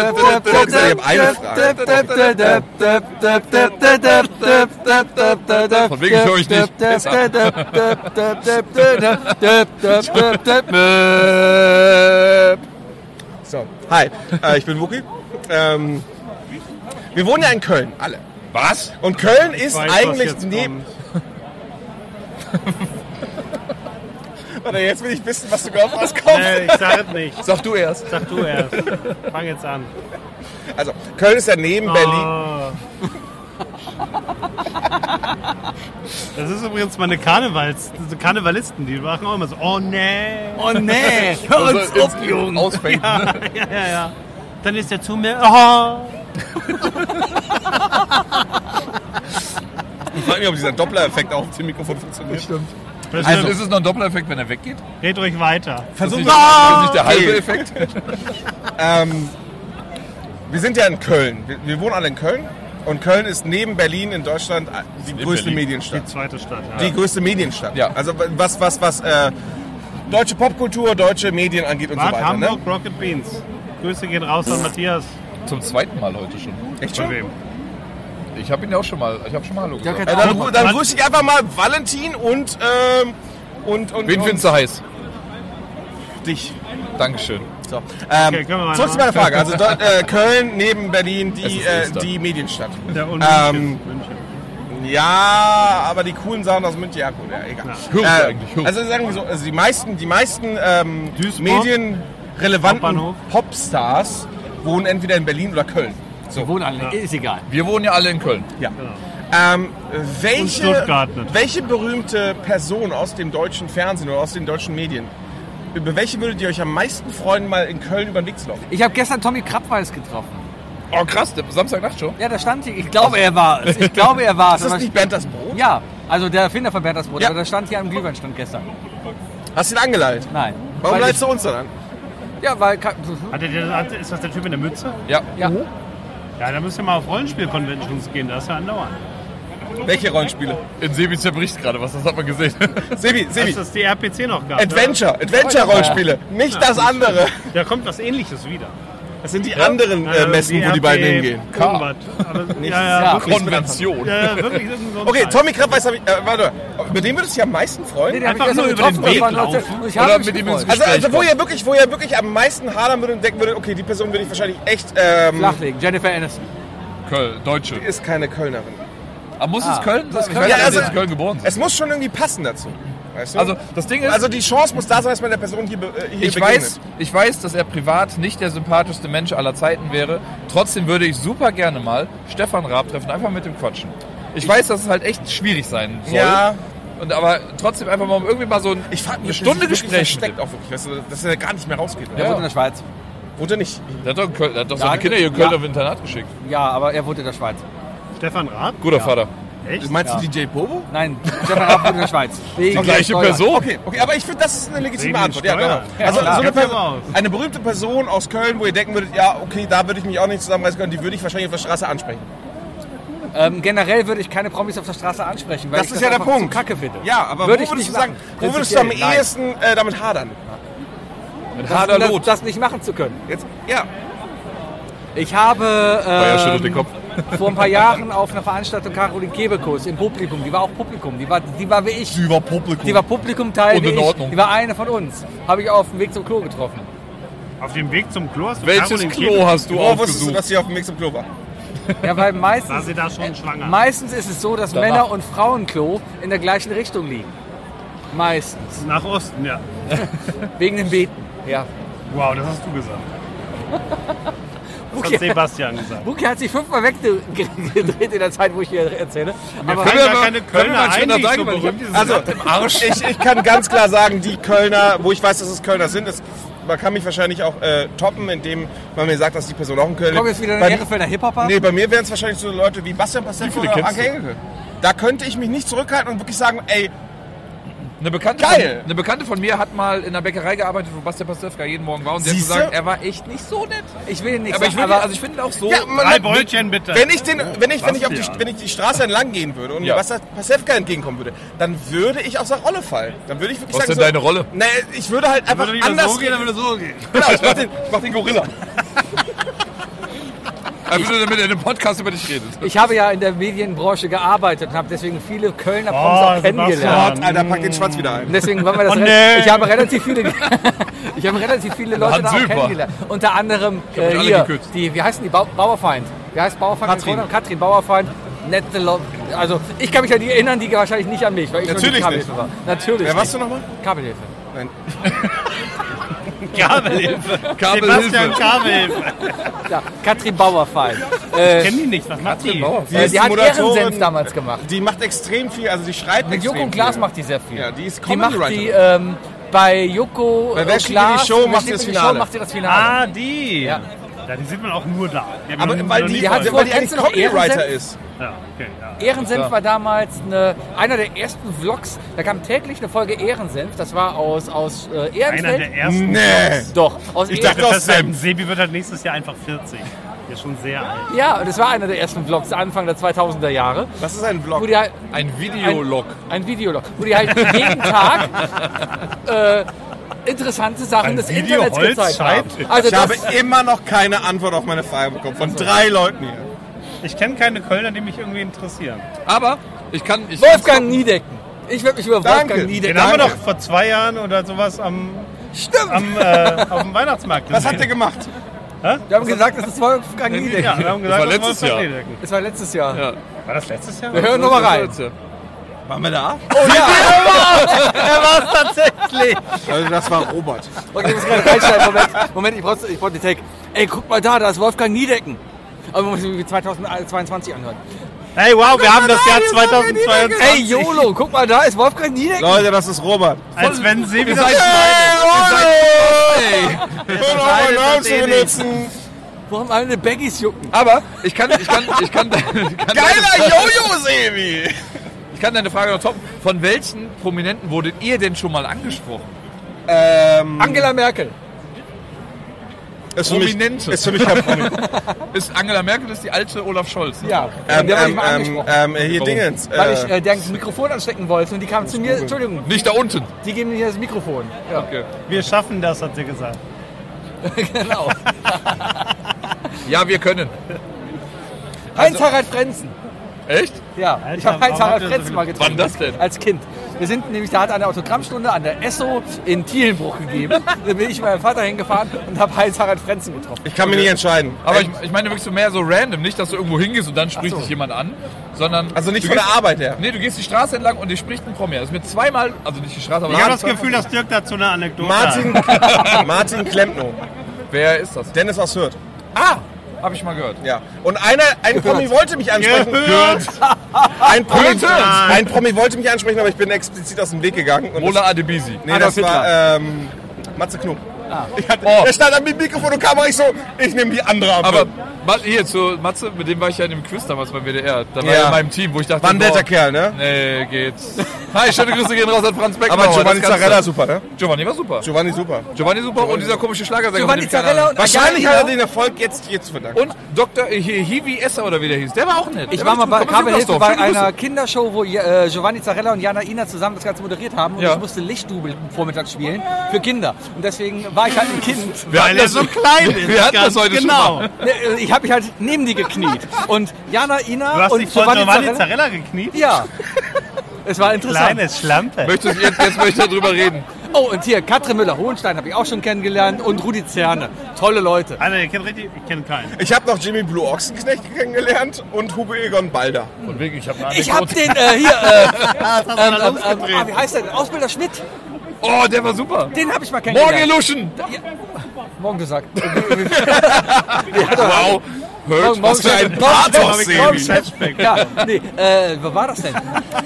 Speaker 1: döp, döp, döp,
Speaker 2: Ich habe eine
Speaker 1: döp,
Speaker 2: Frage.
Speaker 1: döp, döp, döp, döp, döp, döp, döp, döp, döp, döp, döp, döp,
Speaker 5: Von wegen, ich höre euch nicht.
Speaker 1: döp, döp, döp, döp, döp, döp, döp, döp, döp, döp, döp, döp.
Speaker 2: So. Hi, äh, ich bin Wookie. Ähm, wir wohnen ja in Köln, alle.
Speaker 5: Was?
Speaker 2: Und Köln ist
Speaker 4: Weiß, was
Speaker 2: eigentlich
Speaker 4: jetzt
Speaker 2: neben... Warte, jetzt will ich wissen, was du gehofft hast.
Speaker 4: kommt.
Speaker 2: Komm.
Speaker 4: Nee, ich sag es nicht.
Speaker 5: Sag du erst.
Speaker 4: Sag du erst. Fang jetzt an.
Speaker 2: Also, Köln ist ja neben Berlin.
Speaker 4: Oh. Das ist übrigens meine Karnevals, diese Karnevalisten, die machen auch immer so, oh nee.
Speaker 1: Oh nee, hör uns
Speaker 5: Also,
Speaker 1: auf,
Speaker 5: ins-
Speaker 1: Junge.
Speaker 5: Ausfängt. ne?
Speaker 4: Ja, ja, ja. Dann ist der zu mir, oh.
Speaker 2: Ich frage mich, ob dieser Doppler-Effekt auch auf dem Mikrofon funktioniert.
Speaker 5: Also
Speaker 4: Also,
Speaker 5: ist es noch ein Doppler-Effekt, wenn er weggeht? Ist
Speaker 4: red ruhig weiter.
Speaker 5: Also
Speaker 2: Versuch
Speaker 5: das nicht,
Speaker 2: mal.
Speaker 5: ist das nicht der halbe
Speaker 2: Okay.
Speaker 5: Effekt?
Speaker 2: Ähm, wir sind ja in Köln. Wir, wir wohnen alle in Köln. Und Köln ist neben Berlin in Deutschland äh, die größte
Speaker 5: Berlin.
Speaker 2: Medienstadt.
Speaker 4: Die zweite Stadt. Ja.
Speaker 2: Die größte Medienstadt.
Speaker 5: Ja.
Speaker 2: Also was, was, was äh, deutsche Popkultur, deutsche Medien angeht und
Speaker 4: Bad
Speaker 2: so weiter.
Speaker 4: Hamburg
Speaker 2: Ne?
Speaker 4: Rocket Beans. Grüße gehen raus an Matthias.
Speaker 5: Zum zweiten Mal heute schon.
Speaker 2: Echt schon?
Speaker 5: Ich habe ihn ja auch schon mal, ich habe schon mal Hallo gesagt.
Speaker 2: Ja, dann ru- dann grüße ich einfach mal Valentin und ähm, und und,
Speaker 5: Wen findest
Speaker 2: und
Speaker 5: du heiß?
Speaker 2: dich.
Speaker 5: Dankeschön.
Speaker 2: So. Ähm,
Speaker 4: Okay, können wir
Speaker 2: zurück zu
Speaker 4: weitermachen.
Speaker 2: meiner Frage. Also dort, äh, Köln neben Berlin
Speaker 5: Es
Speaker 2: die
Speaker 5: ist
Speaker 2: äh,
Speaker 5: Öster.
Speaker 2: die Medienstadt.
Speaker 4: Der und
Speaker 2: Ähm,
Speaker 4: München. München.
Speaker 2: Ja, aber die coolen Sachen aus München, ja gut, ja, egal.
Speaker 5: Hürth
Speaker 2: Äh,
Speaker 5: eigentlich, Hürth.
Speaker 2: Also sagen wir so, also die meisten, die meisten ähm,
Speaker 4: Duisburg,
Speaker 2: medienrelevanten
Speaker 4: Hauptbahnhof.
Speaker 2: Popstars wohnen entweder in Berlin oder Köln.
Speaker 1: Wohnen alle, ist egal.
Speaker 5: Wir wohnen ja alle in Köln.
Speaker 2: Ja. Ähm, welche,
Speaker 4: Stuttgart nicht.
Speaker 2: welche berühmte Person aus dem deutschen Fernsehen oder aus den deutschen Medien, über welche würdet ihr euch am meisten freuen, mal in Köln über den Weg zu laufen?
Speaker 1: Ich habe gestern Tommy Krabbeis getroffen.
Speaker 5: Oh krass, der Samstagnachtshow.
Speaker 1: Ja, da stand hier. Ich glaube, er war es. Ich glaube, er war es.
Speaker 2: Ist das
Speaker 1: aber-
Speaker 2: nicht Bernd das Brot?
Speaker 1: Ja, also der Erfinder von Bertas Brot.
Speaker 2: Ja.
Speaker 1: Aber der stand hier am Glühweinstand gestern.
Speaker 2: Hast du ihn angeleitet?
Speaker 1: Nein.
Speaker 2: Warum
Speaker 1: Weil
Speaker 2: leitest du uns dann an?
Speaker 1: ich- Ja, weil...
Speaker 4: Hat der, der, hat, ist das der Typ in der Mütze?
Speaker 5: Ja.
Speaker 4: Hm?
Speaker 1: Ja.
Speaker 4: Ja, da müsst ihr mal auf Rollenspiel-Conventions gehen, da ist ja andauernd.
Speaker 2: Welche Rollenspiele?
Speaker 5: In Sebi zerbricht gerade was, das hat man gesehen.
Speaker 2: Sebi,
Speaker 4: Hast
Speaker 2: Sebi,
Speaker 4: du das die RPC noch gehabt?
Speaker 2: Adventure, Adventure-Rollenspiele, nicht das andere.
Speaker 4: oder? Da kommt was ähnliches wieder.
Speaker 2: Das sind die anderen äh,
Speaker 4: Äh,
Speaker 2: Messen, wo die
Speaker 4: RP
Speaker 2: beiden hingehen.
Speaker 4: irgendwas. Aber, ja,
Speaker 1: Ja.
Speaker 4: ja, wirklich.
Speaker 5: Konvention.
Speaker 4: Ja, wirklich irgend so ein
Speaker 2: Okay,
Speaker 4: Teil.
Speaker 2: Tommy Krabbeis habe ich. Äh, warte, über den würdest du dich am meisten freuen?
Speaker 4: Einfach nur über den Weg laufen.
Speaker 5: Oder mit ihm ins
Speaker 1: also,
Speaker 2: Also, also wo,
Speaker 5: Gespräch
Speaker 2: ihr wirklich, wo ihr wirklich am meisten hadern würdet und denken würdet, okay, die Person würde ich wahrscheinlich echt. Ähm,
Speaker 1: Flachlegen, Jennifer Aniston.
Speaker 5: Köln, Deutsche.
Speaker 2: ist keine Kölnerin.
Speaker 5: Aber muss es
Speaker 1: Ah,
Speaker 5: Köln
Speaker 1: muss
Speaker 5: sein? Ich
Speaker 1: Köln
Speaker 5: weiß
Speaker 2: sein.
Speaker 5: nicht, dass sie
Speaker 2: Ja, also-
Speaker 5: in Köln geboren sind.
Speaker 2: Es muss schon irgendwie passen dazu. Weißt du?
Speaker 5: Also das Ding ist,
Speaker 2: also die Chance muss da sein, dass man der Person hier, be- äh, hier
Speaker 5: ich weiß, ich weiß, dass er privat nicht der sympathischste Mensch aller Zeiten wäre. Trotzdem würde ich super gerne mal Stefan Raab treffen, einfach mit dem quatschen. Ich weiß, dass es halt echt schwierig sein soll.
Speaker 2: Ja.
Speaker 5: Und aber trotzdem einfach mal um irgendwie mal so ein
Speaker 2: Ich frag mich,
Speaker 5: eine Stunde
Speaker 2: das ist wirklich
Speaker 5: Gespräch. mit
Speaker 2: versteckt auch wirklich, weißt du, dass er gar nicht mehr rausgeht.
Speaker 1: Der
Speaker 5: Ja.
Speaker 1: wohnt in der Schweiz.
Speaker 2: Wohnt er nicht?
Speaker 5: Der hat doch, in Köln, der hat doch seine
Speaker 1: Ja,
Speaker 5: Kinder hier in
Speaker 1: ja.
Speaker 5: Köln auf Internat geschickt.
Speaker 1: Ja, aber er wohnt in der Schweiz.
Speaker 4: Stefan Raab?
Speaker 5: Guter Vater.
Speaker 4: Echt?
Speaker 2: Meinst
Speaker 1: Ja.
Speaker 2: du DJ Bobo?
Speaker 1: Nein, Stefan Raab wohnt in der Schweiz. Wegen
Speaker 5: Die gleiche
Speaker 1: der Steuern.
Speaker 5: Person.
Speaker 2: Okay, okay, aber ich finde, das ist eine
Speaker 4: Wegen
Speaker 2: legitime
Speaker 4: den
Speaker 2: Antwort. Ja, genau.
Speaker 4: Steuern. Ja,
Speaker 2: Also so
Speaker 4: klar.
Speaker 2: eine,
Speaker 4: Kennt ihr
Speaker 2: Person,
Speaker 4: raus.
Speaker 2: eine berühmte Person aus Köln, wo ihr denken würdet, ja, okay, da würde ich mich auch nicht zusammenreißen können, die würde ich wahrscheinlich auf der Straße ansprechen.
Speaker 1: Ähm, generell würde ich keine Promis auf der Straße ansprechen, weil
Speaker 2: Das
Speaker 1: ich
Speaker 2: ist
Speaker 1: das
Speaker 2: ja der
Speaker 1: einfach
Speaker 2: Punkt.
Speaker 1: zu kacke finde.
Speaker 2: Ja, aber
Speaker 1: würde
Speaker 2: wo
Speaker 1: ich
Speaker 2: würdest
Speaker 1: nicht
Speaker 2: du sagen,
Speaker 1: machen.
Speaker 2: wo würdest du am
Speaker 1: Prinzipiell,
Speaker 2: ehesten äh, damit hadern?
Speaker 5: Mit
Speaker 1: nein.
Speaker 5: harter
Speaker 1: das,
Speaker 5: Not.
Speaker 1: das nicht machen zu können.
Speaker 2: Jetzt, ja,
Speaker 1: Ich habe
Speaker 5: er schüttelt den
Speaker 1: ähm,
Speaker 5: Kopf.
Speaker 1: vor ein paar Jahren auf einer Veranstaltung Caroline Kebekus im Publikum, die war auch Publikum, die war, die war wie ich.
Speaker 5: Die war Publikum.
Speaker 1: Die war Publikum Teil,
Speaker 5: Und
Speaker 1: wie
Speaker 5: in
Speaker 1: ich.
Speaker 5: Ordnung.
Speaker 1: die war eine von uns. Habe ich auf dem Weg zum Klo getroffen.
Speaker 4: Auf dem Weg zum Klo hast du
Speaker 5: Welches
Speaker 4: Caroline
Speaker 5: Klo
Speaker 4: Kebekus-
Speaker 5: hast du
Speaker 2: wo wusstest du,
Speaker 5: aufgesucht?
Speaker 2: dass sie auf dem Weg zum Klo war?
Speaker 1: Ja, weil meistens,
Speaker 4: War sie da
Speaker 2: Äh,
Speaker 4: schon schwanger?
Speaker 1: meistens ist es so, dass
Speaker 5: Danach.
Speaker 1: Männer- und Frauenklo in der gleichen Richtung liegen. Meistens.
Speaker 4: Nach Osten, ja.
Speaker 1: Wegen dem Beten. Ja.
Speaker 4: Wow, das hast du gesagt. Das hat
Speaker 1: Okay.
Speaker 4: Sebastian gesagt.
Speaker 1: Buki hat sich fünfmal weggedreht in der Zeit, wo ich hier erzähle. Aber
Speaker 4: fallen
Speaker 5: mal-
Speaker 4: gar keine
Speaker 5: können wir mal
Speaker 4: Kölner ein,
Speaker 5: schöner
Speaker 4: die so
Speaker 5: sagen, weil ich hab
Speaker 4: berühmt sind.
Speaker 2: Also, Ich, ich kann ganz klar sagen, die Kölner, wo ich weiß, dass es Kölner sind, ist, man kann mich wahrscheinlich auch äh, toppen, indem man mir sagt, dass die Person auch ein Kölner
Speaker 1: kommen jetzt wieder
Speaker 2: Bei
Speaker 1: ein
Speaker 2: mi-
Speaker 1: Ehrenfelder Hip-Hopper.
Speaker 2: Nee, bei mir wären es wahrscheinlich so Leute wie Bastian Pastewka
Speaker 5: Wie viele
Speaker 2: oder
Speaker 5: kennst
Speaker 2: Anke Engelke. Da könnte ich mich nicht zurückhalten und wirklich sagen, ey,
Speaker 5: Eine Bekannte,
Speaker 2: Geil.
Speaker 5: Von, eine Bekannte von mir hat mal in einer Bäckerei gearbeitet, wo Bastian Pastewka jeden Morgen war. Und sie hat
Speaker 2: Siehste?
Speaker 5: gesagt, er war echt nicht so nett.
Speaker 1: Ich will ihn nicht
Speaker 5: Aber ich
Speaker 1: sagen,
Speaker 5: finde
Speaker 1: aber
Speaker 5: also ich finde ihn auch so.
Speaker 2: ja, man
Speaker 4: Oh, Drei
Speaker 2: hat-
Speaker 4: Brötchen bitte.
Speaker 2: Wenn ich, den, wenn, ich, wenn, ich auf die,
Speaker 4: Bastian.
Speaker 2: wenn ich die Straße entlang gehen würde und
Speaker 5: Ja.
Speaker 2: Bastian Pastewka entgegenkommen würde, dann würde ich aus der Rolle fallen. Dann würde ich wirklich
Speaker 5: Was
Speaker 2: sagen,
Speaker 5: ist denn deine Rolle?
Speaker 2: Nee, ich würde halt einfach
Speaker 4: Würde lieber
Speaker 2: anders...
Speaker 4: so gehen, dann würde so gehen.
Speaker 2: genau, ich mach, den, ich mach den Gorilla.
Speaker 5: Er würde damit in einem Podcast über dich redet.
Speaker 1: ich habe ja in der Medienbranche gearbeitet und habe deswegen viele Kölner
Speaker 5: Ah,
Speaker 1: Promis
Speaker 4: Oh,
Speaker 1: auch kennengelernt.
Speaker 4: Sebastian.
Speaker 2: Gott, Alter, pack den Schwanz wieder ein.
Speaker 1: Und deswegen war mir das
Speaker 4: Oh,
Speaker 1: re-
Speaker 4: nee.
Speaker 1: ich habe relativ viele ich habe relativ viele Leute da auch
Speaker 5: Hans Silber.
Speaker 1: kennengelernt. Unter anderem äh,
Speaker 5: mich alle
Speaker 1: hier,
Speaker 5: geküsst.
Speaker 1: die, wie heißen die? Bau, Bauerfeind. Wie heißt Bauerfeind?
Speaker 2: Katrin.
Speaker 1: Mit Vornamen? Katrin Bauerfeind. Nette Leute. Also ich kann mich an die erinnern, die wahrscheinlich nicht an mich, weil ich noch
Speaker 2: Natürlich
Speaker 1: nicht Kabelhilfe
Speaker 2: nicht.
Speaker 1: war. Natürlich.
Speaker 2: Wer warst du
Speaker 1: nicht.
Speaker 2: nochmal?
Speaker 1: Kabelhilfe.
Speaker 4: Kabelhilfe. Sebastian Kabelhilfe.
Speaker 1: Ja, Katrin Bauerfeind.
Speaker 4: Ich
Speaker 1: Äh,
Speaker 4: kenne die nicht, was macht die?
Speaker 5: Bauer.
Speaker 1: äh,
Speaker 2: ist
Speaker 1: die hat
Speaker 2: Moderatorin.
Speaker 1: Ehrensenf damals gemacht.
Speaker 2: Die macht extrem viel, also die schreibt
Speaker 1: Mit
Speaker 2: extrem
Speaker 1: Joko und Klaas
Speaker 2: viel.
Speaker 1: macht die sehr viel.
Speaker 2: Ja, die ist
Speaker 1: Die macht die
Speaker 2: Comedy-Writerin.
Speaker 1: ähm, bei Joko
Speaker 2: Bei Wer
Speaker 1: und
Speaker 2: steht in die
Speaker 1: Klaas.
Speaker 2: Show
Speaker 1: Wer
Speaker 2: macht
Speaker 1: steht
Speaker 2: das
Speaker 1: in die Show,
Speaker 2: Finale.
Speaker 1: macht sie das Finale.
Speaker 4: Ah, die.
Speaker 1: Ja.
Speaker 4: Ja. die sieht man auch nur da. Die hat man
Speaker 2: Aber
Speaker 4: noch nie-
Speaker 2: weil
Speaker 4: noch
Speaker 2: die,
Speaker 4: nie
Speaker 1: hat
Speaker 2: weil
Speaker 1: sie-
Speaker 4: gesehen.
Speaker 2: die eigentlich
Speaker 1: Kennst du noch
Speaker 2: Copywriter
Speaker 1: Ehrensenf?
Speaker 2: ist.
Speaker 4: Ja, okay, ja.
Speaker 1: Ehrensenf
Speaker 5: Klar.
Speaker 1: war damals eine, einer der ersten Vlogs. Da kam täglich eine Folge Ehrensenf. Das war aus, aus äh,
Speaker 4: Einer
Speaker 1: Ehrenfeld.
Speaker 4: der ersten.
Speaker 2: Nee.
Speaker 1: Doch, aus
Speaker 2: Ich
Speaker 1: Ehrenfeld.
Speaker 2: dachte-
Speaker 4: Das heißt,
Speaker 2: Sam.
Speaker 4: Sebi wird halt nächstes Jahr einfach 40. Der ist schon sehr alt.
Speaker 1: Ja, das war einer der ersten Vlogs Anfang der 2000er Jahre.
Speaker 2: Das ist ein
Speaker 1: Wo
Speaker 2: Vlog.
Speaker 1: die halt,
Speaker 5: Ein Videolog.
Speaker 1: ein Videolog. Wo die halt jeden Tag äh, interessante Sachen
Speaker 4: Ein
Speaker 1: des
Speaker 4: Video-
Speaker 1: Internets gezeigt haben.
Speaker 4: Holzscheit?
Speaker 1: Also
Speaker 2: Ich habe
Speaker 1: das,
Speaker 2: immer noch keine Antwort auf meine Frage bekommen. Von drei Leuten hier.
Speaker 4: Ich kenne keine Kölner, die mich irgendwie interessieren.
Speaker 5: Aber ich kann. Ich
Speaker 1: Wolfgang Niedecken. Ich würde mich über
Speaker 2: Danke.
Speaker 1: Wolfgang Niedecken.
Speaker 4: Den
Speaker 2: Danke.
Speaker 4: haben wir doch vor zwei Jahren oder sowas am,
Speaker 1: Stimmt.
Speaker 4: am, äh, auf dem Weihnachtsmarkt
Speaker 2: Was hat der gemacht?
Speaker 1: Wir haben gesagt, es ist Wolfgang
Speaker 4: gemacht? Ja,
Speaker 1: Niedecken.
Speaker 4: wir haben gesagt,
Speaker 5: Das war letztes
Speaker 4: wollen wir
Speaker 5: Jahr.
Speaker 4: Friedrich.
Speaker 1: Das war letztes Jahr.
Speaker 5: Ja.
Speaker 4: War also das letztes Jahr?
Speaker 1: Wir hören nochmal rein.
Speaker 2: Waren wir da?
Speaker 4: Er war es tatsächlich.
Speaker 2: Also das war Robert.
Speaker 1: Okay, ich muss gerade reinschneiden. Moment, Moment ich, brauch, ich brauch den Take. Ey, guck mal da, da ist Wolfgang Niedecken. Aber man muss irgendwie 2022 anhören.
Speaker 4: Hey, wow, wir haben das Jahr 2022.
Speaker 1: Ey, YOLO, guck mal da, ist Wolfgang Niedecken.
Speaker 2: Leute, das ist Robert.
Speaker 4: Als wenn Sebi das
Speaker 2: Robert, Namen zu
Speaker 4: eh
Speaker 2: benutzen.
Speaker 1: Warum alle Baggies jucken?
Speaker 5: Aber ich kann, ich kann, ich kann, ich kann,
Speaker 2: Geiler Jojo-Sebi.
Speaker 5: ich kann deine Frage noch toppen. Von welchen Prominenten wurdet ihr denn schon mal angesprochen?
Speaker 2: Ähm,
Speaker 1: Angela Merkel.
Speaker 2: ist
Speaker 5: Prominente.
Speaker 2: Ist für mich kein Promi.
Speaker 5: Ist Angela Merkel ist die alte Olaf Scholz? ne?
Speaker 1: Ja,
Speaker 2: Ähm,
Speaker 1: der wurde ich
Speaker 2: ähm,
Speaker 1: mal
Speaker 2: ähm,
Speaker 1: angesprochen.
Speaker 2: ähm, hier
Speaker 5: Warum?
Speaker 2: Dingens.
Speaker 1: weil ich
Speaker 2: Äh,
Speaker 1: äh, deren Mikrofon anstecken wollte und die kamen zu mir. Entschuldigung,
Speaker 5: Nicht da unten.
Speaker 1: die geben mir das Mikrofon. Ja,
Speaker 5: Okay.
Speaker 4: Wir schaffen das, hat sie gesagt.
Speaker 1: genau.
Speaker 5: Ja, wir können.
Speaker 1: Heinz-Harald Frenzen.
Speaker 5: Echt?
Speaker 1: Ja, ich habe
Speaker 4: Alter, warum habt
Speaker 1: Heinz-Harald
Speaker 4: ihr so
Speaker 1: Frenzen
Speaker 4: viele-
Speaker 1: mal getroffen.
Speaker 5: Wann das denn?
Speaker 1: Als Kind. Wir sind nämlich, da hat eine Autogrammstunde an der Esso in Thielenbruch gegeben. da bin ich mit meinem Vater hingefahren und habe Heinz-Harald Frenzen getroffen.
Speaker 2: ich kann mich nicht entscheiden.
Speaker 5: Aber ich, ich meine wirklich so mehr so random. Nicht, dass du irgendwo hingehst und dann spricht
Speaker 1: so.
Speaker 5: dich jemand an, sondern.
Speaker 2: also nicht
Speaker 5: du
Speaker 2: von der
Speaker 5: gehst,
Speaker 2: Arbeit her.
Speaker 5: Nee, du gehst die Straße entlang und dir spricht ein Promi. Das ist mir zweimal, also nicht die Straße, aber
Speaker 4: Ich habe
Speaker 5: da-
Speaker 4: das Gefühl, dass Dirk dazu eine Anekdote
Speaker 2: Martin,
Speaker 4: hat.
Speaker 2: Martin Klempno.
Speaker 5: Wer ist das?
Speaker 2: Dennis aus Hürth.
Speaker 5: Ah! Habe ich mal gehört.
Speaker 2: Ja. Und einer, ein Promi wollte mich ansprechen.
Speaker 4: Gehört.
Speaker 2: Ein Promi,
Speaker 5: Hürth.
Speaker 2: ein Promi wollte mich ansprechen, aber ich bin explizit aus dem Weg gegangen. Und
Speaker 5: Rola Adebisi.
Speaker 2: Nee,
Speaker 1: Adolf Ah.
Speaker 2: das war ähm, Matze Knob. Ich hatte,
Speaker 5: Oh.
Speaker 2: Der stand an dem Mikrofon und kam rein, ich so, ich nehme die andere Ampel.
Speaker 5: Aber Ma- hier zu Matze, mit dem war ich ja in dem Quiz damals beim WDR. Da war
Speaker 2: Ja.
Speaker 5: er in meinem Team, wo ich dachte,
Speaker 2: war ein netter
Speaker 5: boah,
Speaker 2: Kerl,
Speaker 1: Genau,
Speaker 2: ne?
Speaker 5: Nee, geht's. Hi, schöne Grüße gehen raus an Franz Beckmann.
Speaker 2: Aber Giovanni Zarella super, ne?
Speaker 5: Giovanni war super.
Speaker 2: Giovanni super.
Speaker 5: Giovanni super und dieser komische Schlagersänger.
Speaker 1: Giovanni
Speaker 5: mit dem
Speaker 1: Zarella und-
Speaker 2: Wahrscheinlich
Speaker 1: Ja,
Speaker 2: hat er
Speaker 1: genau.
Speaker 2: den Erfolg jetzt hier zu verdanken.
Speaker 5: Und Dr. Hi- Hiwi Esser oder wie der hieß. Der war auch nett.
Speaker 1: Ich
Speaker 5: Der
Speaker 1: war mal bei
Speaker 5: richtig gut. Komm aus
Speaker 1: Kabelhilfe
Speaker 5: Wilmersdorf.
Speaker 1: bei
Speaker 5: Schöne
Speaker 1: einer Kindershow, wo äh, Giovanni Zarella und Jana Ina zusammen das Ganze moderiert haben und
Speaker 5: Ja.
Speaker 1: ich musste Lichtdubel vormittags spielen für Kinder. Und deswegen war ich halt ein Kind.
Speaker 5: Grüße. Wir hatten
Speaker 4: Weil er
Speaker 5: das
Speaker 4: so klein ist.
Speaker 5: Wir hatten
Speaker 4: ganz
Speaker 5: das heute schon
Speaker 4: genau.
Speaker 5: mal.
Speaker 1: Ne, äh, Ich habe mich halt neben die gekniet. Und Jana Ina
Speaker 4: Du hast
Speaker 1: und
Speaker 4: dich vor Giovanni
Speaker 1: Zarella-
Speaker 4: Zarella gekniet?
Speaker 1: Ja. Es war interessant.
Speaker 4: Kleines Schlampe.
Speaker 5: Möchtest du- jetzt, jetzt möchte ich darüber reden.
Speaker 1: Oh, und hier, Katrin Müller-Hohenstein habe ich auch schon kennengelernt und Rudi Zerne. Tolle Leute.
Speaker 4: Alter, ihr kennt richtig, ich kenne keinen.
Speaker 2: Ich habe noch Jimmy Blue Ochsenknecht kennengelernt und Hugo Egon Balder.
Speaker 5: Und wirklich, ich habe eine
Speaker 1: Ich habe den äh, hier, äh,
Speaker 4: Ah, das hast
Speaker 1: ähm, ähm, ähm, ah, wie heißt der? denn? Ausbilder Schmidt.
Speaker 5: Oh, der war super.
Speaker 1: Den habe ich mal
Speaker 5: Morgen
Speaker 1: kennengelernt.
Speaker 5: Illusion.
Speaker 1: Morgen gesagt.
Speaker 5: Wow. Hört,
Speaker 1: Morgen-
Speaker 5: was für ein
Speaker 1: morgen-
Speaker 5: Pathos,
Speaker 1: morgen- morgen-
Speaker 5: Sebi.
Speaker 1: Ja, nee, äh, wo war das denn?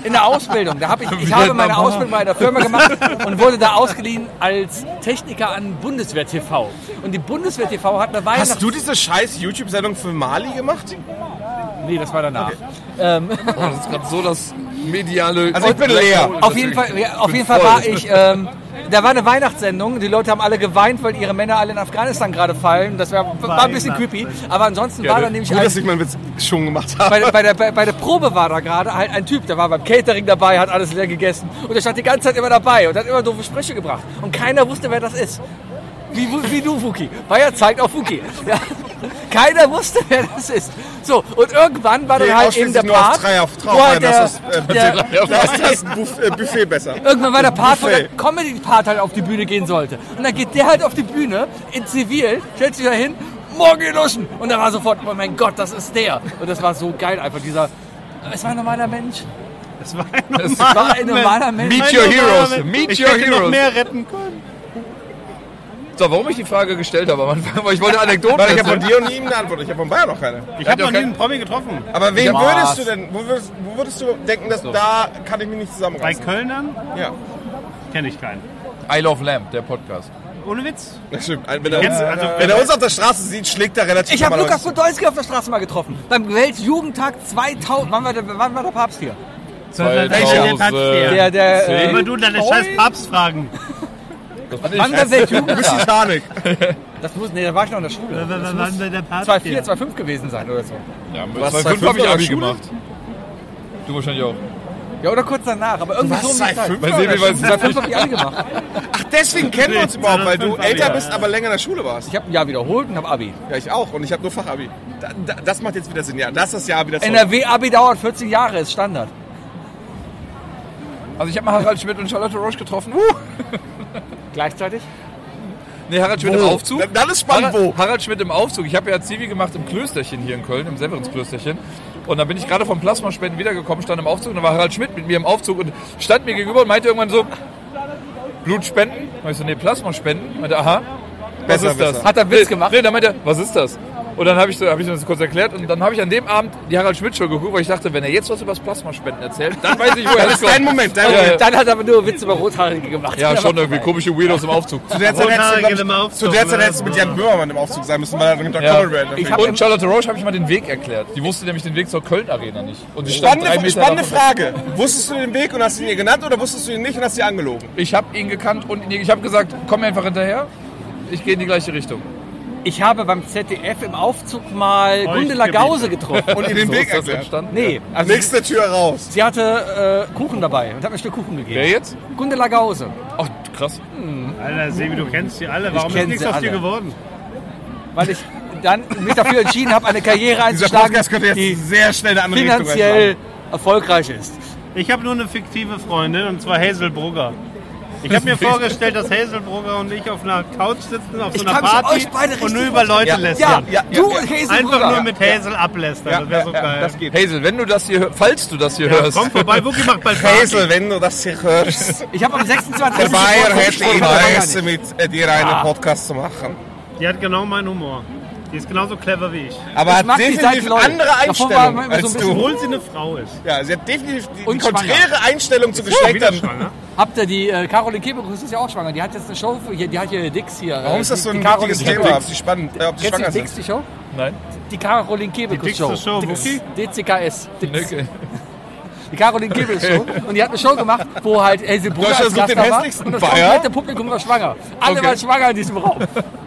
Speaker 1: In der Ausbildung. Da habe ich, ich habe meine
Speaker 5: Vietnam.
Speaker 1: Ausbildung bei einer Firma gemacht und wurde da ausgeliehen als Techniker an Bundeswehr TV. Und die Bundeswehr TV hat eine Weihnachts...
Speaker 2: Hast du diese scheiß YouTube-Sendung für Mali gemacht?
Speaker 1: Nee, das war danach. Ähm,
Speaker 5: Oh, das ist gerade so das mediale...
Speaker 2: Also ich bin leer.
Speaker 1: Auf jeden Fall, ja, auf jeden Fall war ich. Ähm, da war eine Weihnachtssendung. Die Leute haben alle geweint, weil ihre Männer alle in Afghanistan gerade fallen. Das war, war ein bisschen creepy. Aber ansonsten war da nämlich
Speaker 2: Gut,
Speaker 1: ein,
Speaker 2: dass ich meinen Witz schon gemacht habe.
Speaker 1: bei, der- bei, der, bei, bei der Probe war da gerade halt ein Typ, der war beim Catering dabei, hat alles leer gegessen und der stand die ganze Zeit immer dabei und hat immer doofe Sprüche gebracht. Und keiner wusste, wer das ist. Wie, Wu- wie du, Fuki. Bayer zeigt auf Fuki. Ja. Keiner wusste, wer das ist. So, und irgendwann war
Speaker 2: Geh
Speaker 1: dann halt eben der
Speaker 2: ausschließlich nur auf
Speaker 1: Part,
Speaker 2: drei auf Trau
Speaker 1: wo halt
Speaker 2: rein,
Speaker 1: der,
Speaker 2: das ist äh, bitte,
Speaker 1: der,
Speaker 2: da ist das Buff, äh, Buffet besser.
Speaker 1: Irgendwann war der Part, wo der
Speaker 2: Buffet.
Speaker 1: Comedy-Part halt auf die Bühne gehen sollte. Und dann geht der halt auf die Bühne, in Zivil, stellt sich da hin, morgen luschen. Und da war sofort, oh mein Gott, das ist der. Und das war so geil, einfach dieser, es war ein normaler Mensch.
Speaker 4: Das war ein
Speaker 5: Es
Speaker 4: normaler
Speaker 1: war ein normaler Mensch.
Speaker 5: Meet
Speaker 4: Ein
Speaker 5: your
Speaker 4: normaler
Speaker 5: heroes.
Speaker 4: Mensch.
Speaker 5: Meet
Speaker 4: ich
Speaker 5: your
Speaker 4: hätte noch
Speaker 5: heroes.
Speaker 4: mehr retten können.
Speaker 5: So, warum ich die Frage gestellt habe am Anfang, weil ich wollte Anekdoten
Speaker 2: Weil ich habe von
Speaker 5: erzählen.
Speaker 2: dir und ihm eine Antwort. Ich habe von Bayer noch keine.
Speaker 4: Ich
Speaker 5: Ja,
Speaker 4: habe
Speaker 5: du
Speaker 4: noch nie
Speaker 5: kann-
Speaker 4: einen Promi getroffen.
Speaker 2: Aber wen
Speaker 1: Ja.
Speaker 2: würdest du denn, wo würdest, wo würdest du denken, dass da kann ich mich nicht
Speaker 4: Bei
Speaker 2: zusammenreißen?
Speaker 4: Kölnern
Speaker 2: Ja,
Speaker 4: kenne ich keinen.
Speaker 5: I Love Lamp, der Podcast.
Speaker 4: Ohne Witz.
Speaker 2: das stimmt. Wenn er,
Speaker 4: Jetzt,
Speaker 2: uns,
Speaker 4: also-
Speaker 2: wenn er uns auf der Straße sieht, schlägt er relativ
Speaker 1: Ich habe
Speaker 2: normal
Speaker 1: Lukas
Speaker 2: aus.
Speaker 1: Podolski auf der Straße mal getroffen. Beim Weltjugendtag 2000, wann war der, wann war der Papst hier? Der, der,
Speaker 5: Äh,
Speaker 4: Immer du deine scheiß Papst fragen.
Speaker 2: äh,
Speaker 5: Das bin
Speaker 1: Wann
Speaker 5: ich.
Speaker 1: war Weltjugendtag?
Speaker 2: Titanic.
Speaker 1: Das muss, nee, da war ich noch in der Schule. Das muss
Speaker 4: der Papst
Speaker 1: 2004, 2005 gewesen sein oder so.
Speaker 5: Ja, mit
Speaker 2: warst
Speaker 5: 2005
Speaker 2: 2005
Speaker 5: habe ich
Speaker 2: in der
Speaker 5: Abi
Speaker 2: Schule?
Speaker 5: gemacht. Du wahrscheinlich auch.
Speaker 1: Ja, oder kurz danach, aber irgendwie so um die Zeit.
Speaker 2: 2005?
Speaker 5: Bei Sebi war es
Speaker 1: 2005 habe ich angemacht.
Speaker 2: Ach, deswegen kennen wir uns überhaupt, weil du älter bist, aber länger in der Schule warst.
Speaker 1: Ich habe ein Jahr wiederholt und habe Abi.
Speaker 2: Ja, ich auch. Und ich habe nur Fachabi. Da, da, das macht jetzt wieder Sinn. Ja, das ist ja wieder zurück.
Speaker 1: NRW-Abi dauert 14 Jahre, ist Standard.
Speaker 5: Also ich habe mal Harald Schmidt und Charlotte Roche getroffen. Uh!
Speaker 1: Gleichzeitig?
Speaker 5: Nee, Harald Schmidt im
Speaker 2: Wo?
Speaker 5: Aufzug.
Speaker 2: Na, dann ist spannend,
Speaker 5: Harald,
Speaker 2: wo.
Speaker 5: Harald Schmidt im Aufzug. Ich habe ja Zivi gemacht im Klösterchen hier in Köln, im Severinsklösterchen. Und dann bin ich gerade vom Plasmaspenden wiedergekommen, stand im Aufzug und dann war Harald Schmidt mit mir im Aufzug und stand mir gegenüber und meinte irgendwann so, Blutspenden? Da ich so, nee, Plasmaspenden. Meinte, aha, was
Speaker 2: Besser,
Speaker 5: ist das?
Speaker 2: besser.
Speaker 1: Hat er Witz gemacht?
Speaker 5: Nee, dann meinte er, was ist das? Und dann habe ich, so, hab ich das kurz erklärt und dann habe ich an dem Abend die Harald Schmidt Show geguckt, weil ich dachte, wenn er jetzt was über das Plasmaspenden erzählt, dann weiß ich, woher
Speaker 2: Das
Speaker 5: das
Speaker 2: ist
Speaker 5: kommt.
Speaker 2: dein Moment, dein
Speaker 5: Ja,
Speaker 2: Moment.
Speaker 5: ja.
Speaker 1: Äh, Dann hat er aber nur Witze über Rothaarige gemacht.
Speaker 5: Ja,
Speaker 1: Aber-
Speaker 5: schon irgendwie komische Weirdos im Aufzug.
Speaker 2: Zu der Zeit
Speaker 4: Rothaarige
Speaker 2: hättest du, glaub ich,
Speaker 4: im Aufzug,
Speaker 2: zu der Zeit
Speaker 4: ne?
Speaker 2: hättest du mit Jan Böhmermann im Aufzug sein müssen, weil er dann
Speaker 5: Ja.
Speaker 2: ja. Conrad
Speaker 1: Ich hab-
Speaker 5: Und Charlotte Roche habe ich mal den Weg erklärt. Die wusste nämlich den Weg zur Köln Arena nicht. Und ich stand drei
Speaker 2: Spannende,
Speaker 5: Meter
Speaker 2: spannende
Speaker 5: davon.
Speaker 2: Frage. Wusstest du den Weg und hast ihn ihr genannt oder wusstest du ihn nicht und hast sie angelogen?
Speaker 5: Ich habe ihn gekannt und ich habe gesagt, komm mir einfach hinterher. Ich gehe in die gleiche Richtung.
Speaker 1: Ich habe beim ZDF im Aufzug
Speaker 2: Oh,
Speaker 1: mal
Speaker 4: Euch
Speaker 1: Gundela
Speaker 4: gebeten.
Speaker 1: Gause getroffen.
Speaker 2: Und ihr den
Speaker 5: so
Speaker 2: Weg
Speaker 5: ist das
Speaker 2: erklärt.
Speaker 5: entstanden.
Speaker 1: Nee, also
Speaker 2: Nächste Tür raus.
Speaker 1: sie hatte äh, Kuchen dabei und hat mir ein Stück Kuchen
Speaker 5: Wer
Speaker 1: gegeben.
Speaker 5: jetzt?
Speaker 1: Gundela Gause.
Speaker 5: Ach, krass.
Speaker 4: Alter, Sebi, du kennst die alle. Warum ist
Speaker 1: kenn
Speaker 4: nichts
Speaker 1: sie
Speaker 4: aus dir
Speaker 1: alle.
Speaker 4: geworden?
Speaker 1: Weil ich dann mich dafür entschieden habe, eine Karriere
Speaker 2: Dieser
Speaker 1: einzuschlagen,
Speaker 2: Podcast könnte
Speaker 1: die
Speaker 2: jetzt sehr schnell in eine andere Richtung
Speaker 1: finanziell erfolgreich ist.
Speaker 4: Ich habe nur eine fiktive Freundin und zwar Hazel Brugger. Ich habe mir vorgestellt, dass Hazel Brugger und ich auf einer Couch sitzen, auf
Speaker 1: Ich
Speaker 4: so einer
Speaker 1: kann mich auf
Speaker 4: Party
Speaker 1: euch beide
Speaker 4: und
Speaker 1: richtig
Speaker 4: nur über Leute
Speaker 2: vorstellen.
Speaker 1: Ja,
Speaker 4: lästern.
Speaker 2: Ja, ja,
Speaker 1: du
Speaker 2: ja.
Speaker 1: und Hazel
Speaker 4: Einfach
Speaker 1: Brugger.
Speaker 4: nur mit Hazel ablästern.
Speaker 2: Ja,
Speaker 4: Das wäre so
Speaker 2: ja, ja,
Speaker 4: geil.
Speaker 2: das geht.
Speaker 5: Hazel, wenn du das hier hörst, falls du das hier
Speaker 4: Ja,
Speaker 5: hörst.
Speaker 4: komm vorbei, Wookie macht bald
Speaker 2: Hazel, wenn du das hier hörst,
Speaker 1: Ich habe am 26.
Speaker 2: der Bayer
Speaker 1: Geburtstag
Speaker 2: hätte
Speaker 1: gesprochen, aber gar nicht.
Speaker 2: Interesse, mit äh, dir einen Podcast zu machen.
Speaker 4: Die hat genau meinen Humor. Die ist genauso clever wie ich.
Speaker 2: Aber
Speaker 1: Ich
Speaker 2: hat
Speaker 1: mag die
Speaker 2: definitiv
Speaker 1: Seiten, Leute. Davon
Speaker 2: andere
Speaker 1: war
Speaker 2: Einstellung
Speaker 1: man immer so
Speaker 2: als
Speaker 1: ein
Speaker 2: du.
Speaker 1: bisschen-
Speaker 4: Obwohl sie eine Frau ist.
Speaker 2: Ja, sie hat definitiv die, die
Speaker 1: Und schwanger.
Speaker 2: konträre Einstellung zu
Speaker 4: Wieder
Speaker 2: Geschlechtern.
Speaker 4: schwanger.
Speaker 1: Habt ihr die äh, Caroline Kebekus ist ja auch schwanger. Die hat jetzt eine Show für hier, die hat hier Dix hier. äh,
Speaker 2: Warum ist das
Speaker 1: die-
Speaker 2: so ein
Speaker 1: die Caroline
Speaker 2: wichtiges
Speaker 1: Kebekus.
Speaker 2: Thema? Ob die spannend, äh, ob die
Speaker 1: Kennst du
Speaker 2: schwanger
Speaker 1: die Dix,
Speaker 2: sind?
Speaker 1: die Show?
Speaker 5: Nein?
Speaker 1: Die Caroline Kebekus
Speaker 4: Dix
Speaker 1: Show.
Speaker 4: zur Show,
Speaker 1: Dix.
Speaker 4: Wookie?
Speaker 1: DCKS. Dix.
Speaker 5: Okay.
Speaker 1: Die Caroline Kebekus Show. Und die hat eine Show gemacht, wo halt Hazel Brugger als
Speaker 2: Deutschland sucht
Speaker 1: Gast
Speaker 2: den
Speaker 1: da war.
Speaker 2: hässlichsten
Speaker 1: Und das
Speaker 2: Bayer.
Speaker 1: komplette Publikum war schwanger. Alle
Speaker 5: Okay.
Speaker 1: waren schwanger in diesem Raum.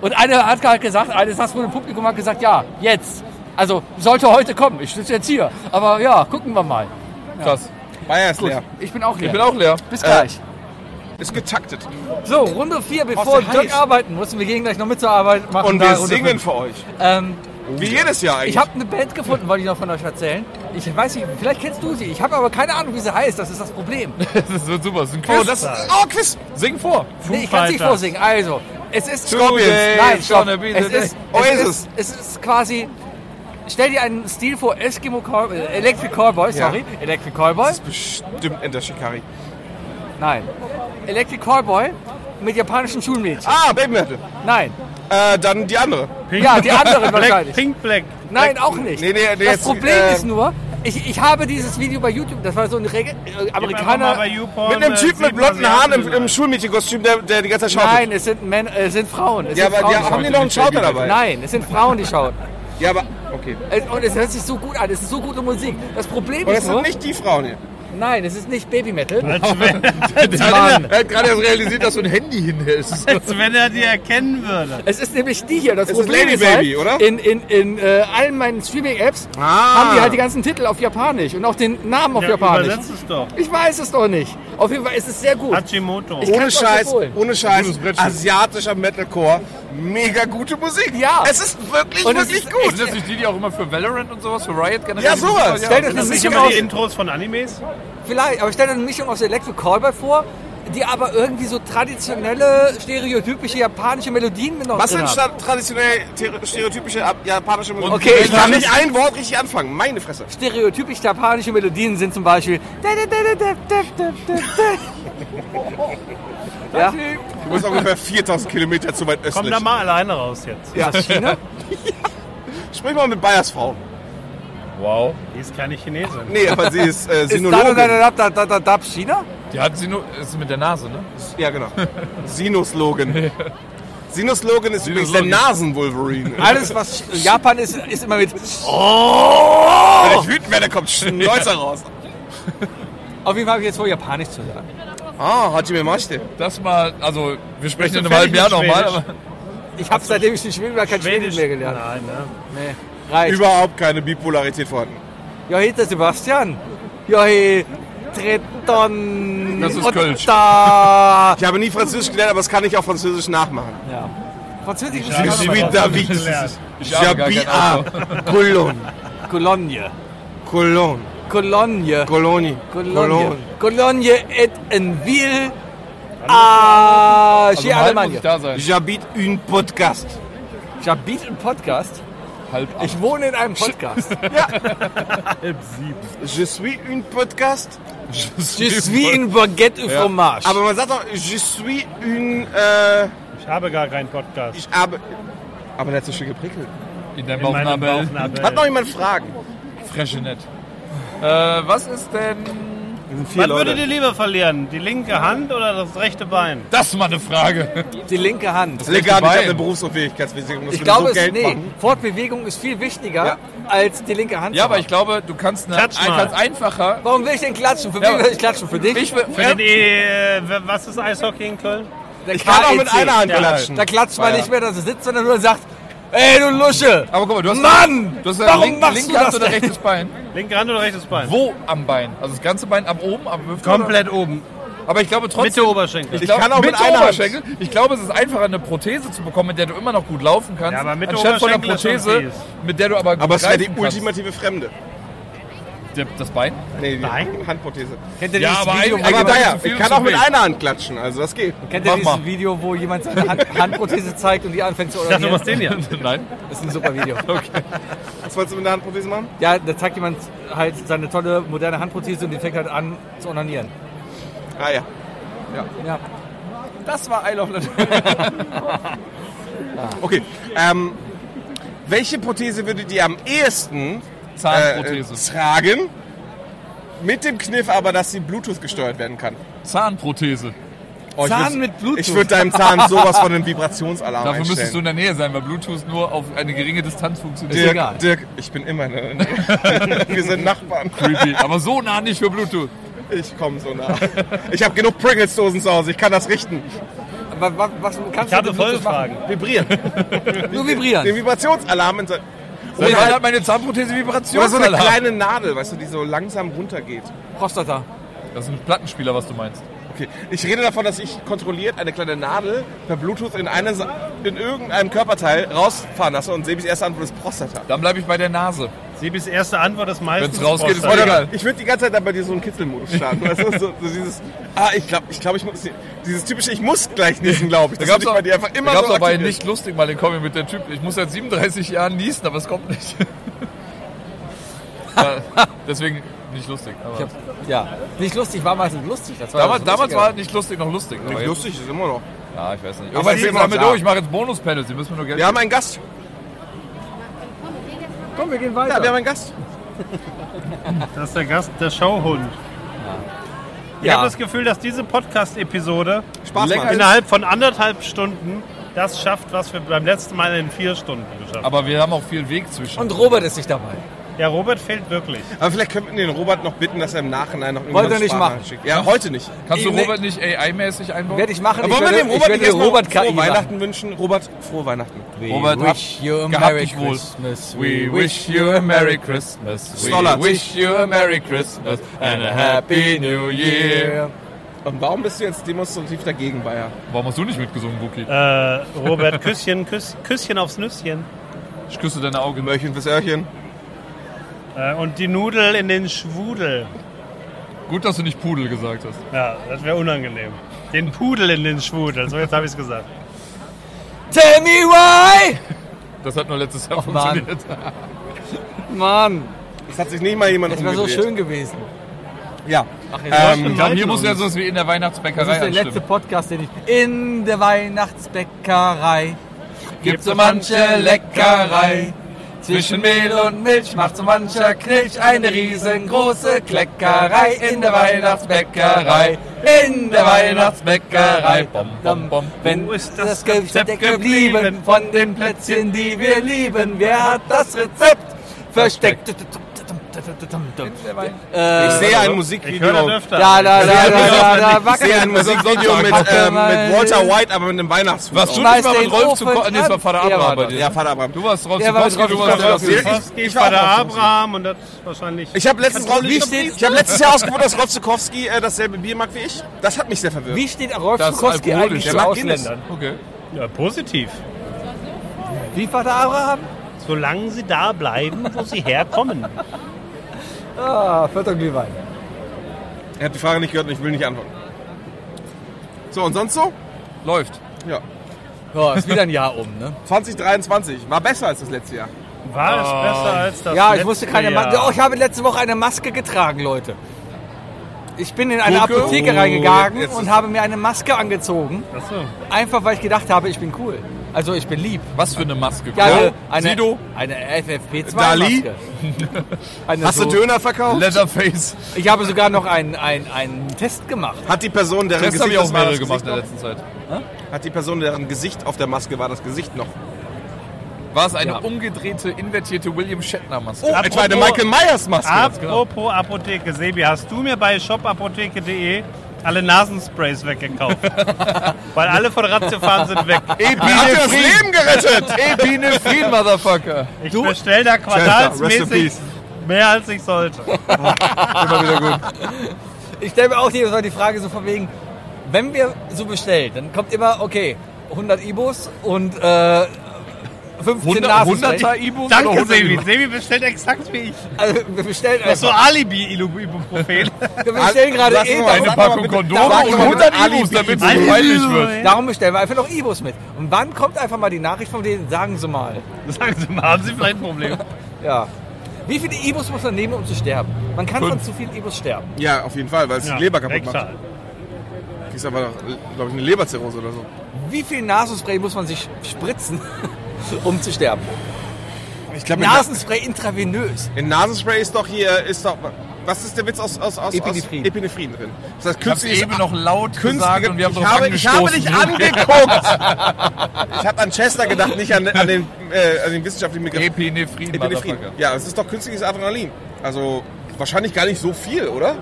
Speaker 1: Und eine hat halt gesagt, eine saß vor dem Publikum hat gesagt, ja, jetzt. Also sollte heute kommen. Ich sitze jetzt hier. Aber ja, gucken wir mal.
Speaker 5: Krass.
Speaker 2: Bayer ist leer.
Speaker 1: Ich bin auch leer.
Speaker 5: Ich bin auch leer.
Speaker 1: Bis gleich.
Speaker 2: Ist getaktet.
Speaker 1: so, Runde 4.
Speaker 2: Oh,
Speaker 1: Bevor
Speaker 2: ist ja
Speaker 1: Dirk
Speaker 2: heiß.
Speaker 1: arbeiten muss, wir gehen gleich noch mit zur Arbeit machen.
Speaker 2: Und
Speaker 1: da
Speaker 2: wir
Speaker 1: Runde
Speaker 2: singen
Speaker 1: fünf.
Speaker 2: für euch.
Speaker 1: Ähm,
Speaker 2: Wie jedes Jahr eigentlich.
Speaker 1: ich habe eine Band gefunden, wollte ich noch von euch erzählen. Ich weiß nicht, vielleicht kennst du sie. Ich habe aber keine Ahnung, wie sie heißt. Das ist das Problem.
Speaker 5: Das wird super. Das ist ein
Speaker 2: oh,
Speaker 5: Quiz.
Speaker 2: das oh, Quiz.
Speaker 5: Sing vor.
Speaker 1: Nee, ich kann es nicht
Speaker 4: Fighters.
Speaker 1: vorsingen. Also, es ist...
Speaker 2: Scorpions.
Speaker 1: Nein, stopp.
Speaker 5: Gonna be the
Speaker 1: Es
Speaker 5: day.
Speaker 1: ist, es,
Speaker 2: Oasis.
Speaker 1: ist, es ist quasi... Stell dir einen Stil vor, Eskimo Cow- äh, Electric Callboy,
Speaker 2: Ja.
Speaker 1: sorry. Electric Callboy.
Speaker 2: Das ist bestimmt Enter Shikari.
Speaker 1: Nein. Electric Callboy mit japanischen Schulmädchen.
Speaker 2: Ah, Baby Metal.
Speaker 1: Nein.
Speaker 2: Äh, dann die andere.
Speaker 1: Ja, die anderen
Speaker 4: Black,
Speaker 1: wahrscheinlich.
Speaker 4: Pink Black.
Speaker 1: Nein, auch nicht.
Speaker 2: Nee, nee, nee,
Speaker 1: das
Speaker 2: jetzt,
Speaker 1: Problem
Speaker 2: äh,
Speaker 1: ist nur, ich, ich habe dieses Video bei YouTube, das war so ein Reg äh, Amerikaner...
Speaker 2: Mit
Speaker 4: äh,
Speaker 1: äh,
Speaker 2: einem Typ mit blonden Haaren im, im Schulmädchenkostüm, der, der die ganze Zeit schaut.
Speaker 1: Nein, es sind, Männer, äh, es sind Frauen. Es
Speaker 2: Ja,
Speaker 1: sind
Speaker 2: aber die,
Speaker 1: Frauen,
Speaker 2: haben
Speaker 1: die
Speaker 2: die noch einen Schauter dabei?
Speaker 1: schauen. Nein, es sind Frauen, die schauen.
Speaker 2: Ja, aber, okay.
Speaker 1: Es- Und es hört sich so gut an, es ist so gute Musik. Das Problem
Speaker 2: Und
Speaker 1: ist
Speaker 2: das
Speaker 1: nur,
Speaker 2: sind nicht die Frauen hier.
Speaker 1: nein, es ist nicht Baby Metal.
Speaker 4: Als wenn,
Speaker 1: Mann.
Speaker 5: Er hat gerade erst realisiert, dass so ein Handy hinhältst.
Speaker 4: als wenn er die erkennen würde.
Speaker 1: Es ist nämlich die hier. Das
Speaker 2: Es ist
Speaker 1: Problem
Speaker 2: Lady
Speaker 1: ist halt,
Speaker 2: Baby, oder?
Speaker 1: In, in, in äh, allen meinen Streaming-Apps
Speaker 2: Ah.
Speaker 1: haben die halt die ganzen Titel auf Japanisch und auch den Namen auf
Speaker 4: Ja,
Speaker 1: Japanisch.
Speaker 4: Übersetzt es doch.
Speaker 1: Ich weiß es doch nicht. Auf jeden Fall ist es sehr gut.
Speaker 4: Hachimoto.
Speaker 1: Ich-
Speaker 2: Ohne
Speaker 1: kann's euch
Speaker 2: Scheiß,
Speaker 1: empfohlen.
Speaker 2: ohne Scheiß,
Speaker 5: Gutes Brettspiel.
Speaker 2: asiatischer Metalcore, mega gute Musik.
Speaker 1: Ja.
Speaker 2: Es ist wirklich,
Speaker 1: Und es
Speaker 2: wirklich
Speaker 1: ist
Speaker 2: gut.
Speaker 5: Sind das nicht die, die auch immer für Valorant und sowas, für Riot generell?
Speaker 2: Ja, sowas.
Speaker 5: Ja,
Speaker 1: Stell dir
Speaker 5: das
Speaker 1: das
Speaker 4: Nicht
Speaker 1: nicht
Speaker 4: immer
Speaker 1: aus.
Speaker 4: die Intros von Animes?
Speaker 1: Vielleicht, aber ich stelle eine Mischung aus Electric Callboy vor, die aber irgendwie so traditionelle, stereotypische japanische Melodien mit noch
Speaker 2: Was
Speaker 1: drin
Speaker 2: sind
Speaker 1: haben.
Speaker 2: sta- traditionell ter- stereotypische ab- japanische Musik?
Speaker 1: Okay,
Speaker 2: ich kann
Speaker 1: ich-
Speaker 2: nicht ein Wort richtig anfangen. Meine Fresse.
Speaker 1: Stereotypisch japanische Melodien sind zum Beispiel. ja?
Speaker 2: Du bist ungefähr 4000 Kilometer zu weit
Speaker 4: Komm
Speaker 2: östlich.
Speaker 4: da mal alleine raus jetzt.
Speaker 1: Ist das China?
Speaker 2: Sprich mal mit Bayers Frau.
Speaker 5: Wow.
Speaker 4: Die ist keine Chinesin.
Speaker 2: Nee, aber sie ist äh,
Speaker 1: Ist da, da,
Speaker 2: Sinologin.
Speaker 1: da, da, da, da, da China?
Speaker 5: Die hat sie nur. Ist mit der Nase, ne?
Speaker 2: Ja, genau. Sinuslogen. Sinuslogen ist übrigens der
Speaker 5: Sinuslogen.
Speaker 2: Nasen-Wolverine.
Speaker 1: Alles, was Oh. Japan ist, ist immer mit.
Speaker 2: Wenn ich wütend werde, kommt Schnäuzer raus.
Speaker 1: Auf jeden Fall habe ich jetzt vor, Japanisch zu sagen.
Speaker 2: Ah, Hajime Machte.
Speaker 5: Das mal. Also, wir sprechen
Speaker 4: du
Speaker 5: in einem halben Jahr
Speaker 4: fertig mit
Speaker 5: nochmal.
Speaker 4: Schwedisch?
Speaker 5: Aber
Speaker 1: Ich habe seitdem ich nicht Schwedisch war, kein Schwedisch Ah. mehr gelernt.
Speaker 4: Nein, ne?
Speaker 1: Nee. Reicht.
Speaker 2: Überhaupt keine Bipolarität vorhanden.
Speaker 1: Ja, hey, der Sebastian. Ja, hey, Treton.
Speaker 5: Das ist
Speaker 1: und
Speaker 5: Kölsch.
Speaker 1: Da.
Speaker 2: Ich habe nie Französisch gelernt, aber das kann ich auch Französisch nachmachen.
Speaker 1: Ja. Französisch
Speaker 4: Ja,
Speaker 1: ist
Speaker 4: aber-
Speaker 1: wie
Speaker 4: Französisch
Speaker 2: David.
Speaker 4: gelernt.
Speaker 5: Ich habe gar kein
Speaker 2: Jabia. Cologne.
Speaker 1: Cologne.
Speaker 2: Cologne.
Speaker 1: Cologne.
Speaker 2: Cologne.
Speaker 1: Cologne. Cologne et Enville. Ah,
Speaker 5: Also,
Speaker 1: chez
Speaker 5: um halb muss ich
Speaker 1: Allemagne.
Speaker 5: da sein.
Speaker 2: J'habite un podcast.
Speaker 1: Ich habe Beat im Podcast.
Speaker 5: Halb acht.
Speaker 1: Ich wohne in einem Podcast.
Speaker 4: Halb sieben.
Speaker 2: Je suis un podcast.
Speaker 1: Je suis in Baguette au Fromage.
Speaker 2: Aber man sagt doch, je suis un, äh,
Speaker 4: Ich habe gar keinen Podcast.
Speaker 2: ich habe... Aber der hat so schön geprickelt.
Speaker 5: In deinem
Speaker 4: In meinem
Speaker 5: Bauchnabel.
Speaker 4: Bauchnabel.
Speaker 2: Hat noch jemand Fragen?
Speaker 5: Freshenet. Äh, was ist denn.
Speaker 2: Wir sind vier
Speaker 4: Was würdet ihr lieber verlieren? Die linke Hand oder das rechte Bein?
Speaker 5: Das ist mal eine Frage.
Speaker 1: Die linke Hand.
Speaker 2: Legal, ich habe
Speaker 5: Bein.
Speaker 2: eine Berufsunfähigkeitsversicherung. das
Speaker 1: Ich
Speaker 2: würde
Speaker 1: glaube,
Speaker 2: so
Speaker 1: es,
Speaker 2: Geld
Speaker 1: nee,
Speaker 2: machen.
Speaker 1: Fortbewegung ist viel wichtiger
Speaker 2: Ja.
Speaker 1: als die linke Hand.
Speaker 5: Ja,
Speaker 1: zu
Speaker 5: aber
Speaker 1: haben.
Speaker 5: ich glaube, du kannst, eine, ein,
Speaker 4: Klatsch mal.
Speaker 5: kannst einfacher.
Speaker 1: Warum will ich denn klatschen? Für
Speaker 5: Ja,
Speaker 1: wen
Speaker 5: aber-
Speaker 1: will ich klatschen? Für dich?
Speaker 5: Ich, will-
Speaker 4: Für den e äh, was ist Eishockey in Köln?
Speaker 1: Der
Speaker 2: Ich kann auch mit
Speaker 1: KEC.
Speaker 2: einer Hand
Speaker 4: Ja.
Speaker 2: klatschen.
Speaker 1: Da klatscht man nicht mehr, dass er sitzt, sondern nur sagt, ey du Lusche!
Speaker 5: aber guck mal, du hast.
Speaker 1: Mann!
Speaker 5: Du hast ja
Speaker 1: warum
Speaker 5: link,
Speaker 1: machst
Speaker 5: linke
Speaker 1: du das
Speaker 5: Hand oder
Speaker 1: denn?
Speaker 5: rechtes Bein.
Speaker 4: Linke Hand oder rechtes Bein?
Speaker 5: Wo am Bein? Also das ganze Bein ab oben, am Hüfte?
Speaker 4: Komplett oben.
Speaker 5: Oder? Aber ich glaube trotzdem.
Speaker 4: Mitte Oberschenkel.
Speaker 5: Ich glaube,
Speaker 2: kann auch mit
Speaker 5: Mitte
Speaker 2: einer Hand.
Speaker 5: Oberschenkel. Ich glaube, es ist einfacher, eine Prothese zu bekommen, mit der du immer noch gut laufen kannst,
Speaker 4: Ja, aber Mitte
Speaker 5: anstatt von einer
Speaker 4: Oberschenkel ist schon
Speaker 5: Prothese, mit der du aber gut
Speaker 2: Aber es wäre die
Speaker 5: greifen kannst.
Speaker 2: ultimative Fremde.
Speaker 5: Der- Das Bein?
Speaker 2: Nee, die
Speaker 4: Nein.
Speaker 2: Handprothese.
Speaker 1: Kennt ihr
Speaker 5: Ja,
Speaker 1: dieses
Speaker 5: aber
Speaker 1: Video,
Speaker 5: eigentlich-
Speaker 1: wo
Speaker 2: Aber
Speaker 5: Aber
Speaker 2: naja, Ah,
Speaker 5: zu viel
Speaker 2: ich
Speaker 5: ist
Speaker 2: kann
Speaker 5: zu
Speaker 2: auch mit
Speaker 5: wenig.
Speaker 2: einer Hand klatschen, also das geht.
Speaker 1: kennt ihr
Speaker 5: Mach
Speaker 1: dieses
Speaker 5: mal.
Speaker 1: Video, wo jemand seine Hand, Handprothese zeigt und die anfängt zu
Speaker 4: Ich dachte, du
Speaker 1: ordinieren?
Speaker 4: machst den hier.
Speaker 5: Nein.
Speaker 1: Das ist ein super Video.
Speaker 2: Was wolltest du mit einer Handprothese machen?
Speaker 1: Ja, da zeigt jemand halt seine tolle moderne Handprothese und die fängt halt an zu ordinieren.
Speaker 2: Ah ja.
Speaker 1: Ja.
Speaker 5: Das war I Love Letters.
Speaker 2: Okay. Ähm, welche Prothese würdet ihr am ehesten äh,
Speaker 5: Zahnprothese.
Speaker 2: tragen? Mit dem Kniff aber, dass sie Bluetooth gesteuert werden kann.
Speaker 5: Zahnprothese.
Speaker 2: Oh, ich
Speaker 6: Zahn
Speaker 2: würd-
Speaker 6: mit Bluetooth.
Speaker 2: Ich würde deinem Zahn sowas von einem Vibrationsalarm
Speaker 5: Dafür müsstest du in
Speaker 2: einstellen.
Speaker 5: der Nähe sein, weil Bluetooth nur auf eine geringe Distanz funktioniert.
Speaker 2: Dirk,
Speaker 1: egal.
Speaker 2: Dirk, ich bin immer in der Nähe. Wir sind Nachbarn.
Speaker 5: Creepy. Aber so nah nicht für Bluetooth.
Speaker 2: Ich komme so nah. Ich habe genug Pringles-Dosen zu Hause, ich kann das richten.
Speaker 1: Aber wa- was kannst
Speaker 4: Ich habe
Speaker 1: du mit Bluetooth
Speaker 4: Folgefragen.
Speaker 6: Vibrieren.
Speaker 1: machen? Nur
Speaker 2: Den
Speaker 1: vibrieren.
Speaker 2: Vibrationsalarm in se-
Speaker 5: Und dann hat meine Zahnprothese Vibration.
Speaker 2: Oder so eine kleine Nadel, weißt du, die so langsam runtergeht.
Speaker 1: Prostata.
Speaker 5: Das ist ein Plattenspieler, was du meinst.
Speaker 2: Okay, ich rede davon, dass ich kontrolliert eine kleine Nadel per Bluetooth in, eine, Sa- in irgendeinem Körperteil rausfahren lasse und Sebis erste Antwort ist Prostata.
Speaker 5: Dann bleibe ich bei der Nase.
Speaker 4: Sebis erste Antwort ist meistens.
Speaker 5: Wenn's rausgeht, ist
Speaker 4: Prostata.
Speaker 5: mir
Speaker 2: Oder
Speaker 5: egal.
Speaker 2: Äh, ich würde die ganze Zeit dann bei dir so einen Kitzelmodus starten. weißt du? so, so dieses, ah, ich glaube, ich, glaub, ich muss, dieses typische, ich muss gleich niesen, glaube ich.
Speaker 5: Da
Speaker 2: Das
Speaker 5: gab
Speaker 2: würde
Speaker 5: es
Speaker 2: ich bei dir einfach immer so
Speaker 5: auch bei
Speaker 2: aktivieren.
Speaker 5: nicht lustig mal den Comic mit der Typ. Ich muss seit 37 Jahren niesen, aber es kommt nicht. Ja, Deswegen nicht lustig. Aber
Speaker 1: Ich hab, ja, nicht lustig war meistens lustig. Das war
Speaker 5: damals
Speaker 1: das
Speaker 5: damals
Speaker 1: Lustige.
Speaker 5: war halt nicht lustig noch lustig. aber
Speaker 2: Nicht
Speaker 5: jetzt-
Speaker 2: lustig ist immer noch.
Speaker 5: Ja, ich weiß nicht.
Speaker 2: Aber
Speaker 5: Aber
Speaker 2: es
Speaker 5: ich
Speaker 2: ist
Speaker 5: bin damit
Speaker 2: noch da.
Speaker 5: durch. Ich mache jetzt Bonus-Panels. Sie müssen mir nur Geld
Speaker 2: Wir haben einen Gast.
Speaker 1: Komm, wir gehen weiter.
Speaker 2: Ja, wir haben einen Gast.
Speaker 4: Das ist der Gast, der Schauhund. Ich
Speaker 1: Ja.
Speaker 4: habe das Gefühl, dass diese Podcast-Episode
Speaker 2: Spaß
Speaker 5: Lecker
Speaker 2: machen.
Speaker 4: innerhalb von anderthalb Stunden das schafft, was wir beim letzten Mal in vier Stunden geschafft haben.
Speaker 5: Aber wir haben auch viel Weg zwischen.
Speaker 1: Und Robert ist nicht dabei.
Speaker 4: Ja, Robert fehlt wirklich.
Speaker 2: Aber vielleicht könnten wir den Robert noch bitten, dass er im Nachhinein noch
Speaker 1: Wollte er
Speaker 2: irgendwas
Speaker 1: nicht
Speaker 2: sparen
Speaker 1: machen.
Speaker 2: schickt. Ja, heute nicht.
Speaker 5: Kannst du
Speaker 1: Ich- ne-
Speaker 5: Robert nicht AI-mäßig einbauen?
Speaker 1: Werde ich machen.
Speaker 2: Aber wollen
Speaker 1: ich
Speaker 2: wir
Speaker 1: werde,
Speaker 2: dem Robert
Speaker 1: ich
Speaker 2: nicht
Speaker 1: werde
Speaker 2: erstmal
Speaker 1: Robert E
Speaker 2: frohe
Speaker 1: KI machen.
Speaker 2: Weihnachten wünschen? Robert, frohe Weihnachten.
Speaker 5: Robert,
Speaker 1: We
Speaker 5: hab-
Speaker 1: wish you a
Speaker 5: gehabt
Speaker 1: Merry
Speaker 5: dich wohl.
Speaker 1: Christmas.
Speaker 5: We wish you a Merry Christmas. We
Speaker 2: Stollertz.
Speaker 5: wish you a Merry Christmas and a Happy New Year.
Speaker 2: Und warum bist du jetzt demonstrativ dagegen, Bayer?
Speaker 5: Warum hast du nicht mitgesungen, Buki?
Speaker 4: Äh, Robert, Küsschen, Küss, Küsschen aufs Nüsschen.
Speaker 5: Ich küsse deine Augen.
Speaker 2: Möhrchen fürs Öhrchen.
Speaker 4: Äh, und die Nudel in den Schwudel.
Speaker 5: Gut, dass du nicht Pudel gesagt hast.
Speaker 4: Ja, das wäre unangenehm. Den Pudel in den Schwudel. So, jetzt habe ich es gesagt.
Speaker 1: Tell me why!
Speaker 5: Das hat nur letztes Jahr
Speaker 1: Oh Mann.
Speaker 5: funktioniert.
Speaker 1: Mann,
Speaker 2: Es hat sich nicht mal jemand
Speaker 1: das wäre so
Speaker 2: umgedreht.
Speaker 1: schön gewesen.
Speaker 2: Ja.
Speaker 5: Ich
Speaker 2: ähm,
Speaker 5: glaube, hier muss ja sowas wie in der Weihnachtsbäckerei
Speaker 1: Das ist der letzte
Speaker 5: anstimmen.
Speaker 1: Podcast, den ich. In der Weihnachtsbäckerei
Speaker 5: Gibt so manche Leckerei. Zwischen Mehl und Milch macht so
Speaker 1: um
Speaker 5: mancher Knilch eine riesengroße Kleckerei in der Weihnachtsbäckerei. In der Weihnachtsbäckerei. Bom, bom, bom.
Speaker 1: Wenn
Speaker 4: Wo ist
Speaker 1: das
Speaker 4: das
Speaker 1: Rezept
Speaker 4: Rezept
Speaker 1: geblieben
Speaker 4: geblieben?
Speaker 1: von den Plätzchen, die wir lieben? Wer hat das Rezept versteckt?
Speaker 2: ich
Speaker 1: Äh,
Speaker 2: sehe ein
Speaker 4: Ich höre das
Speaker 2: Musikvideo.
Speaker 4: öfter.
Speaker 1: Da, da, da,
Speaker 2: Ich sehe
Speaker 1: da,
Speaker 2: ein
Speaker 1: da, da,
Speaker 2: Musikvideo- Ich sehe ein
Speaker 5: Also,
Speaker 2: Musikvideo mit, ähm, mit Walter White, aber mit einem Weihnachtshut.
Speaker 5: Was
Speaker 2: auf.
Speaker 5: du
Speaker 1: Schmeiß
Speaker 5: nicht mal
Speaker 1: den
Speaker 5: mit Rolf zu
Speaker 1: Ofen
Speaker 5: Nee, das war
Speaker 1: an.
Speaker 5: Vater
Speaker 1: Er war
Speaker 5: Abraham bei
Speaker 1: das.
Speaker 5: dir.
Speaker 2: Ja, Vater Abraham.
Speaker 5: Du warst Rolf
Speaker 1: Er war
Speaker 5: Zukowski,
Speaker 1: mit
Speaker 5: du
Speaker 1: Rolf
Speaker 5: warst Rolf
Speaker 1: Zukowski.
Speaker 5: Zukowski.
Speaker 4: Ich, ich
Speaker 2: war
Speaker 4: war der
Speaker 2: auch auf
Speaker 4: Abraham und das wahrscheinlich.
Speaker 2: Ich habe letztens, raus,
Speaker 1: Wie steht's
Speaker 2: ich hab letztes Jahr rausgefunden, dass Rolf Zukowski äh, dasselbe Bier mag wie ich. Das hat mich sehr verwirrt.
Speaker 1: Wie steht Rolf
Speaker 5: Das ist
Speaker 1: Zukowski eigentlich
Speaker 5: alkoholisch.
Speaker 1: zu
Speaker 5: Der mag
Speaker 1: Ausländern?
Speaker 5: Okay.
Speaker 4: Ja, positiv.
Speaker 1: Wie Vater Abraham?
Speaker 4: Solange sie da bleiben, wo sie herkommen.
Speaker 1: Ah, vierter Glühwein.
Speaker 2: Er hat die Frage nicht gehört und ich will nicht antworten. So, und sonst so?
Speaker 5: Läuft.
Speaker 2: Ja.
Speaker 1: Ja, ist wieder ein Jahr um, ne?
Speaker 2: 2023 war besser als das letzte Jahr.
Speaker 4: War es besser als das
Speaker 1: Ja, ich
Speaker 4: letzte
Speaker 1: musste keine
Speaker 4: Jahr.
Speaker 1: Maske. Oh, ich habe letzte Woche eine Maske getragen, Leute. Ich bin in eine
Speaker 2: Gurke?
Speaker 1: Apotheke
Speaker 2: Oh,
Speaker 1: reingegangen
Speaker 2: jetzt ist-
Speaker 1: und habe mir eine Maske angezogen.
Speaker 4: Ach so.
Speaker 1: Einfach weil ich gedacht habe, ich bin cool. Also ich bin lieb.
Speaker 5: Was für eine Maske.
Speaker 1: Ja,
Speaker 5: Wow.
Speaker 1: eine, eine,
Speaker 5: Sido.
Speaker 1: eine
Speaker 2: Dali?
Speaker 1: FFP2-Maske. Eine
Speaker 2: Hast
Speaker 1: so.
Speaker 2: du
Speaker 5: Also,
Speaker 2: Döner verkauft?
Speaker 5: Leatherface.
Speaker 1: Ich habe sogar noch einen, einen, einen Test gemacht.
Speaker 2: Hat die Person, deren
Speaker 5: Das habe
Speaker 2: Gesicht
Speaker 5: ich auch
Speaker 2: das war
Speaker 5: mehrere
Speaker 2: das
Speaker 5: gemacht in
Speaker 2: Gesicht
Speaker 5: der
Speaker 2: noch?
Speaker 5: letzten Zeit.
Speaker 2: Hat die Person, deren Gesicht auf der Maske war, das Gesicht noch?
Speaker 5: War es eine
Speaker 1: Ja.
Speaker 5: umgedrehte, invertierte William Äh, Shatner-Maske?
Speaker 2: Oh, etwa eine Michael Myers Maske.
Speaker 5: genau.
Speaker 4: Apropos Apotheke, Sebi, hast du mir bei shopapotheke.de alle Nasensprays weggekauft? Weil alle von Ratiofahren sind weg.
Speaker 2: Hat dir das Leben gerettet?
Speaker 5: Epinephrin, Motherfucker.
Speaker 4: Ich bestell da
Speaker 2: Rest in
Speaker 4: quartalsmäßig
Speaker 2: peace.
Speaker 4: mehr als ich sollte.
Speaker 1: Ich stelle mir auch jedes Mal die Frage so von wegen, wenn wir so bestellen, dann kommt immer, okay, 100 Ibos und äh, 15 Nasenspray.
Speaker 5: 100er Ibu?
Speaker 4: Danke, Sebi. Sebi bestellt exakt wie ich.
Speaker 1: Also wir bestellen
Speaker 4: Das ist so
Speaker 1: einfach.
Speaker 4: Alibi-Ibuprofen.
Speaker 1: Wir bestellen gerade eh
Speaker 2: Lass uns mal
Speaker 5: Eine
Speaker 1: Ebers.
Speaker 2: Sag mal
Speaker 5: Packung
Speaker 2: bitte,
Speaker 5: Kondome
Speaker 2: sag
Speaker 5: und
Speaker 2: doch mal
Speaker 5: 100
Speaker 2: bitte
Speaker 5: Ibus,
Speaker 2: Alibi.
Speaker 5: damit es nicht peinlich wird.
Speaker 1: Darum bestellen wir einfach noch Ibos mit. Und wann kommt einfach mal die Nachricht von denen, sagen sie mal.
Speaker 4: Sagen Sie mal, haben Sie vielleicht ein Problem?
Speaker 1: Ja. Wie viele Ibos muss man nehmen, um zu sterben? Man kann von
Speaker 5: Fünf.
Speaker 1: zu vielen Ibos sterben.
Speaker 2: Ja, auf jeden Fall, weil es die Leber kaputt macht.
Speaker 4: wegschalten.
Speaker 2: Kriegst aber, glaube ich, eine Leberzirrhose oder so.
Speaker 1: Wie viel Nasenspray muss man sich spritzen, um zu sterben?
Speaker 2: Ich glaube,
Speaker 1: Nasenspray intravenös.
Speaker 2: in Nasenspray ist doch hier, ist doch, was ist der Witz aus, aus, aus,
Speaker 1: Epinephrin.
Speaker 2: aus Epinephrin drin? Das heißt,
Speaker 5: Ich hab's
Speaker 2: künstliches
Speaker 5: eben noch laut gesagt
Speaker 2: Künstliche,
Speaker 5: und wir haben
Speaker 2: ich,
Speaker 5: drauf
Speaker 2: habe, ich habe dich
Speaker 5: angestoßen.
Speaker 2: angeguckt. ich habe an Chester gedacht, nicht an, an, den, äh, an den wissenschaftlichen Begriff
Speaker 5: Epinephrin,
Speaker 2: Epinephrin.
Speaker 5: E Motherfucker.
Speaker 2: Ja, es ist doch künstliches Adrenalin. Also wahrscheinlich gar nicht so viel, oder?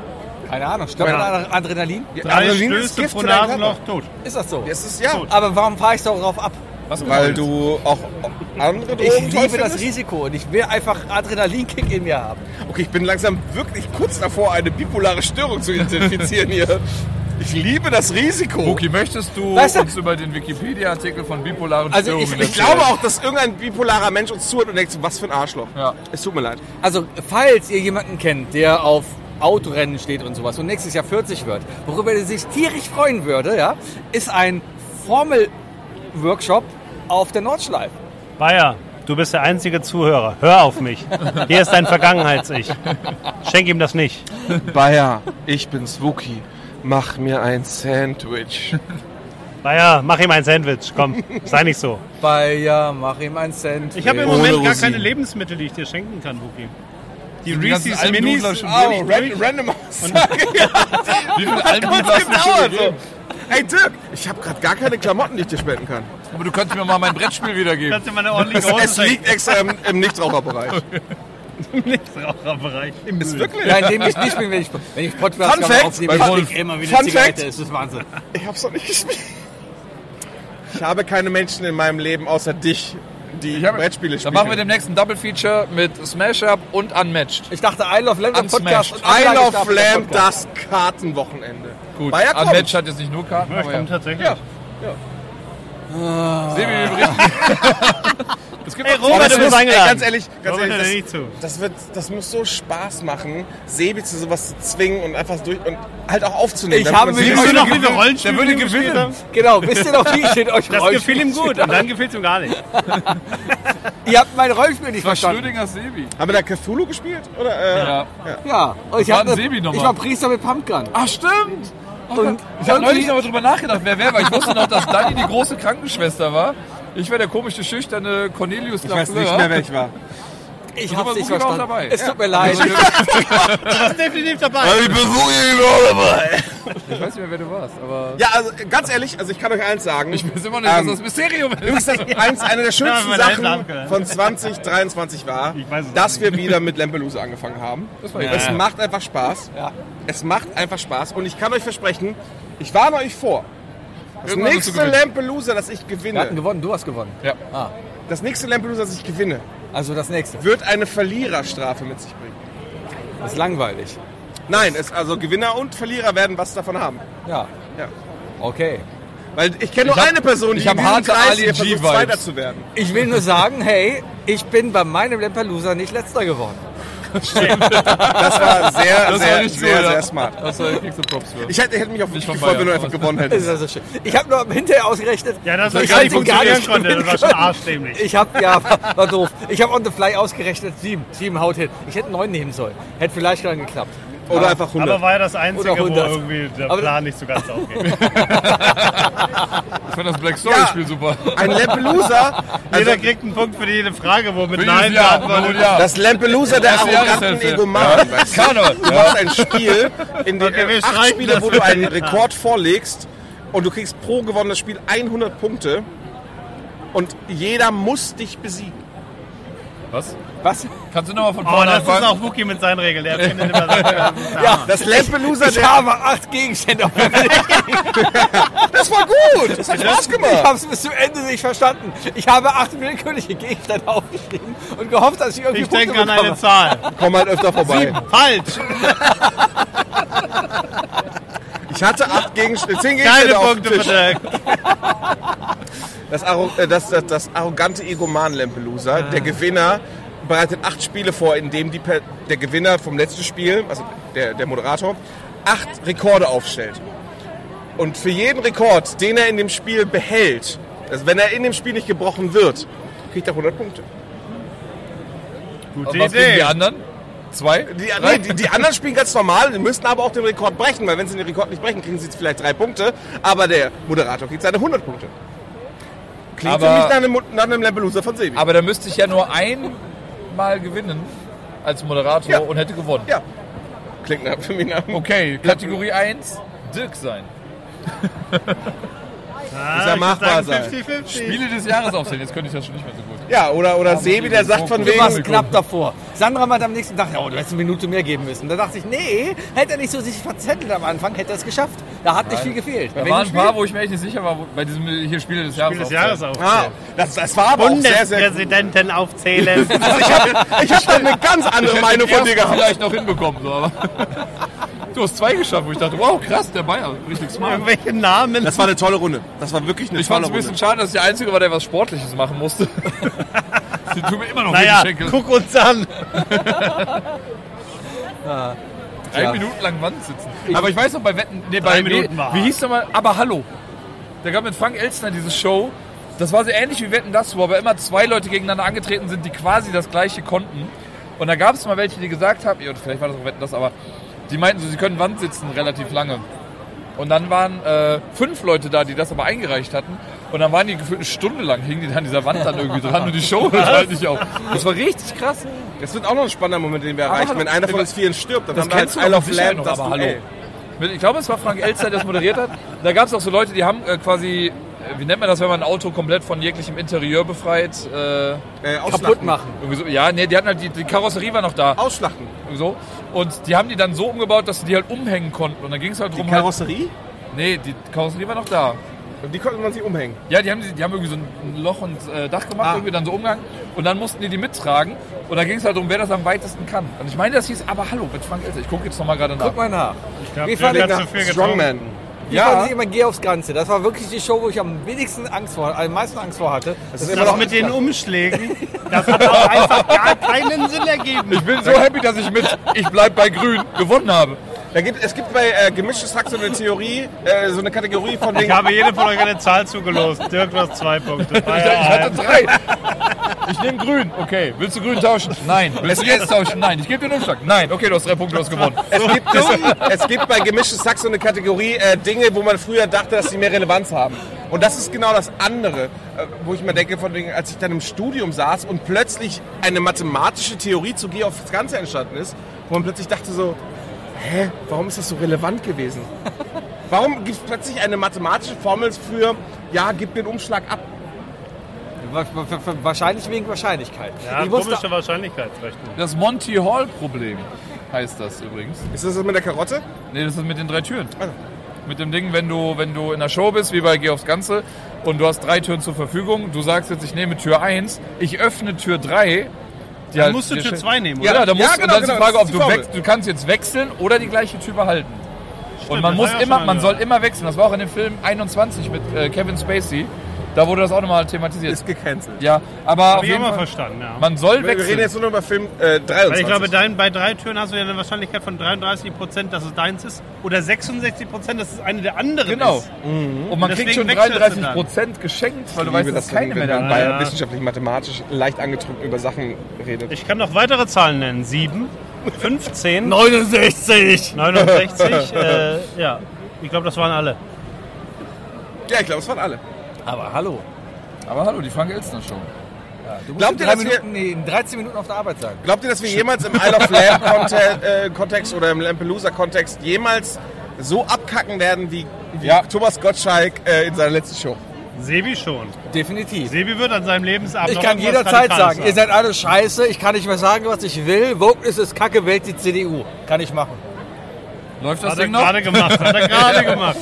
Speaker 1: Keine Ahnung, stirbt man an Adrenalin?
Speaker 2: Ja,
Speaker 7: Drei
Speaker 2: Adrenalin ist
Speaker 7: Stöße
Speaker 2: Gift
Speaker 7: pro
Speaker 2: für deinen Körper.
Speaker 7: Nasenloch tot.
Speaker 1: Ist das so?
Speaker 2: Es ist ja,
Speaker 1: Aber warum fahre ich darauf ab?
Speaker 5: Was
Speaker 2: weil du auch andere Drogen
Speaker 1: Ich
Speaker 2: toll
Speaker 1: liebe das
Speaker 2: findest.
Speaker 1: Risiko und ich will einfach Adrenalinkick in mir haben.
Speaker 2: Okay, ich bin langsam wirklich kurz davor, eine bipolare Störung zu identifizieren hier. Ich liebe das Risiko.
Speaker 5: Buki, möchtest du
Speaker 1: Weißt du-
Speaker 5: uns über den Wikipedia-Artikel von bipolaren
Speaker 1: Also ich-
Speaker 5: Störungen
Speaker 2: Ich glaube auch, dass irgendein bipolarer Mensch uns zuhört und denkt, so, was für ein Arschloch.
Speaker 5: Ja.
Speaker 2: Es tut mir leid.
Speaker 1: Also, falls ihr jemanden kennt, der auf Autorennen steht und sowas und nächstes Jahr 40 wird, worüber er sich tierisch freuen würde, ja, ist ein Formel-Workshop auf der Nordschleife.
Speaker 7: Bayer, du bist der einzige Zuhörer. Hör auf mich. Hier ist dein Vergangenheits-Ich. Schenk ihm das nicht.
Speaker 2: Bayer, ich bin Spooky. Mach mir ein Sandwich.
Speaker 7: Bayer, mach ihm ein Sandwich. Komm, sei nicht so.
Speaker 1: Bayer, mach ihm einen Cent.
Speaker 4: Ich habe im
Speaker 2: Ohne
Speaker 4: Moment gar
Speaker 2: Rosinen.
Speaker 4: keine Lebensmittel, die ich dir schenken kann, Wookie. Die
Speaker 5: Die ganzen
Speaker 4: Reese's
Speaker 5: alten
Speaker 4: Minis
Speaker 5: Dudler
Speaker 4: sind
Speaker 5: schon
Speaker 4: völlig durch.
Speaker 2: random
Speaker 5: Wie viel Alben
Speaker 2: Was
Speaker 5: hast du schon
Speaker 2: gedauert so?
Speaker 5: gegeben?
Speaker 2: Hey Dirk, ich habe gerade gar keine Klamotten, die ich dir spenden kann.
Speaker 5: Aber du könntest mir mal mein Brettspiel wiedergeben.
Speaker 7: Kannst du mal eine ordentliche Hose
Speaker 2: Es
Speaker 7: schenken?
Speaker 2: liegt extra im, im Nichtraucherbereich.
Speaker 7: Nichtraucherbereich. Im
Speaker 2: Ist
Speaker 7: Müll.
Speaker 2: wirklich?
Speaker 1: Ja, indem ich nicht bin, wenn ich, wenn ich Podcast
Speaker 2: Fun Fact,
Speaker 1: aufnehme,
Speaker 2: bei
Speaker 1: ich
Speaker 2: Wolf.
Speaker 1: krieg immer wieder
Speaker 2: Fun
Speaker 1: Zigarette.
Speaker 2: Fact.
Speaker 1: Es ist Wahnsinn.
Speaker 2: Ich hab's doch nicht gespielt. Ich habe keine Menschen in meinem Leben außer dich, die
Speaker 5: Ich habe-
Speaker 2: Brettspiele spielen.
Speaker 5: Dann machen wir demnächst ein Double-Feature mit Smash Up und Unmatched.
Speaker 1: Ich dachte, I Love Lamb, der
Speaker 5: Unsmashed.
Speaker 1: Podcast. und
Speaker 2: Isle
Speaker 1: Anlage
Speaker 2: of
Speaker 1: starten, der
Speaker 2: Lamb,
Speaker 1: Podcast.
Speaker 2: das Kartenwochenende.
Speaker 5: Gut,
Speaker 2: Bayer kommt.
Speaker 5: Unmatched hat jetzt nicht nur Karten,
Speaker 7: Ja, ich
Speaker 5: aber
Speaker 7: komme
Speaker 5: Oh ja.
Speaker 7: tatsächlich.
Speaker 2: Ja.
Speaker 5: Sebi, wir berichten. Es gibt
Speaker 7: Hey,
Speaker 5: noch-
Speaker 2: Oh,
Speaker 7: Robert,
Speaker 2: das
Speaker 7: du
Speaker 2: muss,
Speaker 7: bist
Speaker 2: ey,
Speaker 7: eingeladen.
Speaker 2: ganz ehrlich, ganz
Speaker 7: Robert, hör dir
Speaker 2: ehrlich
Speaker 7: nicht zu.
Speaker 2: das, das, wird, das muss so Spaß machen, Sebi zu sowas zu zwingen und einfach durch und halt auch aufzunehmen.
Speaker 1: Ich
Speaker 2: damit
Speaker 1: habe
Speaker 2: man
Speaker 1: mich-
Speaker 2: sieht,
Speaker 7: Siehst
Speaker 1: Siehst du
Speaker 7: du
Speaker 1: noch,
Speaker 7: noch, wie wir Rollenspiele
Speaker 5: Der würde
Speaker 7: gespielt
Speaker 5: gewinnen.
Speaker 7: haben?
Speaker 1: Genau, wisst ihr noch, wie ich in euch
Speaker 7: Das gefiel ihm gut und dann gefiel es ihm gar nicht.
Speaker 1: Ihr habt mein Rollenspiel nicht
Speaker 5: war
Speaker 1: verstanden.
Speaker 5: Schrödinger Sebi.
Speaker 2: Haben wir da Cthulhu gespielt? Oder, äh,
Speaker 5: Ja.
Speaker 1: Ja, und ich,
Speaker 5: war
Speaker 1: hab
Speaker 5: ein
Speaker 1: ne-
Speaker 5: Sebi nochmal.
Speaker 1: ich war Priester mit Pumpgun.
Speaker 5: Ach, stimmt.
Speaker 1: Und
Speaker 5: Ich habe neulich
Speaker 1: irgendwie-
Speaker 5: noch drüber nachgedacht, wer wer war. Ich wusste noch, dass Dani die große Krankenschwester war. Ich war der komische, schüchterne Cornelius
Speaker 2: Ich weiß nicht mehr, wer ich war.
Speaker 1: ich
Speaker 5: Und
Speaker 1: hab's
Speaker 5: Thomas
Speaker 1: nicht
Speaker 5: Bucki war auch
Speaker 1: verstanden.
Speaker 5: dabei.
Speaker 1: Es tut mir leid.
Speaker 7: Das ist definitiv dabei.
Speaker 2: Ich bin so dabei.
Speaker 5: Ich weiß nicht mehr, wer du warst, aber...
Speaker 2: Ja, also äh, ganz ehrlich, also ich kann euch eins sagen.
Speaker 5: Ich weiß immer nicht, was
Speaker 2: Ähm,
Speaker 5: das Mysterium
Speaker 2: Übrigens,
Speaker 5: ist.
Speaker 2: das eins, eine der schönsten
Speaker 7: Ja, wenn man einladen
Speaker 2: Sachen
Speaker 7: kann.
Speaker 2: von 2023 war,
Speaker 7: Ich weiß es
Speaker 2: dass
Speaker 7: nicht.
Speaker 2: wir wieder mit Lampelusa angefangen haben.
Speaker 5: Das war ja.
Speaker 2: Es macht einfach Spaß.
Speaker 1: Ja.
Speaker 2: Es macht einfach Spaß. Und ich kann euch versprechen, ich warne euch vor. Das
Speaker 5: Irgendwann wirst
Speaker 2: nächste
Speaker 5: du gewinnen.
Speaker 2: Lampelusa, das ich
Speaker 1: Wir hatten
Speaker 2: gewinne,
Speaker 1: gewonnen, du hast gewonnen.
Speaker 5: Ja.
Speaker 1: Ah,
Speaker 2: das nächste Lampelusa, das ich gewinne,
Speaker 1: also das nächste.
Speaker 2: wird eine Verliererstrafe mit sich bringen.
Speaker 1: Das ist langweilig.
Speaker 2: Nein, es, also Gewinner und Verlierer werden was davon haben.
Speaker 1: Ja.
Speaker 2: Ja.
Speaker 1: Okay.
Speaker 2: Weil ich kenne nur
Speaker 5: hab-
Speaker 2: eine Person, die
Speaker 5: ich hab
Speaker 2: in diesem
Speaker 5: harte
Speaker 2: Kreis
Speaker 5: Ali
Speaker 2: hier
Speaker 5: G
Speaker 2: versucht,
Speaker 5: Vibes.
Speaker 2: Zweiter zu werden.
Speaker 1: Ich will nur sagen, hey, ich bin bei meinem Lamperloser nicht letzter geworden.
Speaker 2: Das war sehr,
Speaker 5: war
Speaker 2: sehr,
Speaker 5: nicht
Speaker 2: sehr,
Speaker 5: gut, ja.
Speaker 2: sehr smart.
Speaker 5: Also, ich krieg so Props für.
Speaker 2: Ich hätte, hätte mich auf
Speaker 5: Nicht
Speaker 2: dich
Speaker 5: von
Speaker 2: gefreut, wenn du
Speaker 5: Bayern,
Speaker 2: einfach
Speaker 5: aber-
Speaker 2: gewonnen
Speaker 1: Das ist
Speaker 2: hättest.
Speaker 1: ja so schön. Ich habe nur hinterher ausgerechnet.
Speaker 7: Ja, das hat
Speaker 1: ich
Speaker 7: gar
Speaker 1: hab
Speaker 7: nicht
Speaker 1: sie Also gar
Speaker 7: funktionieren
Speaker 1: nicht
Speaker 7: konnte. Das war schon arschtämlich.
Speaker 1: Ich habe ja, war, war doof. Ich habe on the fly ausgerechnet sieben, sieben haut hin. Ich hätte neun nehmen sollen. Hätte vielleicht dann geklappt.
Speaker 2: Oder einfach 100.
Speaker 7: Aber war ja das Einzige,
Speaker 1: Oder
Speaker 7: wo
Speaker 1: 100.
Speaker 7: irgendwie der
Speaker 1: Aber-
Speaker 7: Plan nicht so ganz aufgeht.
Speaker 5: Ich fand das Black Story-Spiel
Speaker 2: Ja.
Speaker 5: super.
Speaker 2: Ein Lampelusa, also
Speaker 7: Jeder kriegt einen Punkt für jede Frage, wo mit
Speaker 5: Für dieses
Speaker 7: Nein
Speaker 5: Jahr,
Speaker 7: beantwortet
Speaker 5: für das Jahr.
Speaker 7: wird.
Speaker 2: das Lampelusa der
Speaker 5: Erste
Speaker 2: arroganten
Speaker 5: Jahreshälfte.
Speaker 2: Egomanen. weißt du?
Speaker 5: Karneval.
Speaker 2: Du machst ein Spiel, in dem
Speaker 7: Okay, wir
Speaker 2: acht
Speaker 7: streichen
Speaker 2: Spiele,
Speaker 7: das.
Speaker 2: wo du einen Rekord vorlegst und du kriegst pro gewonnenes Spiel 100 Punkte und jeder muss dich besiegen.
Speaker 5: Was?
Speaker 1: Was?
Speaker 5: Kannst du nochmal von
Speaker 7: Oh,
Speaker 5: vorne
Speaker 7: das ist
Speaker 5: anfangen?
Speaker 7: auch Wookie mit seinen Regeln. Der findet immer so.
Speaker 1: Ja,
Speaker 2: Das Lampelusa
Speaker 1: ich
Speaker 2: der...
Speaker 1: habe acht Gegenstände auf meinem
Speaker 2: Das war gut! Das hat Spaß
Speaker 1: Ich
Speaker 2: gemacht!
Speaker 1: habe es bis zum Ende nicht verstanden. Ich habe acht willkürliche Gegenstände aufgeschrieben und gehofft, dass ich irgendwie
Speaker 7: Ich
Speaker 1: Punkte
Speaker 7: denke an
Speaker 1: bekomme.
Speaker 7: eine Zahl.
Speaker 2: Komm halt öfter vorbei.
Speaker 7: Falsch.
Speaker 2: Ich hatte acht Gegenstände, zehn
Speaker 7: Keine
Speaker 2: Gegenstände auf dem
Speaker 7: Punkte
Speaker 2: Tisch.
Speaker 7: für Dirk.
Speaker 2: Das, Arro äh, das, das, das arrogante Egoman Lampelusa, der Gewinner, bereitet acht Spiele vor, in dem die, Per- der Gewinner vom letzten Spiel, also der, der Moderator, acht Rekorde aufstellt. Und für jeden Rekord, den er in dem Spiel behält, also wenn er in dem Spiel nicht gebrochen wird, kriegt er 100 Punkte.
Speaker 5: Und
Speaker 7: Gute
Speaker 5: was kriegen die
Speaker 7: Idee.
Speaker 5: anderen? Zwei?
Speaker 2: Die, nee, die, die anderen spielen ganz normal, die müssen aber auch den Rekord brechen, weil wenn sie den Rekord nicht brechen, kriegen sie jetzt vielleicht drei Punkte, aber der Moderator kriegt seine 100 Punkte. Klingt
Speaker 5: Aber-
Speaker 2: für mich nach einem, nach einem Lampelusa von Sebi.
Speaker 5: Aber da müsste ich ja nur einmal gewinnen als Moderator
Speaker 2: Ja.
Speaker 5: und hätte gewonnen.
Speaker 2: Ja. Klingt nach, für mich nach einem
Speaker 5: Okay, Kategorie 1, Dirk sein.
Speaker 7: Ah,
Speaker 2: ja
Speaker 7: ich würd
Speaker 2: machbar sein.
Speaker 7: 50-50.
Speaker 5: Spiele des Jahres aufzählen, jetzt könnte ich das schon nicht mehr so gut.
Speaker 2: Ja, oder, oder Sebi, der sagt von
Speaker 1: Du warst
Speaker 2: wegen.
Speaker 1: knapp davor. Sandra meinte am nächsten Tag, ja, oh, du hättest eine Minute mehr geben müssen. Da dachte ich, nee, hätte er nicht so sich verzettelt am Anfang, hätte er es geschafft. Da hat nicht viel gefehlt.
Speaker 5: Da
Speaker 1: Wenn
Speaker 5: waren ein
Speaker 1: du
Speaker 5: paar, wo ich mir echt nicht sicher war, wo, bei diesem hier Spiele des Jahres.
Speaker 7: Spiel des
Speaker 5: aufzählen.
Speaker 7: Jahres auch.
Speaker 2: Ah, das, das war aber auch sehr, sehr gut.
Speaker 7: Bundespräsidenten aufzählen.
Speaker 2: Also ich habe ich hab da eine ganz andere
Speaker 5: Ich hätte
Speaker 2: Meinung
Speaker 5: den
Speaker 2: von dir
Speaker 5: ersten
Speaker 2: gehabt.
Speaker 5: vielleicht noch hinbekommen, so, aber. Du hast zwei geschafft, wo ich dachte, wow, krass, der Bayer, richtig smart.
Speaker 7: um Irgendwelche Namen.
Speaker 2: Das war eine tolle Runde. Das war wirklich eine
Speaker 5: Ich fand
Speaker 2: tolle
Speaker 5: es ein bisschen
Speaker 2: Runde.
Speaker 5: schade, dass ich der Einzige war, der was Sportliches machen musste. Die tun mir immer noch
Speaker 7: Naja,
Speaker 5: weh, die Schenkel.
Speaker 7: guck uns an.
Speaker 5: Drei Minuten lang Wand sitzen. Aber ich weiß noch, bei Wetten, nee, bei,
Speaker 7: Drei Minuten war
Speaker 5: wie
Speaker 7: hart.
Speaker 5: hieß nochmal, aber hallo. Da gab mit Frank Elstner diese Show. Das war so ähnlich wie Wetten, das, wo aber immer zwei Leute gegeneinander angetreten sind, die quasi das Gleiche konnten. Und da gab es mal welche, die gesagt haben, ja, und vielleicht war das auch Wetten, das, aber die meinten so, sie können Wand sitzen relativ lange. Und dann waren äh, fünf Leute da, die das aber eingereicht hatten. Und dann waren die gefühlt eine Stunde lang, hingen die da an dieser Wand dann irgendwie dran und die Show hört halt nicht auf. Das war richtig krass.
Speaker 2: Das wird auch noch ein spannender Moment, den wir
Speaker 5: Aber
Speaker 2: erreichen.
Speaker 5: hallo.
Speaker 2: Wenn einer von uns vielen stirbt, dann
Speaker 5: Das
Speaker 2: haben wir halt
Speaker 5: kennst du
Speaker 2: Isle
Speaker 5: doch mit
Speaker 2: of
Speaker 5: Sicherheit
Speaker 2: Lamb,
Speaker 5: noch,
Speaker 2: das
Speaker 5: aber hallo.
Speaker 2: Duell.
Speaker 5: Mit- Ich glaube, es war Frank Elster, der das moderiert hat. Da gab es auch so Leute, die haben äh, quasi, äh, wie nennt man das, wenn man ein Auto komplett von jeglichem Interieur befreit? Äh,
Speaker 2: Äh,
Speaker 1: kaputt
Speaker 2: ausschlachten.
Speaker 1: machen.
Speaker 5: irgendwie so, ja, nee, die hatten halt, die, die Karosserie war noch da.
Speaker 2: Ausschlachten.
Speaker 5: irgendwie So. Und die haben die dann so umgebaut, dass sie die halt umhängen konnten. Und dann ging es halt
Speaker 2: Die
Speaker 5: drum, halt,
Speaker 2: Karosserie?
Speaker 5: nee, die Karosserie war noch da.
Speaker 2: Die konnte man sich umhängen.
Speaker 5: Ja, die haben, die haben irgendwie so ein Loch und äh, Dach gemacht,
Speaker 2: Ah.
Speaker 5: irgendwie dann so umgegangen. Und dann mussten die die mittragen. Und da ging es halt darum, wer das am weitesten kann. Und ich meine, das hieß aber Hallo mit Frank Elster. Ich gucke jetzt nochmal gerade nach.
Speaker 1: Guck mal nach. Wie fand ich
Speaker 7: hat
Speaker 1: das?
Speaker 7: zu viel getrunken.
Speaker 2: Strongman.
Speaker 1: Ich fand ich immer Geh aufs Ganze. Das war wirklich die Show, wo ich am wenigsten Angst vor, am meisten Angst vor hatte. Das ist
Speaker 7: Das mit den Umschlägen, das hat auch einfach gar keinen Sinn ergeben.
Speaker 5: Ich bin so happy, dass ich mit Ich bleib bei Grün gewonnen habe.
Speaker 2: Da gibt, es gibt bei äh, gemischtes Hack so eine Theorie, äh, so eine Kategorie von
Speaker 7: Ich
Speaker 2: Dingen.
Speaker 7: habe jedem von euch eine Zahl zugelost. Dirk, du hast zwei Punkte.
Speaker 5: Ich, ich hatte drei. Ich nehme Grün. Okay. Willst du Grün tauschen? Nein. Willst du jetzt tauschen? Nein. Ich gebe dir einen Umschlag. Nein. Okay, du hast drei Punkte, du hast gewonnen.
Speaker 2: Es gibt, es, es gibt bei gemischtes Hack so eine Kategorie äh, Dinge, wo man früher dachte, dass sie mehr Relevanz haben. Und das ist genau das andere, äh, wo ich mir denke, von wegen, als ich dann im Studium saß und plötzlich eine mathematische Theorie zu Geh auf das Ganze entstanden ist, wo man plötzlich dachte so, hä, warum ist das so relevant gewesen? Warum gibt es plötzlich eine mathematische Formel für, ja, gib den Umschlag ab?
Speaker 1: Wa- wa- wa- Wahrscheinlich wegen Wahrscheinlichkeit.
Speaker 7: Ja,
Speaker 1: ich musste
Speaker 7: komische Wahrscheinlichkeitsrechnung.
Speaker 5: Das Monty Hall Problem heißt das übrigens.
Speaker 2: Ist das das mit der Karotte?
Speaker 5: Nee, das ist mit den drei Türen.
Speaker 7: Ah.
Speaker 5: Mit dem Ding, wenn du, wenn du in der Show bist, wie bei Geh aufs Ganze, und du hast drei Türen zur Verfügung, du sagst jetzt, ich nehme Tür 1, ich öffne Tür halt 3.
Speaker 7: Dann musst du Tür 2 nehmen,
Speaker 5: Ja,
Speaker 7: oder?
Speaker 5: da musst,
Speaker 2: Ja,
Speaker 5: und
Speaker 2: genau,
Speaker 5: dann ist die
Speaker 2: genau,
Speaker 5: Frage,
Speaker 2: das
Speaker 5: ob
Speaker 2: ist
Speaker 5: du
Speaker 2: die Formel.
Speaker 5: wechselst. Du kannst jetzt wechseln oder die gleiche Tür behalten. und man
Speaker 7: das
Speaker 5: muss
Speaker 7: war ja
Speaker 5: immer,
Speaker 7: schon
Speaker 5: man
Speaker 7: mal
Speaker 5: soll
Speaker 7: gehört.
Speaker 5: immer wechseln. Das war auch in dem Film 21 mit äh, Kevin Spacey. Da wurde das auch nochmal thematisiert.
Speaker 2: Ist gecancelt.
Speaker 5: ja, aber auf
Speaker 7: Hab ich auch
Speaker 5: jeden
Speaker 7: mal
Speaker 5: Fall,
Speaker 7: verstanden, ja.
Speaker 5: man soll
Speaker 2: Wir reden
Speaker 5: wechseln.
Speaker 2: jetzt nur noch über Film äh, 23.
Speaker 7: Weil ich glaube, dein, bei drei Türen hast du ja eine Wahrscheinlichkeit von 33 Prozent, dass es deins ist. Oder 66 Prozent, dass es eine der anderen
Speaker 5: Genau.
Speaker 7: ist.
Speaker 5: Und man
Speaker 7: Deswegen
Speaker 5: kriegt schon
Speaker 7: wechselst du
Speaker 5: 33 Prozent geschenkt, weil du
Speaker 2: Ich liebe
Speaker 5: weißt, dass
Speaker 2: wenn-
Speaker 5: keine mehr
Speaker 2: wenn
Speaker 5: da
Speaker 2: man
Speaker 5: ist.
Speaker 2: bei
Speaker 7: Ja.
Speaker 2: wissenschaftlich mathematisch leicht angetrunken über Sachen redet.
Speaker 7: Ich kann noch weitere Zahlen nennen. 7, 15, 69. 69, äh, ja. Ich glaube, das waren alle.
Speaker 2: Ja, ich glaube, es waren alle.
Speaker 1: Aber hallo.
Speaker 5: Aber hallo, die Frank Elstner Show.
Speaker 1: Du musst
Speaker 2: Glaubt
Speaker 1: in,
Speaker 2: ihr,
Speaker 1: drei
Speaker 2: dass wir-
Speaker 1: Minuten, nee, in 13 Minuten auf der Arbeit sein.
Speaker 2: Glaubt ihr, dass wir jemals im Isle of Lamb-Kontext oder im Lampelusa-Kontext jemals so abkacken werden wie, wie
Speaker 5: Ja.
Speaker 2: Thomas Gottschalk äh, in seiner letzten Show?
Speaker 7: Sebi schon.
Speaker 1: Definitiv.
Speaker 7: Sebi wird an seinem Lebensabend
Speaker 1: Ich
Speaker 7: noch
Speaker 1: kann
Speaker 7: irgendwas
Speaker 1: jederzeit
Speaker 7: Radikales
Speaker 1: sagen, ihr seid alle scheiße, ich kann nicht mehr sagen, was ich will. Wokeness ist Kacke, wählt die CDU. Kann ich machen.
Speaker 5: Läuft das
Speaker 7: Hat er
Speaker 5: Ding noch?
Speaker 7: gerade gemacht, hat er gerade gemacht.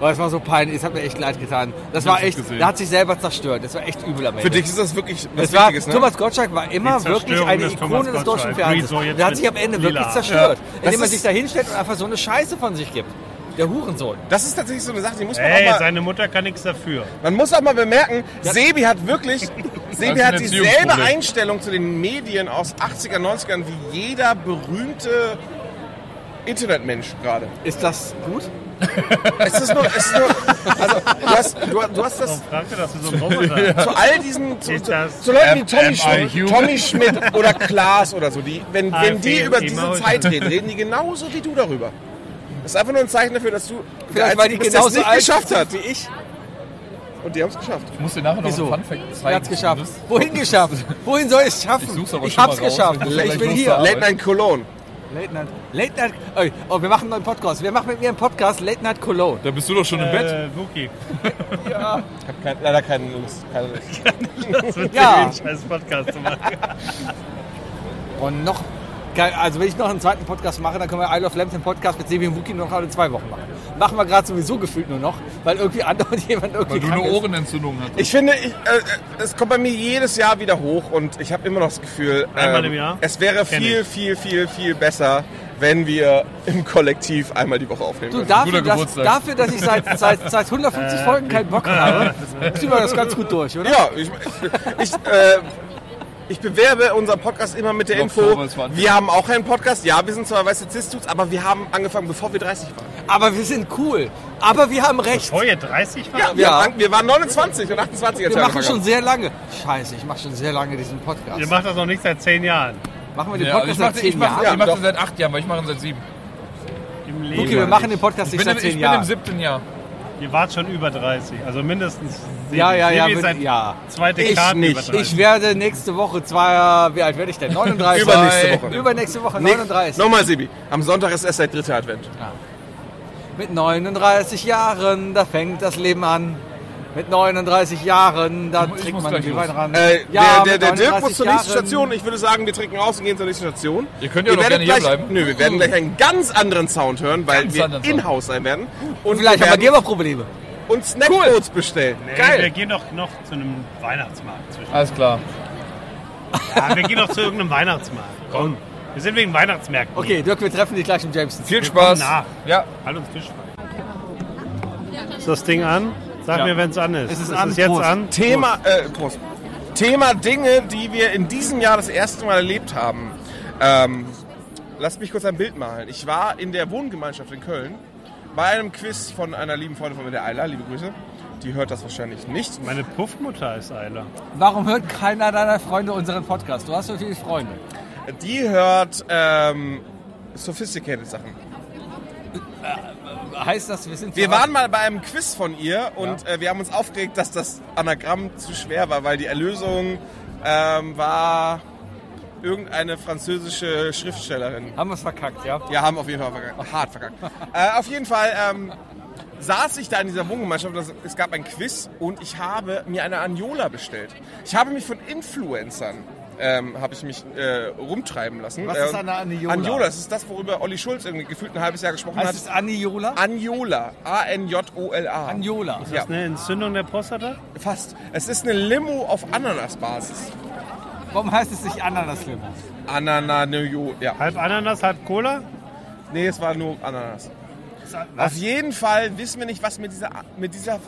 Speaker 1: Weil es war so peinlich, es hat mir echt leid getan. Das war
Speaker 5: hab's
Speaker 1: echt,
Speaker 5: gesehen.
Speaker 1: der hat sich selber zerstört. Das war echt übel am Ende.
Speaker 2: Für dich ist das wirklich was
Speaker 1: Das war,
Speaker 2: Wichtiges, ne?
Speaker 1: Thomas Gottschalk war immer
Speaker 7: Die Zerstörung
Speaker 1: wirklich eine
Speaker 7: des
Speaker 1: Ikone
Speaker 7: Thomas
Speaker 1: des deutschen
Speaker 7: Gottschalk.
Speaker 1: Fernsehens.
Speaker 7: Rezo jetzt
Speaker 1: Der hat
Speaker 7: mit
Speaker 1: sich am Ende wirklich
Speaker 7: Lila.
Speaker 1: zerstört, indem er
Speaker 2: ist-
Speaker 1: sich da hinstellt und einfach so eine Scheiße von sich gibt. Der Hurensohn.
Speaker 2: Das ist tatsächlich so eine Sache, die muss man
Speaker 7: Ey,
Speaker 2: auch mal...
Speaker 7: seine Mutter kann nichts dafür.
Speaker 2: Man muss auch mal bemerken, Sebi hat wirklich... Sebi
Speaker 5: ein
Speaker 2: hat dieselbe
Speaker 5: Erziehungsproblem.
Speaker 2: Einstellung zu den Medien aus 80er, 90ern wie jeder berühmte Internetmensch gerade.
Speaker 1: Ist das gut?
Speaker 2: Es ist nur, es ist nur also, du, hast, du, du hast das
Speaker 7: Oh, Danke, dass du so ein Roboter
Speaker 2: zu all diesen, zu,
Speaker 7: Ist
Speaker 2: zu,
Speaker 7: das
Speaker 2: zu Leuten wie
Speaker 5: am
Speaker 2: Tommy
Speaker 5: I
Speaker 2: Schmidt, Tommy Schmidt oder Klaas oder so, die, wenn, wenn die
Speaker 7: AfD
Speaker 2: über
Speaker 7: und
Speaker 2: diese
Speaker 7: Emoji.
Speaker 2: Zeit reden, reden die genauso wie du darüber. Das ist einfach nur ein Zeichen dafür, dass du der
Speaker 1: Vielleicht, weil die
Speaker 2: Einzige bist, der es
Speaker 1: genauso alt
Speaker 2: nicht geschafft
Speaker 1: sind
Speaker 2: hat.
Speaker 1: wie ich.
Speaker 2: Und die haben es geschafft.
Speaker 5: Ich muss dir nachher noch
Speaker 1: Wieso?
Speaker 5: einen Funfact zeigen.
Speaker 1: Er hat's geschafft. Wohin geschafft? Wohin soll ich es schaffen?
Speaker 5: Ich such's aber
Speaker 1: ich
Speaker 5: schon
Speaker 1: hab's
Speaker 5: mal raus.
Speaker 1: geschafft.
Speaker 5: Ich muss
Speaker 1: Ich
Speaker 5: vielleicht
Speaker 1: bin
Speaker 5: Lust
Speaker 1: hier.
Speaker 5: haben.
Speaker 2: Late Night Cologne.
Speaker 1: Late Night. Late Night. Oh, oh, wir machen einen neuen Podcast. Wer macht mit mir einen Podcast? Late Night Cologne.
Speaker 5: Da bist du doch schon im Bett.
Speaker 7: Äh, Wookie.
Speaker 2: Ich habe kein, leider keine Lust. Keine Lust.
Speaker 7: Das wird ja.
Speaker 1: Ja.
Speaker 7: scheiß Podcast zu machen.
Speaker 1: Und noch. kein- Also wenn ich noch einen zweiten Podcast mache, dann können wir Isle of Lamps den Podcast mit Sebi und Wookie noch alle zwei Wochen machen. Machen wir gerade sowieso gefühlt nur noch, weil irgendwie andauernd jemand irgendwie
Speaker 5: Weil du eine
Speaker 1: krank ist.
Speaker 5: Ohrenentzündung hattest.
Speaker 2: Ich finde, ich, äh, äh, es kommt bei mir jedes Jahr wieder hoch und ich habe immer noch das Gefühl, ähm,
Speaker 7: Einmal im Jahr?
Speaker 2: es wäre
Speaker 7: Kenn
Speaker 2: viel,
Speaker 7: ich.
Speaker 2: viel, viel, viel besser, wenn wir im Kollektiv einmal die Woche aufnehmen
Speaker 1: Du,
Speaker 2: würden.
Speaker 1: dafür,
Speaker 5: guter
Speaker 1: dass,
Speaker 5: Geburtstag.
Speaker 1: dafür, dass ich seit, seit, seit 150 Folgen keinen Bock habe, ziehen wir das ganz gut durch, oder?
Speaker 2: Ja, ich, ich, äh, ich bewerbe unseren Podcast immer mit der
Speaker 5: Im
Speaker 2: Info,
Speaker 5: Oktober 20.
Speaker 2: wir haben auch einen Podcast. Ja, wir sind zwar weiße Zistuts, aber wir haben angefangen, bevor wir 30 waren.
Speaker 1: Aber wir sind cool. Aber wir haben recht.
Speaker 7: Treue 30 war?
Speaker 2: Ja, wir,
Speaker 1: Ja.
Speaker 2: Haben, wir waren 29 und 28. Als
Speaker 1: Wir machen schon
Speaker 2: angefangen
Speaker 1: sehr lange. Scheiße, ich mache schon sehr lange diesen Podcast.
Speaker 7: Ihr macht das noch nicht seit 10 Jahren.
Speaker 1: machen wir den
Speaker 5: Ja, also ich
Speaker 1: Podcast
Speaker 5: mache
Speaker 1: seit
Speaker 5: ich
Speaker 1: zehn
Speaker 5: mach,
Speaker 1: Jahren?
Speaker 5: ich
Speaker 2: Ja,
Speaker 5: mach
Speaker 2: doch.
Speaker 5: den seit acht Jahren, aber ich mache ihn seit sieben.
Speaker 7: Im
Speaker 1: Okay,
Speaker 7: Leben.
Speaker 1: wir machen den Podcast
Speaker 5: Ich
Speaker 1: nicht
Speaker 5: bin, im,
Speaker 1: seit
Speaker 5: ich
Speaker 1: zehn
Speaker 5: bin im
Speaker 1: Jahren.
Speaker 5: siebten Jahr.
Speaker 7: Ihr wart schon über 30. Also mindestens. Sebi.
Speaker 1: Ja, ja, ja,
Speaker 7: Sebi
Speaker 1: bin-
Speaker 7: ist seit
Speaker 1: ja.
Speaker 7: Zweite
Speaker 2: Ich
Speaker 7: Karte
Speaker 2: nicht.
Speaker 7: über 30.
Speaker 1: Ich werde nächste Woche zwar, wie alt werde ich denn? 39.
Speaker 2: Übernächste Woche.
Speaker 1: Übernächste Woche
Speaker 2: Nee,
Speaker 1: 39.
Speaker 2: Nochmal, Sebi. Am Sonntag ist erst der dritte Advent.
Speaker 1: Mit 39 Jahren, da fängt das Leben an. Mit 39 Jahren, da
Speaker 5: Ich muss- ich
Speaker 1: trinkt
Speaker 5: muss
Speaker 1: man
Speaker 5: gleich
Speaker 1: den
Speaker 5: los.
Speaker 1: Wein ran.
Speaker 2: Äh,
Speaker 1: Ja,
Speaker 2: der der, der
Speaker 1: mit
Speaker 2: Dirk muss
Speaker 1: 39
Speaker 2: zur nächsten
Speaker 1: Jahren.
Speaker 2: Station. Ich würde sagen, wir trinken aus und gehen zur nächsten Station.
Speaker 5: Ihr könnt ja
Speaker 2: Ihr
Speaker 5: auch noch
Speaker 2: werdet
Speaker 5: gerne hier
Speaker 2: gleich,
Speaker 5: bleiben.
Speaker 2: Nö, wir werden gleich einen ganz anderen Sound hören, weil
Speaker 5: Ganz
Speaker 2: wir
Speaker 5: anderen Sound.
Speaker 2: in-house sein werden. Und
Speaker 1: Vielleicht
Speaker 2: wir
Speaker 1: haben wir
Speaker 2: werden
Speaker 1: Geberprobleme.
Speaker 2: uns Snackboots bestellen.
Speaker 7: Ey, Wir gehen doch noch zu einem Weihnachtsmarkt. Zwischen.
Speaker 5: Alles klar.
Speaker 7: Ja, wir gehen doch zu irgendeinem Weihnachtsmarkt. Komm. Wir sind wegen Weihnachtsmärkten.
Speaker 1: Okay, Dirk, wir treffen dich gleich im Jameson.
Speaker 5: Viel Spaß.
Speaker 7: nach.
Speaker 5: Ja,
Speaker 7: Halt uns Tisch frei. Ist das Ding an? Sag
Speaker 5: Ja.
Speaker 7: mir, wenn es an ist.
Speaker 1: Es ist an,
Speaker 7: jetzt
Speaker 1: Prost.
Speaker 7: an?
Speaker 2: Thema, äh, Prost. Thema Dinge, die wir in diesem Jahr das erste Mal erlebt haben. Ähm, lasst mich kurz ein Bild malen. Ich war in der Wohngemeinschaft in Köln bei einem Quiz von einer lieben Freundin von mir, der Ayla, liebe Grüße. Die hört das wahrscheinlich nicht.
Speaker 7: Meine Puffmutter ist Eiler.
Speaker 1: Warum hört keiner deiner Freunde unseren Podcast? Du hast so viele Freunde.
Speaker 2: Die hört ähm, sophisticated Sachen.
Speaker 1: Heißt das, wir sind
Speaker 2: Wir
Speaker 1: verwandt?
Speaker 2: waren mal bei einem Quiz von ihr und äh, wir haben uns aufgeregt, dass das Anagramm zu schwer war, weil die Erlösung ähm, war irgendeine französische Schriftstellerin.
Speaker 1: Haben wir es verkackt, ja?
Speaker 2: Ja, haben auf jeden Fall verkackt. hart verkackt. äh, auf jeden Fall ähm, saß ich da in dieser Wohngemeinschaft und es- es gab ein Quiz und ich habe mir eine Aniola bestellt. Ich habe mich von Influencern ähm, habe ich mich äh, rumtreiben lassen.
Speaker 1: Was ist
Speaker 2: Ähm,
Speaker 1: eine Aniola?
Speaker 2: Aniola, das ist das, worüber Olli Schulz irgendwie gefühlt ein halbes Jahr gesprochen
Speaker 1: Heißt es
Speaker 2: hat.
Speaker 1: Aniola?
Speaker 2: Aniola, A-N-J-O-L-A.
Speaker 1: Aniola.
Speaker 7: Ist
Speaker 2: Ja.
Speaker 7: das eine Entzündung der Prostata?
Speaker 2: Fast. Es ist eine Limo auf Ananasbasis.
Speaker 1: Warum heißt es nicht Ananas-Limo?
Speaker 2: Anananio, ja.
Speaker 7: Halb Ananas, halb Cola?
Speaker 2: Nee, es war nur Ananas. Auf
Speaker 7: Was?
Speaker 2: jeden Fall wissen wir nicht, was mit dieser, mit dieser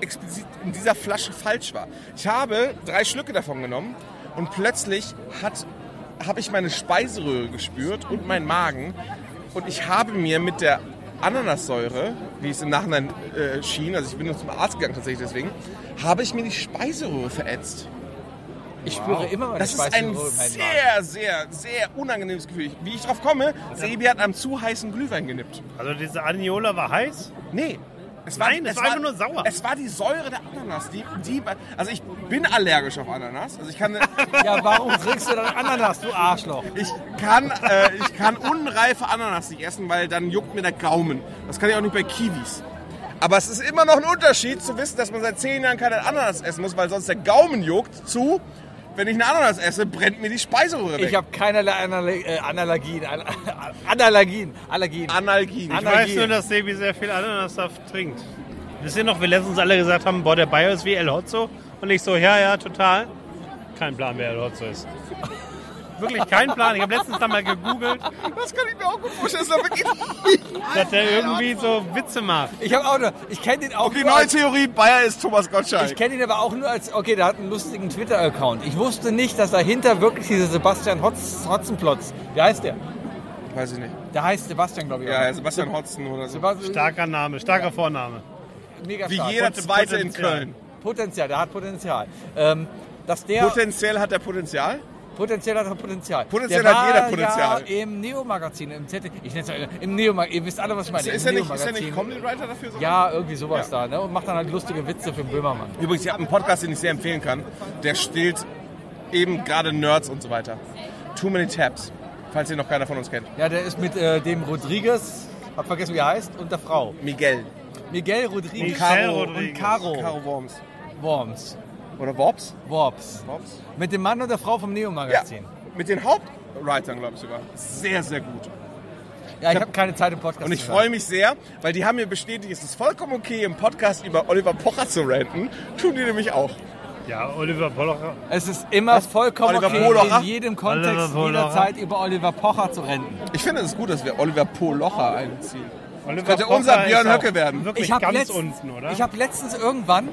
Speaker 2: explizit in dieser Flasche falsch war. Ich habe drei Schlücke davon genommen und plötzlich hat habe ich meine Speiseröhre gespürt und meinen Magen und ich habe mir mit der Ananassäure, wie es im Nachhinein äh, schien, also ich bin nur zum Arzt gegangen tatsächlich deswegen, habe ich mir die Speiseröhre verätzt.
Speaker 1: Ich spüre immer meine
Speaker 2: Das ist ein
Speaker 1: Speiseröhre im Magen.
Speaker 2: sehr, sehr, sehr unangenehmes Gefühl. Ich- Wie ich drauf komme, Sebi hat einem zu heißen Glühwein genippt.
Speaker 7: Also diese Aniola war heiß?
Speaker 2: Nee. Es war,
Speaker 7: Nein, es war einfach nur sauer.
Speaker 2: Es war die Säure der Ananas. Die, die, also ich bin allergisch auf Ananas. Also ich kann,
Speaker 1: Ja, warum trinkst du dann Ananas, du Arschloch?
Speaker 2: ich kann, äh, ich kann unreife Ananas nicht essen, weil dann juckt mir der Gaumen. Das kann ich auch nicht bei Kiwis. Aber es ist immer noch ein Unterschied zu wissen, dass man seit zehn Jahren keine Ananas essen muss, weil sonst der Gaumen juckt zu, wenn ich eine Ananas esse, brennt mir die Speiseröhre weg.
Speaker 1: Ich habe keinerlei Anal- äh, Analogien. An Analogien. Allergien.
Speaker 2: Analgien.
Speaker 1: An-
Speaker 7: Ich weiß nur, dass Sebi sehr viel Ananassaft trinkt. Wisst ihr noch, wie letztens alle gesagt haben, boah, der Bayer ist wie El Hotzo? Und ich so, ja, ja, total. Kein Plan, wer El Hotzo ist. Wirklich kein Plan. Ich habe letztens dann mal gegoogelt,
Speaker 2: Das kann ich mir auch gut vorstellen. Das ist doch wirklich
Speaker 7: dass der irgendwie so Witze macht.
Speaker 1: Ich habe auch nur, ich kenne den auch
Speaker 2: Um Die
Speaker 1: nur
Speaker 2: neue
Speaker 1: als,
Speaker 2: Theorie, Bayer ist Thomas Gottschalk.
Speaker 1: ich kenne ihn aber auch nur als, okay, der hat einen lustigen Twitter-Account. Ich wusste nicht, dass dahinter wirklich dieser Sebastian Hotz, Hotzenplotz, wie heißt der?
Speaker 2: Weiß ich nicht.
Speaker 1: Der heißt Sebastian, glaube ich. auch.
Speaker 2: Ja, ja, Sebastian Hotzen oder so.
Speaker 1: Sebastian,
Speaker 7: Starker Name, starker Vorname.
Speaker 1: mega
Speaker 2: Wie
Speaker 1: stark.
Speaker 2: jeder
Speaker 7: Pot-
Speaker 2: Zweite in
Speaker 7: Potenzial.
Speaker 2: Köln.
Speaker 1: Potenzial, der hat Potenzial. Ähm, dass der
Speaker 2: Potenziell hat er Potenzial.
Speaker 1: Potenziell hat er Potenzial.
Speaker 2: Potenziell
Speaker 1: der
Speaker 2: hat jeder
Speaker 1: war
Speaker 2: Potenzial.
Speaker 1: Ja, Im Neo-Magazin, im ZD, ich nenne es im Neo-Magazin, ihr wisst alle, was ich meine.
Speaker 2: Ist, ist,
Speaker 1: im
Speaker 2: er, nicht, ist er
Speaker 1: Neo-Magazin.
Speaker 2: nicht Comedy Writer dafür? So?
Speaker 1: Ja, irgendwie sowas da, ne? Und macht dann halt lustige Witze für den Böhmermann.
Speaker 2: Übrigens, ich habe einen Podcast, den ich sehr empfehlen kann. Der stillt eben gerade Nerds und so weiter. Too Many Tabs. falls ihr noch keiner von uns kennt.
Speaker 1: Ja, der ist mit äh, dem Rodriguez, hab vergessen, wie er heißt, und der Frau.
Speaker 2: Miguel.
Speaker 1: Miguel Rodriguez
Speaker 7: Michelle
Speaker 1: und
Speaker 7: Rodriguez.
Speaker 1: Caro,
Speaker 2: Caro Worms.
Speaker 1: Worms.
Speaker 2: Oder Worps?
Speaker 1: Worps.
Speaker 2: Worps?
Speaker 1: Mit dem Mann und der Frau vom
Speaker 2: Ja.
Speaker 1: Neo-Magazin.
Speaker 2: Mit den Hauptwritern, glaube ich sogar. Sehr, sehr gut.
Speaker 1: Ja. ich habe keine Zeit im Podcast
Speaker 2: Und ich
Speaker 1: zu
Speaker 2: freue
Speaker 1: sein.
Speaker 2: mich sehr, weil die haben mir bestätigt, es ist vollkommen okay, im Podcast über Oliver Pocher zu ranten. Tun die nämlich auch.
Speaker 7: Ja, Oliver Pollocher.
Speaker 1: Es ist immer vollkommen
Speaker 2: Oliver
Speaker 1: okay,
Speaker 2: Polocher?
Speaker 1: in jedem
Speaker 7: Oliver
Speaker 1: Kontext
Speaker 7: Polocher?
Speaker 1: jederzeit über Oliver Pocher zu renten.
Speaker 2: Ich finde es gut, dass wir Oliver Polocher einziehen.
Speaker 7: Oliver
Speaker 2: könnte
Speaker 7: Pocher
Speaker 2: unser
Speaker 7: ist
Speaker 2: Björn
Speaker 7: auch
Speaker 2: Höcke werden.
Speaker 7: Wirklich
Speaker 1: hab
Speaker 7: ganz
Speaker 1: letzt-
Speaker 7: unten, oder?
Speaker 1: Ich habe letztens irgendwann,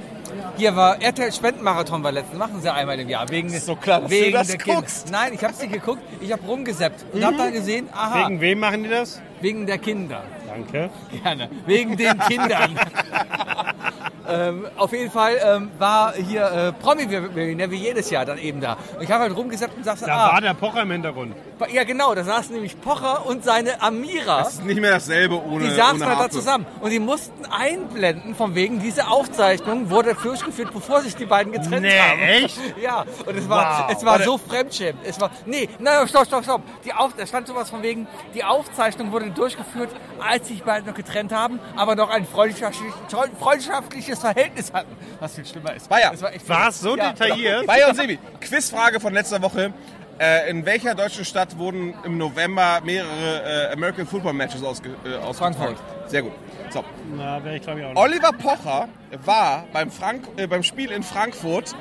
Speaker 1: hier war RTL Spendenmarathon war letztens, machen sie einmal im Jahr. Wegen,
Speaker 2: So klar, dass
Speaker 1: wegen
Speaker 2: du das
Speaker 1: der Kinder.
Speaker 2: guckst. Mhm.
Speaker 1: Nein, ich habe es nicht geguckt, ich habe rumgesappt und habe dann gesehen, aha, wegen,
Speaker 7: Wegen wem machen die das?
Speaker 1: der Kinder.
Speaker 7: Danke.
Speaker 1: Gerne, wegen den Kindern. ähm, auf jeden Fall ähm, war hier äh, Promi, wie, wie jedes Jahr dann eben da. Und ich habe halt rumgesappt und sagte,
Speaker 7: Da war
Speaker 1: ah,
Speaker 7: der Pocher im Hintergrund.
Speaker 1: ja genau, da saßen nämlich Pocher und seine Amira.
Speaker 2: Es ist nicht mehr dasselbe ohne
Speaker 7: Äh,
Speaker 1: Die saßen
Speaker 2: ohne
Speaker 1: halt da
Speaker 2: Harpe.
Speaker 1: zusammen und die mussten einblenden, von wegen diese Aufzeichnung wurde durchgeführt, bevor sich die beiden getrennt
Speaker 7: Nee,
Speaker 1: haben.
Speaker 7: echt?
Speaker 1: Ja, und es war,
Speaker 7: Wow.
Speaker 1: es war so fremdschämend. Es war, nee, nein, stopp, stopp, stopp. Die Auf, da stand sowas von wegen, die Aufzeichnung wurde durchgeführt, als sich beide noch getrennt haben, aber noch ein freundschaftlich, freundschaftliches Verhältnis hatten. Was viel schlimmer ist.
Speaker 2: War ja.
Speaker 1: Das war echt
Speaker 7: War es so
Speaker 1: Ja.
Speaker 7: detailliert?
Speaker 2: Bayer und Sebi, Quizfrage von letzter Woche. Äh, in welcher deutschen Stadt wurden im November mehrere äh, American Football Matches ausge, äh, ausgetragen?
Speaker 1: Frankfurt.
Speaker 2: Sehr gut. So.
Speaker 7: Na, wäre ich glaube ich auch nicht.
Speaker 2: Oliver Pocher war beim, Frank äh, beim Spiel in Frankfurt,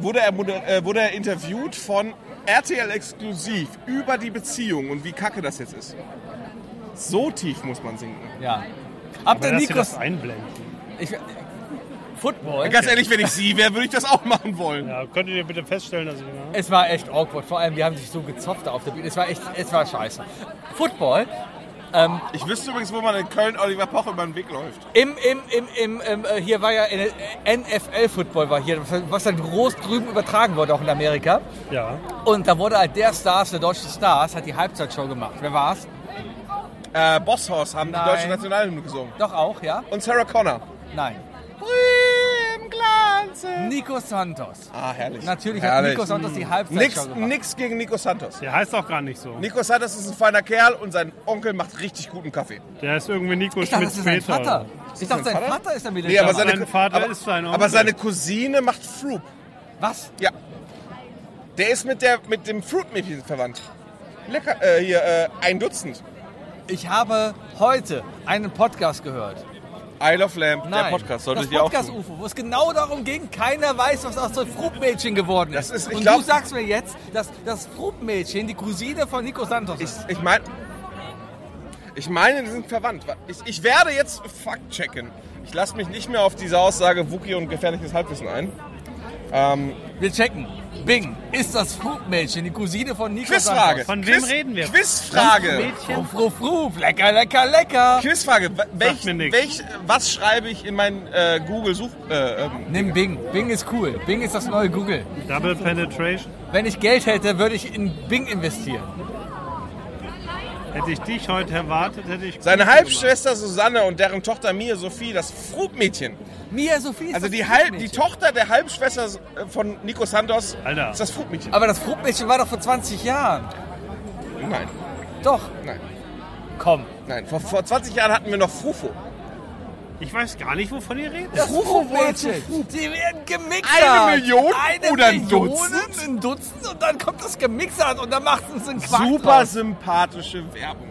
Speaker 2: wurde er, moder- äh, wurde er interviewt von RTL exklusiv über die Beziehung und wie kacke das jetzt ist. So tief muss man sinken.
Speaker 1: Ja. Ab der
Speaker 7: Weil, dass sie das
Speaker 1: Nikos.
Speaker 7: einblenden.
Speaker 1: Ich, Football.
Speaker 2: Ganz ehrlich, wenn ich Sie wäre, würde ich das auch machen wollen.
Speaker 7: Ja, könntet ihr bitte feststellen, dass ich... Ja.
Speaker 1: Es war echt awkward. Vor allem, die haben sich so gezopft da auf der Bühne. Es war echt, es war scheiße. Football
Speaker 2: Ich wüsste übrigens, wo man in Köln Oliver Pocher über den Weg läuft.
Speaker 1: im, im, im, im, im äh, hier war ja NFL-Football war hier, was dann groß drüben übertragen wurde auch in Amerika.
Speaker 7: ja.
Speaker 1: Und da wurde halt der Stars, der deutsche Stars, hat die Halbzeitshow gemacht. Wer war's?
Speaker 2: Äh, Bosshaus haben
Speaker 1: Nein.
Speaker 2: die deutsche Nationalhymne gesungen.
Speaker 1: Doch auch, ja?
Speaker 2: Und Sarah Connor.
Speaker 1: Nein.
Speaker 2: Im Glanze.
Speaker 1: Nico Santos.
Speaker 2: Ah, herrlich.
Speaker 1: Natürlich hat
Speaker 2: herrlich. Hm.
Speaker 1: Nico Santos die Halbzeitshow
Speaker 2: Nix,
Speaker 1: gemacht.
Speaker 2: nix gegen Nico Santos.
Speaker 7: Der heißt auch gar nicht so.
Speaker 2: Nico Santos ist ein feiner Kerl und sein Onkel macht richtig guten Kaffee.
Speaker 7: Der ist irgendwie Nico
Speaker 1: Ich dachte,
Speaker 7: Schmidt
Speaker 1: das ist sein
Speaker 7: später.
Speaker 1: Vater. Ich dachte, sein
Speaker 2: sein Vater?
Speaker 1: Vater ist der
Speaker 2: Nee, aber
Speaker 1: Militär.
Speaker 2: seine,
Speaker 7: Mein Vater
Speaker 2: aber,
Speaker 7: ist sein Onkel.
Speaker 2: aber seine Cousine macht Fruit.
Speaker 1: Was?
Speaker 2: Ja. Der ist mit, der, mit dem Fruit-Mädchen verwandt. Lecker, äh, hier, äh, ein Dutzend.
Speaker 1: Ich habe heute einen Podcast gehört.
Speaker 2: Isle of Lamp,
Speaker 1: Nein.
Speaker 2: der Podcast.
Speaker 1: das
Speaker 2: Solltet ihr auch
Speaker 1: Podcast
Speaker 2: tun.
Speaker 1: UFO, wo es genau darum ging, keiner weiß, was aus dem Frubmädchen geworden ist.
Speaker 2: Das ist- ich
Speaker 1: Und
Speaker 2: glaub-
Speaker 1: du sagst mir jetzt, dass das Frubmädchen die Cousine von Nico Santos
Speaker 2: Ich,
Speaker 1: ist.
Speaker 2: ich meine, ich meine, die sind verwandt. Ich, ich werde jetzt Fact-checken. Ich lasse mich nicht mehr auf diese Aussage Wookie und gefährliches Halbwissen ein. Ähm,
Speaker 1: Wir checken. Bing, ist das Frubmädchen die Cousine von Nico
Speaker 2: Quizfrage.
Speaker 1: Santos?
Speaker 7: Von wem
Speaker 2: Quiz-
Speaker 7: reden wir?
Speaker 2: Quizfrage.
Speaker 7: Mädchen?
Speaker 1: Frub, frub, frub, lecker, lecker, lecker.
Speaker 2: Quizfrage. W- Welch,
Speaker 7: mir nix.
Speaker 2: welch, was schreibe ich in mein äh, Google-Such... Äh, ähm,
Speaker 1: Nimm Bing. Bing ist cool. Bing ist das neue Google.
Speaker 7: Double Penetration.
Speaker 1: Wenn ich Geld hätte, würde ich in Bing investieren.
Speaker 7: Hätte ich dich heute erwartet, hätte ich...
Speaker 2: seine
Speaker 7: gut
Speaker 2: Halbschwester Susanne und deren Tochter Mia Sophie, das Frugmädchen.
Speaker 1: Mia Sophie ist
Speaker 2: Also
Speaker 1: das
Speaker 2: die, Halb, die
Speaker 1: Frubmädchen.
Speaker 2: Tochter der Halbschwester äh, von Nico Santos
Speaker 7: Alter.
Speaker 2: ist das Frugmädchen.
Speaker 1: Aber das Frubmädchen war doch vor 20 Jahren.
Speaker 2: Nein,
Speaker 1: Doch.
Speaker 2: nein,
Speaker 1: Komm.
Speaker 2: nein. Vor, vor 20 Jahren hatten wir noch Frufo.
Speaker 7: gemacht. Ich weiß gar nicht, wovon ihr redet.
Speaker 1: Das Rufo-Mädchen. Die werden gemixt.
Speaker 2: Eine Million
Speaker 1: Eine
Speaker 2: oder ein
Speaker 1: Million,
Speaker 2: Dutzend?
Speaker 1: Ein Dutzend und dann kommt das gemixert und dann macht es einen Quark
Speaker 2: Super
Speaker 1: draus.
Speaker 2: sympathische Werbung.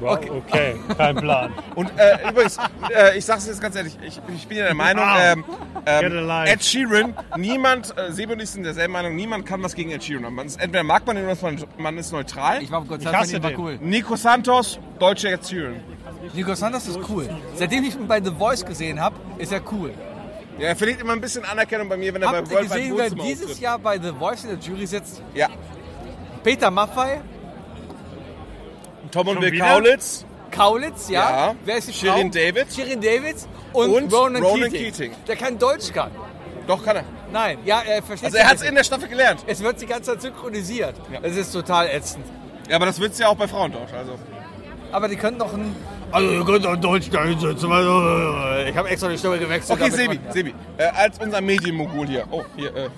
Speaker 7: Wow, okay. kein Plan.
Speaker 2: Und äh, übrigens, äh, ich sage es jetzt ganz ehrlich, ich, ich bin ja der Meinung,
Speaker 7: Wow.
Speaker 2: ähm,
Speaker 7: Get
Speaker 2: ähm,
Speaker 7: alive.
Speaker 2: Ed Sheeran, niemand, äh, Sebi und ich sind derselben Meinung, niemand kann was gegen Ed Sheeran haben. Man ist, entweder mag man ihn oder man- man ist neutral.
Speaker 1: Ich war auf
Speaker 7: Ich
Speaker 1: Konzert
Speaker 7: hasse
Speaker 1: von ihm, war
Speaker 7: den.
Speaker 1: cool.
Speaker 2: Nico Santos, deutscher Ed Sheeran.
Speaker 1: Nico Santos ist cool. Seitdem ich ihn bei The Voice gesehen habe, ist er cool.
Speaker 2: Ja, er verliert immer ein bisschen Anerkennung bei mir, wenn er
Speaker 1: Habt ihr
Speaker 2: bei World Wide
Speaker 1: gesehen,
Speaker 2: Woods
Speaker 1: wer
Speaker 2: immer
Speaker 1: dieses
Speaker 2: auftritt.
Speaker 1: Jahr bei The Voice in der Jury sitzt?
Speaker 2: Ja,
Speaker 1: Peter Maffay,
Speaker 2: Tom und
Speaker 7: Schon
Speaker 2: Bill
Speaker 7: wieder?
Speaker 2: Kaulitz.
Speaker 1: Kaulitz, ja.
Speaker 2: Ja.
Speaker 1: Wer ist die
Speaker 2: Shirin
Speaker 1: Frau?
Speaker 2: David.
Speaker 1: Shirin Davids und,
Speaker 2: Und
Speaker 1: Ronan,
Speaker 2: Ronan
Speaker 1: Keating.
Speaker 2: Keating.
Speaker 1: Der kein Deutsch kann.
Speaker 2: Doch, kann er.
Speaker 1: Nein, ja, er versteht
Speaker 2: Also er hat es
Speaker 1: nicht.
Speaker 2: in der Staffel gelernt.
Speaker 1: Es wird die ganze Zeit synchronisiert.
Speaker 2: Ja.
Speaker 1: Es ist total ätzend.
Speaker 2: Ja, aber das wird's ja auch bei Frauentausch. Also.
Speaker 1: Aber die können doch ein. Also, ihr könnt doch Deutsch da hinsetzen. weil- Ich habe extra die Stimme gewechselt.
Speaker 2: Okay,
Speaker 1: damit
Speaker 2: Sebi,
Speaker 1: man-
Speaker 2: Sebi, äh, als unser Medienmogul hier. Oh, hier, äh,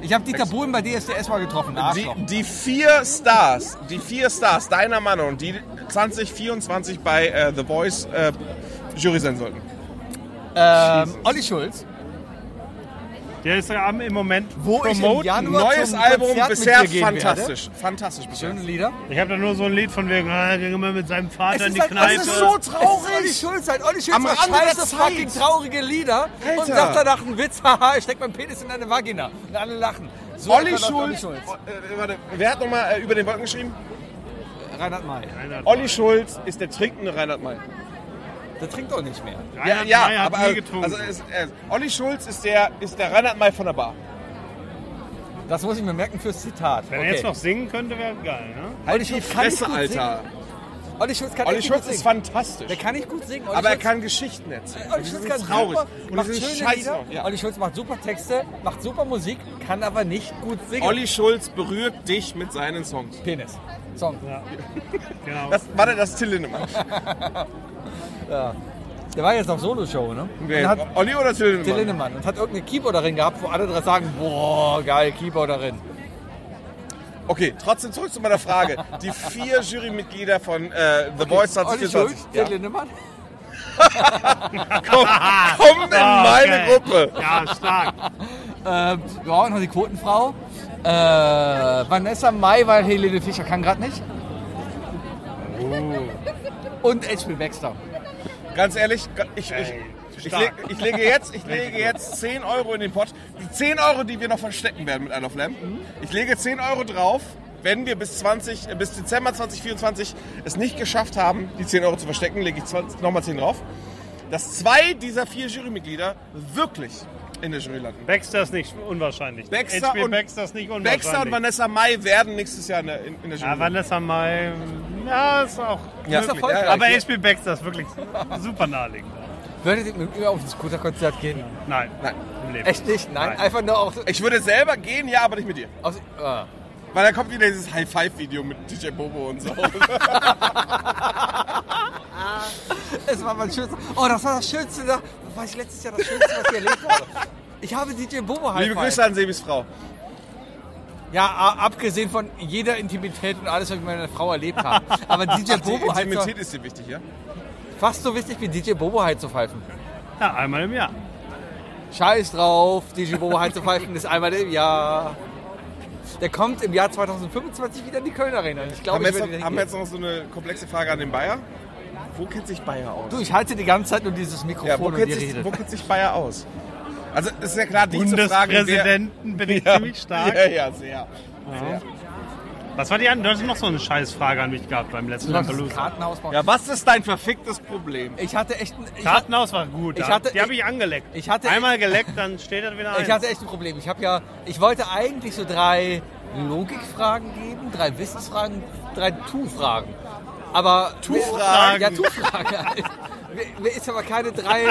Speaker 1: Ich habe Dieter Bohlen bei DSDS mal getroffen.
Speaker 2: Die,
Speaker 1: Arschloch.
Speaker 2: die vier Stars, die vier Stars deiner Meinung, die 2024 bei äh, The Voice äh, Jury sein sollten.
Speaker 1: Ähm, Olli Schulz,
Speaker 7: Der ist ja am- im Moment.
Speaker 1: wo ich im
Speaker 7: Promoten.
Speaker 1: Januar
Speaker 2: Neues
Speaker 1: zum
Speaker 2: Album
Speaker 1: Konzert mit
Speaker 2: bisher
Speaker 1: dir gehen
Speaker 2: fantastisch. Fantastisch
Speaker 1: Werde.
Speaker 2: bisher.
Speaker 1: Schöne Lieder.
Speaker 7: Ich habe da nur so ein Lied von wegen, ah, er ging immer mit seinem Vater in die
Speaker 1: halt-
Speaker 7: Kneipe.
Speaker 2: das ist so
Speaker 1: Es ist Olli
Speaker 2: traurig.
Speaker 1: Schulz halt. Olli Schulz
Speaker 2: Am
Speaker 1: macht
Speaker 2: Rande der
Speaker 1: scheiße
Speaker 2: Zeit.
Speaker 1: fucking traurige Lieder und
Speaker 2: Alter.
Speaker 1: sagt danach einen Witz, haha, ich steck meinen Penis in deine Vagina. Und alle lachen. So
Speaker 2: Olli
Speaker 1: einfach läuft
Speaker 2: Schulz. Äh, warte, wer hat nochmal äh, über den Wolken geschrieben?
Speaker 1: Reinhard May.
Speaker 2: Olli Schulz ist der trinkende Reinhard May.
Speaker 1: Der trinkt doch nicht mehr.
Speaker 7: Reinhard May hat nie getrunken.
Speaker 2: also es, äh, Olli Schulz ist der, ist der Reinhard May von der Bar.
Speaker 1: Das muss ich mir merken fürs Zitat.
Speaker 7: Wenn er jetzt noch singen könnte, wäre geil, ne?
Speaker 1: Olli Schulz kann
Speaker 2: Fresse,
Speaker 1: nicht gut
Speaker 2: Alter.
Speaker 1: singen. Olli Schulz kann
Speaker 2: Olli
Speaker 1: echt
Speaker 2: Schulz
Speaker 1: gut
Speaker 2: ist
Speaker 1: singen.
Speaker 2: fantastisch.
Speaker 1: Der kann nicht gut singen. Olli
Speaker 2: aber er
Speaker 1: Schulz-
Speaker 2: kann Geschichten erzählen.
Speaker 1: Olli
Speaker 2: Und
Speaker 1: Schulz
Speaker 2: die
Speaker 1: kann
Speaker 2: sind traurig.
Speaker 1: super,
Speaker 2: Und
Speaker 1: macht
Speaker 2: das ist
Speaker 1: schöne
Speaker 2: scheiße.
Speaker 1: Lieder.
Speaker 2: auch, Ja.
Speaker 1: Olli Schulz macht super Texte, macht super Musik, kann aber nicht gut singen.
Speaker 2: Olli Schulz berührt dich mit seinen Songs.
Speaker 1: Penis. Song.
Speaker 7: Genau.
Speaker 2: Das, warte, das ist Till Lindemann.
Speaker 1: Der war jetzt auf Solo-Show, ne?
Speaker 2: Wer,
Speaker 1: Und hat
Speaker 2: Olli oder Till Lindemann?
Speaker 1: Till Lindemann und hat irgendeine Keyboarderin gehabt, wo alle drei sagen, boah, geil, Keyboarderin.
Speaker 2: Okay, trotzdem zurück zu meiner Frage. Die vier Jurymitglieder von äh, The Voice
Speaker 1: Olli
Speaker 2: 2024
Speaker 1: Schulz, Till
Speaker 2: ja.
Speaker 1: Lindemann.
Speaker 2: kommen in
Speaker 7: okay.
Speaker 2: meine Gruppe.
Speaker 7: Ja, stark.
Speaker 1: Ähm, ja, und noch die Quotenfrau. Äh, Vanessa Mai, weil Helene Fischer kann gerade nicht.
Speaker 2: Oh.
Speaker 1: Und Edgefield Baxter.
Speaker 2: Ganz ehrlich, ich, ich, ich, leg,
Speaker 7: stark.
Speaker 2: ich lege jetzt, ich lege jetzt 10 Euro in den Pott. Die 10 Euro, die wir noch verstecken werden mit Isle of Lamb. Ich lege 10 Euro drauf, wenn wir bis, 20, äh, bis Dezember 2024 es nicht geschafft haben, die 10 Euro zu verstecken, lege ich 20, nochmal 10 drauf, dass zwei dieser vier Jurymitglieder wirklich in der Jury landen.
Speaker 7: Baxter ist nicht unwahrscheinlich.
Speaker 2: Baxter
Speaker 7: HP
Speaker 2: und-
Speaker 7: Baxter ist nicht unwahrscheinlich.
Speaker 2: Baxter und Vanessa Mai werden nächstes Jahr in der, in, in der Jury.
Speaker 7: Ja, Vanessa Mai, ja, ist auch.
Speaker 2: Ja,
Speaker 1: ist
Speaker 2: wirklich,
Speaker 1: erfolgreich.
Speaker 2: ja, ja,
Speaker 7: Aber
Speaker 2: okay.
Speaker 7: HP Baxter ist wirklich super naheliegend.
Speaker 1: Würdet ihr mit mir auf ein Scooter-Konzert gehen?
Speaker 7: Nein,
Speaker 2: Nein.
Speaker 7: im Leben.
Speaker 1: Echt nicht? Nein,
Speaker 7: Nein.
Speaker 1: einfach nur auf.
Speaker 2: Ich würde selber gehen, ja, aber nicht mit dir.
Speaker 1: auf äh.
Speaker 2: Weil da kommt wieder dieses High-Five-Video mit DJ Bobo und so.
Speaker 1: Es war mein schönster. Oh, das war das Schönste. Da war ich letztes Jahr das Schönste, was ich erlebt habe. Ich habe DJ Bobo halt.
Speaker 2: Liebe Grüße an Sebis Frau.
Speaker 1: Ja, a- abgesehen von jeder Intimität und alles, was ich mit meiner Frau erlebt habe. Aber DJ
Speaker 2: Die
Speaker 1: Bobo halt so,
Speaker 2: Intimität ist dir wichtig, ja?
Speaker 1: fast so wichtig wie DJ Bobo halt zu pfeifen.
Speaker 7: Ja, einmal im Jahr.
Speaker 1: Scheiß drauf, DJ Bobo halt zu pfeifen ist einmal im Jahr. Der kommt im Jahr 2025 wieder in die Köln Arena. Und Ich glaube,
Speaker 2: Haben wir,
Speaker 1: ich
Speaker 2: jetzt
Speaker 1: werde
Speaker 2: noch,
Speaker 1: wieder
Speaker 2: haben wir
Speaker 1: hingehen.
Speaker 2: jetzt noch so eine komplexe Frage an den Bayer? Wo kennt sich Bayer aus?
Speaker 1: Du, ich halte die ganze Zeit nur dieses
Speaker 2: ja, wo,
Speaker 1: Mikrofon und
Speaker 2: kennt
Speaker 1: die
Speaker 2: sich,
Speaker 1: Rede.
Speaker 2: wo kennt sich Bayer aus? Also, es ist ja klar, dich zu fragen, wer...
Speaker 7: Bundespräsidenten bin ich ziemlich stark.
Speaker 2: Ja, ja, sehr.
Speaker 7: Was war die andere? Du hast noch so eine Scheißfrage an mich gehabt beim letzten
Speaker 1: Du kannst das
Speaker 7: Lampelusa.
Speaker 1: Kartenhaus machen.
Speaker 2: Ja, was ist dein verficktes Problem?
Speaker 1: Ich hatte echt ein, ich hatte,
Speaker 7: Kartenhaus war gut.
Speaker 1: Ich
Speaker 7: ja.
Speaker 1: hatte-
Speaker 7: die habe ich angeleckt.
Speaker 1: ich hatte-
Speaker 7: Einmal geleckt, dann steht das wieder ein.
Speaker 1: ich hatte echt ein Problem. Ich habe ja, ich wollte eigentlich so drei Logikfragen geben, drei Wissensfragen, drei Tu-Fragen. Aber
Speaker 2: Tu-Fragen?
Speaker 1: Ja, Tu-Fragen. halt. Mir- Mir ist aber keine drei.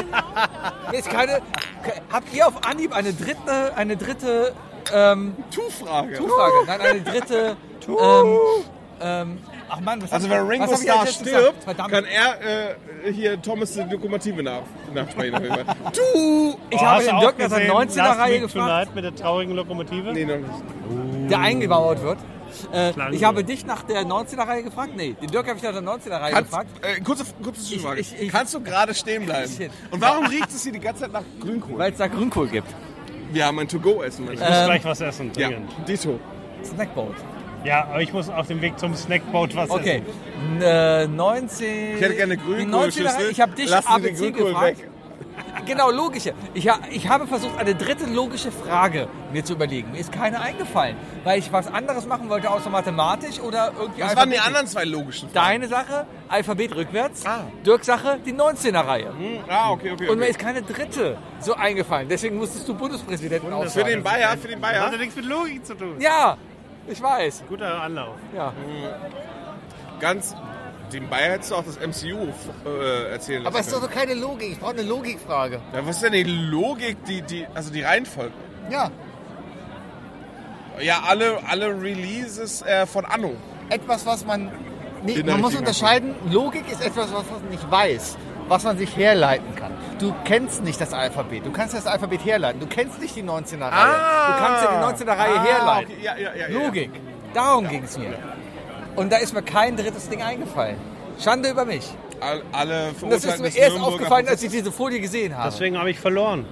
Speaker 1: Mir ist keine. ke- Habt ihr auf Anhieb eine dritte, eine dritte ähm,
Speaker 2: Tu-Frage.
Speaker 1: Tu-Frage? Nein, eine dritte. Ähm, ähm, ach Mann, was
Speaker 2: Also,
Speaker 1: hab-
Speaker 2: wenn
Speaker 1: was
Speaker 2: Ringo
Speaker 1: hab ich als
Speaker 2: Starr
Speaker 1: letztes
Speaker 2: stirbt,
Speaker 1: gesagt? Verdammt.
Speaker 2: kann er äh, hier Thomas die Lokomotive nach, nachsprechen. tu!
Speaker 7: Oh,
Speaker 1: ich habe
Speaker 7: hast du
Speaker 1: den
Speaker 7: auch
Speaker 1: Dirk nach
Speaker 7: gesehen,
Speaker 1: der 90er
Speaker 7: Last
Speaker 1: Reihe
Speaker 7: Week
Speaker 1: gefragt.
Speaker 7: Tonight mit der traurigen Lokomotive.
Speaker 2: Nee, noch nicht.
Speaker 1: der eingebaut wird. Äh,
Speaker 7: Klang
Speaker 1: ich
Speaker 7: so.
Speaker 1: habe dich nach der 19er-Reihe gefragt. Nee, den Dirk habe ich nach der 19er-Reihe
Speaker 2: Kannst,
Speaker 1: gefragt.
Speaker 2: äh, kurze, kurze Zwischenfrage.
Speaker 1: Ich- ich- ich-
Speaker 2: Kannst du gerade stehen bleiben?
Speaker 1: Bisschen.
Speaker 2: Und warum riecht es hier die ganze Zeit nach Grünkohl?
Speaker 1: Weil Äh. es da Grünkohl gibt.
Speaker 2: wir haben ein To-Go-Essen. mein
Speaker 7: Ich
Speaker 2: Lieber.
Speaker 7: muss
Speaker 1: Ähm.
Speaker 7: gleich was essen.
Speaker 2: Ja,
Speaker 7: dringend.
Speaker 2: Dito.
Speaker 1: Snackboat.
Speaker 7: Ja, aber ich muss auf dem Weg zum Snackboat was
Speaker 1: Okay.
Speaker 7: essen.
Speaker 1: N- Äh, 19.
Speaker 2: Ich hätte gerne
Speaker 1: Die
Speaker 2: Grünkohlschüssel.
Speaker 1: 19er-Reihe. Ich habe dich
Speaker 2: Lassen Sie den
Speaker 1: ABC
Speaker 2: Grünkohl
Speaker 1: gefragt.
Speaker 2: weg.
Speaker 1: Genau, logische. Ich, ha- ich habe versucht, eine dritte logische Frage mir zu überlegen. Mir ist keine eingefallen, weil ich was anderes machen wollte, außer mathematisch oder irgendwie
Speaker 2: Was waren die
Speaker 1: alphabetisch.
Speaker 2: anderen zwei logischen Fragen?
Speaker 1: Deine Sache, Alphabet rückwärts.
Speaker 2: Ah.
Speaker 1: Dirks Sache, die 19er-Reihe.
Speaker 2: Hm, Ah, okay, okay.
Speaker 1: Und mir
Speaker 2: okay.
Speaker 1: ist keine dritte so eingefallen. Deswegen musstest du Bundespräsident und
Speaker 2: Für den Bayer, für den
Speaker 7: Das
Speaker 2: Bayer.
Speaker 7: hat ja nichts mit Logik zu tun.
Speaker 1: Ja, ich weiß.
Speaker 7: Guter Anlauf.
Speaker 1: Ja.
Speaker 2: Ganz. Dem Bayer hättest du auch das MCU äh, erzählen lassen.
Speaker 1: Aber es ist doch
Speaker 2: können.
Speaker 1: so keine Logik. Ich brauche eine Logikfrage.
Speaker 2: ja, was ist denn die Logik, die, die, also die Reihenfolge?
Speaker 1: Ja.
Speaker 2: Ja, alle, alle Releases äh, von Anno.
Speaker 1: Etwas, was man. Nee,
Speaker 2: Den
Speaker 1: man
Speaker 2: hab
Speaker 1: muss
Speaker 2: ich nicht
Speaker 1: unterscheiden. Logik ist etwas, was man nicht weiß, was man sich herleiten kann.
Speaker 8: du kennst nicht das Alphabet. Du kannst das Alphabet herleiten. Du kennst nicht die 19er-Reihe.
Speaker 2: Ah.
Speaker 1: Du kannst ja die 19er Reihe herleiten.
Speaker 2: okay. Ja, ja, ja, ja.
Speaker 1: ah, Logik. Darum ging es mir. Und da ist mir kein drittes Ding eingefallen. Schande über mich.
Speaker 2: All- Alle
Speaker 1: Und das ist
Speaker 2: Verurteilten
Speaker 1: mir
Speaker 2: des
Speaker 1: erst
Speaker 2: Nürnberger
Speaker 1: aufgefallen, als ich diese Folie gesehen habe.
Speaker 7: Deswegen habe ich verloren.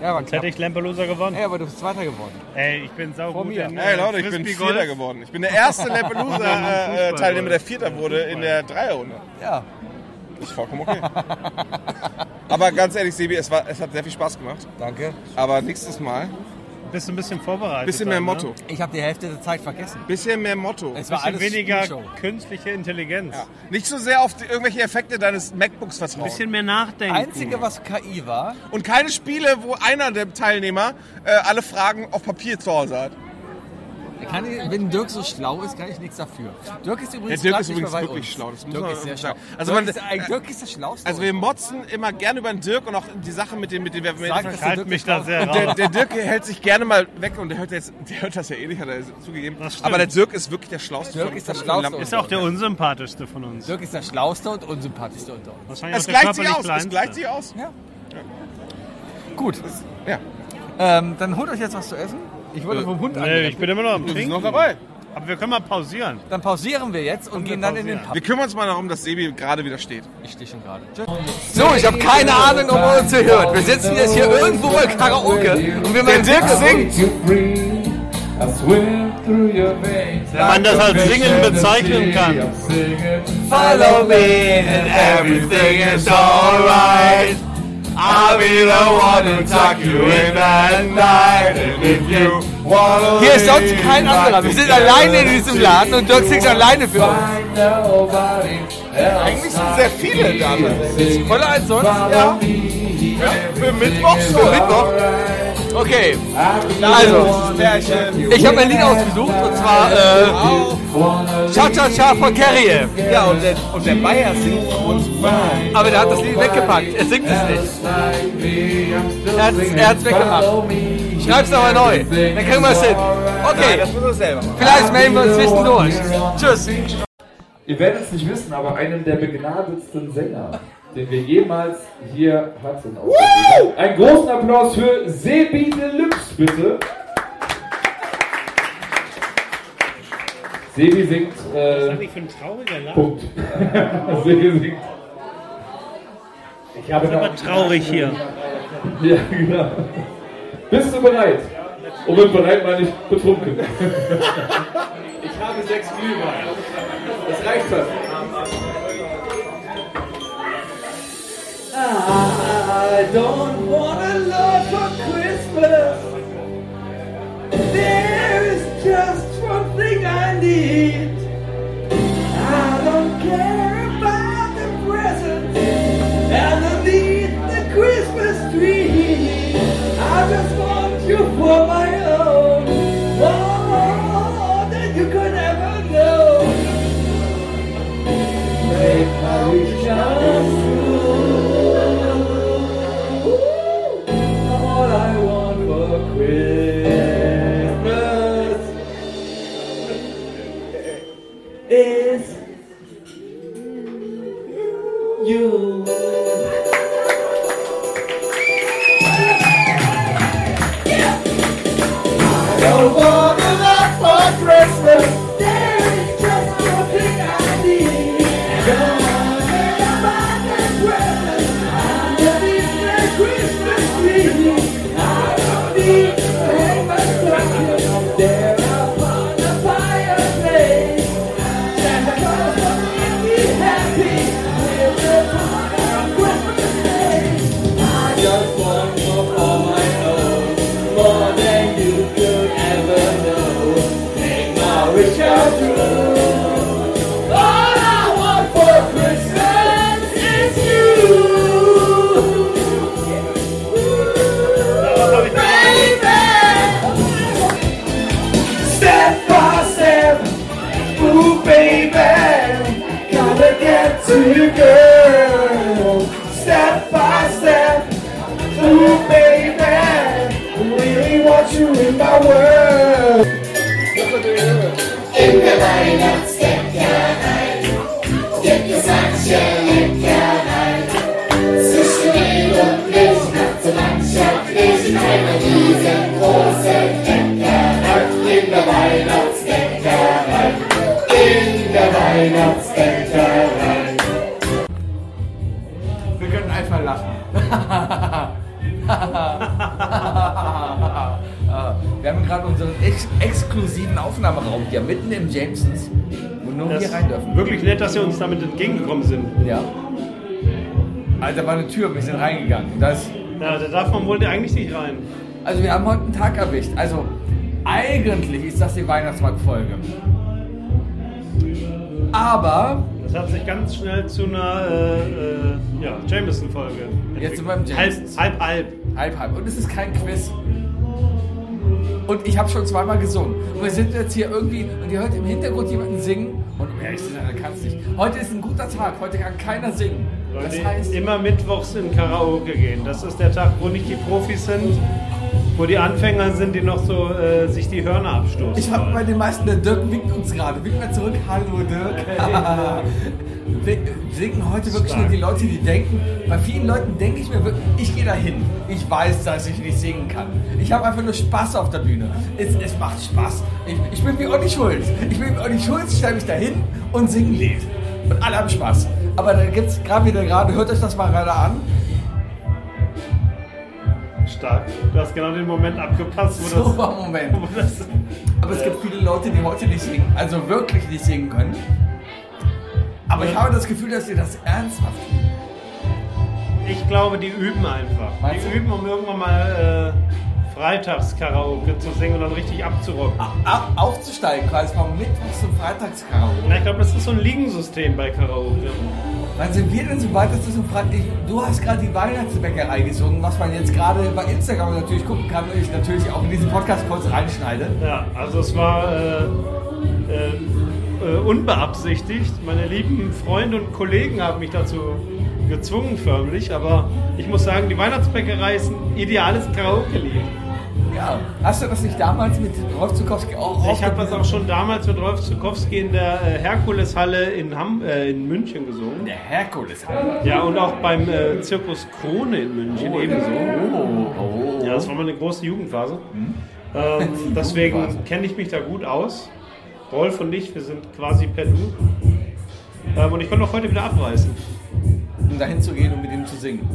Speaker 1: ja, aber
Speaker 7: Jetzt hätte
Speaker 1: knapp.
Speaker 7: ich Lampeloser gewonnen.
Speaker 1: Hey, aber du bist Zweiter geworden.
Speaker 7: Ey, ich bin saugut
Speaker 1: mir.
Speaker 7: in, äh,
Speaker 2: Hey Leute, ich bin
Speaker 7: Frisbee-Golf.
Speaker 2: Vierter geworden. Ich bin der erste
Speaker 7: Fußball,
Speaker 2: Lampelusa-Teilnehmer, der
Speaker 7: Leute.
Speaker 2: Vierter wurde in der Dreierrunde.
Speaker 1: Ja.
Speaker 2: Ist vollkommen okay. Aber ganz ehrlich, Sebi, es, war, es hat sehr viel Spaß gemacht.
Speaker 1: Danke.
Speaker 2: Aber nächstes Mal
Speaker 7: Bist du ein bisschen vorbereitet?
Speaker 2: bisschen mehr
Speaker 7: dann,
Speaker 2: Motto.
Speaker 7: Ne?
Speaker 1: Ich habe die Hälfte der Zeit vergessen.
Speaker 2: Bisschen mehr Motto.
Speaker 1: Es war
Speaker 7: Bisschen
Speaker 1: alles
Speaker 7: weniger
Speaker 1: Spielshow.
Speaker 7: künstliche Intelligenz.
Speaker 2: Ja. Nicht so sehr auf die, irgendwelche Effekte deines MacBooks vertrauen.
Speaker 7: Bisschen mehr nachdenken.
Speaker 1: Einzige, was KI war,
Speaker 2: Und keine Spiele, wo einer der Teilnehmer äh, alle Fragen auf Papier zu Hause hat.
Speaker 1: kann ich, wenn Dirk so schlau ist, kann ich nichts dafür. Dirk ist übrigens,
Speaker 2: Der Dirk
Speaker 1: grad
Speaker 2: ist
Speaker 1: nicht mehr
Speaker 2: übrigens
Speaker 1: bei
Speaker 2: wirklich
Speaker 1: uns.
Speaker 2: schlau, das muss
Speaker 1: Dirk
Speaker 2: man
Speaker 1: ist sehr schlau.
Speaker 2: sagen. Also
Speaker 1: Dirk,
Speaker 2: man-
Speaker 1: ist, eigentlich- Dirk ist der Schlauste.
Speaker 2: Also wir motzen immer gerne über den Dirk und auch die Sache mit dem, mit dem wir
Speaker 1: Sag, dass
Speaker 7: Ich
Speaker 1: der
Speaker 7: halte
Speaker 1: Dirk
Speaker 7: mich
Speaker 1: ist
Speaker 7: da
Speaker 1: schlau.
Speaker 7: sehr raus.
Speaker 2: der, der Dirk hält sich gerne mal weg und der hört, jetzt, der hört das ja eh nicht, hat er zugegeben.
Speaker 7: Das stimmt.
Speaker 2: Aber der Dirk ist wirklich der Schlauste.
Speaker 1: Dirk
Speaker 2: von-
Speaker 1: ist der
Speaker 2: von
Speaker 1: Schlauste.
Speaker 2: Lampen-
Speaker 7: Ist auch der unsympathischste von uns.
Speaker 1: Dirk ist der schlauste und unsympathischste unter uns.
Speaker 7: Wahrscheinlich
Speaker 2: Es
Speaker 7: auch der
Speaker 2: gleicht sich
Speaker 7: körperlich
Speaker 2: aus, es
Speaker 7: Kleinste.
Speaker 2: gleicht sich aus.
Speaker 1: Gut,
Speaker 2: Ja.
Speaker 1: ähm, dann holt euch jetzt was zu essen. Ich wurde vom Hund
Speaker 7: Nee,
Speaker 1: angerannt.
Speaker 7: ich bin immer noch am
Speaker 2: Du bist
Speaker 7: Trinken.
Speaker 2: noch dabei.
Speaker 7: Aber wir können mal pausieren.
Speaker 1: Dann pausieren wir jetzt und gehen dann in den Pub.
Speaker 2: Wir kümmern uns mal darum, dass Sebi gerade wieder steht.
Speaker 1: Ich stehe schon gerade. So, ich habe keine Ahnung, ob man uns hier hört. Wir sitzen jetzt hier irgendwo bei Karaoke und wir machen
Speaker 2: Dirk singt.
Speaker 7: Wenn man das als Singen bezeichnen kann.
Speaker 1: Follow me and everything is alright. I'll be the one who tuck you in at night. And if you wanna Hier ist sonst kein anderer. Wir sind alleine in diesem Laden und Dirk singt alleine für uns.
Speaker 2: Eigentlich sind sehr viele da.
Speaker 1: Voller als sonst? Ja.
Speaker 2: Für Mittwoch schon. Mittwoch.
Speaker 1: Okay. Also,
Speaker 2: Pärchen.
Speaker 1: ich habe ein Lied ausgesucht und zwar äh, Cha Cha Cha von Carrie.
Speaker 2: Ja, und der, und der Bayer singt für uns.
Speaker 1: Aber der hat das Lied weggepackt. Er singt es nicht. Er hat er hat's weggemacht. Schreib's nochmal neu. Dann kriegen wir es hin. Okay.
Speaker 2: Das muss er selber machen.
Speaker 1: Vielleicht melden wir uns zwischendurch. Tschüss.
Speaker 9: Ihr werdet es nicht wissen, aber einen der begnadetsten Sänger, den wir jemals hier hatten. auf der Bühne. Einen großen Applaus für Sebi Deluxe, bitte. Sebi singt. Äh,
Speaker 7: Ich bin trauriger Lachen.
Speaker 9: Punkt. Sebi singt. Ich habe noch.
Speaker 7: Aber traurig hier.
Speaker 9: Ja, genau. Bist du bereit? Und mit bereit meine ich betrunken. ich habe sechs Glühwein. Das reicht schon. I don't wanna love for Christmas. There is just one thing I need. I don't care about the presents underneath the Christmas tree. I just want you for my own. More than you could ever know. Make my wish come true. All I want for Christmas is you. Don't want a lot for Christmas. There is just one thing I need. Don't worry about the presents underneath the Christmas tree. I don't need to hang my stocking there upon the fireplace. Santa Claus will make me happy with the part on Christmas Day. I just want love all my own, more than you could ever know. Make my wish come true. All I want for Christmas is you. Baby, step by step. Ooh, baby, gotta get to you, girl. Step by step, ooh, baby, really want you in my world. In der Weihnachtsdeckerei gibt es manche Leckerei. Zwischen
Speaker 10: Weihnachtsdenkerei.
Speaker 1: Wir könnten einfach lachen. Wir haben gerade unseren ex exklusiven Aufnahmeraum hier mitten im Jamesons, wo nur wir
Speaker 4: Das
Speaker 1: hier rein dürfen.
Speaker 4: wirklich nett, dass Sie uns damit entgegengekommen sind.
Speaker 1: Ja. Also da war eine Tür, wir sind reingegangen. Das,
Speaker 4: Ja, da darf man wohl eigentlich nicht rein.
Speaker 1: also wir haben heute einen Tag erwischt. Also eigentlich ist das die Weihnachtsmarktfolge. Aber
Speaker 4: Das hat sich ganz schnell zu einer äh, äh, ja, Jameson-Folge
Speaker 1: Jetzt sind wir beim Jameson.
Speaker 4: Halb, halb, halb.
Speaker 1: halb halb. Und es ist kein Quiz. Und ich habe schon zweimal gesungen. Und wir sind jetzt hier irgendwie und ihr hört im Hintergrund jemanden singen. Und um ehrlich zu sein, er kann es nicht. Heute ist ein guter Tag. Heute kann keiner singen.
Speaker 4: Leute,
Speaker 1: Das heißt,
Speaker 4: immer mittwochs in Karaoke gehen. Das ist der Tag, wo nicht die Profis sind, wo die Anfänger sind, die noch so äh, sich die Hörner abstoßen.
Speaker 1: ich habe bei
Speaker 4: wollen.
Speaker 1: den meisten, der Dirk winkt uns gerade. Winkt mal zurück. Hallo Dirk. Wir Singen heute wirklich
Speaker 4: Stark.
Speaker 1: nur die Leute, die denken. Bei vielen Leuten denke ich mir wirklich, ich gehe dahin. Ich weiß, dass ich nicht singen kann. Ich habe einfach nur Spaß auf der Bühne. Es, es macht Spaß. Ich, ich bin wie Olli Schulz. Ich bin wie Olli Schulz, stelle mich dahin und singe ein Lied. Und alle haben Spaß. Aber dann gibt es gerade wieder gerade, hört euch das mal gerade an.
Speaker 4: Stark. Du hast genau den Moment abgepasst, wo das.
Speaker 1: Super Moment.
Speaker 4: Wo das
Speaker 1: Aber es gibt viele Leute, die heute nicht singen, also wirklich nicht singen können. Aber ich habe das Gefühl, dass ihr das ernsthaft
Speaker 4: ich glaube, die üben einfach.
Speaker 1: Meinst
Speaker 4: die
Speaker 1: du?
Speaker 4: üben, um irgendwann mal äh, Freitags-Karaoke zu singen und dann richtig abzurocken.
Speaker 1: a- a- aufzusteigen, quasi vom Mittwochs zum Freitagskaraoke.
Speaker 4: Na, ich glaube, das ist so ein Liegensystem bei Karaoke.
Speaker 1: Wann sind wir denn so weit, dass du so fragst, ich, du hast gerade die Weihnachtsbäckerei gesungen, was man jetzt gerade bei Instagram natürlich gucken kann und ich natürlich auch in diesen Podcast kurz reinschneide.
Speaker 4: Ja, also es war äh, äh, äh, unbeabsichtigt. Meine lieben Freunde und Kollegen haben mich dazu gezwungen förmlich, aber ich muss sagen, die Weihnachtsbäckerei ist ein ideales Karaoke-Lied.
Speaker 1: Ja. Hast du das nicht damals mit Rolf Zukowski auch
Speaker 4: Ich habe das auch schon damals mit Rolf Zukowski in der äh, Herkuleshalle in, Hamm, äh, in München gesungen.
Speaker 1: Der Herkules. Oh,
Speaker 4: Ja, und auch beim äh, Zirkus Krone in München ebenso.
Speaker 1: Oh, oh.
Speaker 4: Ja, das war meine große Jugendphase. Ähm, deswegen kenne ich mich da gut aus. Rolf und ich, wir sind quasi per Du. Ähm, und ich konnte auch heute wieder abreißen.
Speaker 1: Um dahin zu gehen und mit ihm zu singen.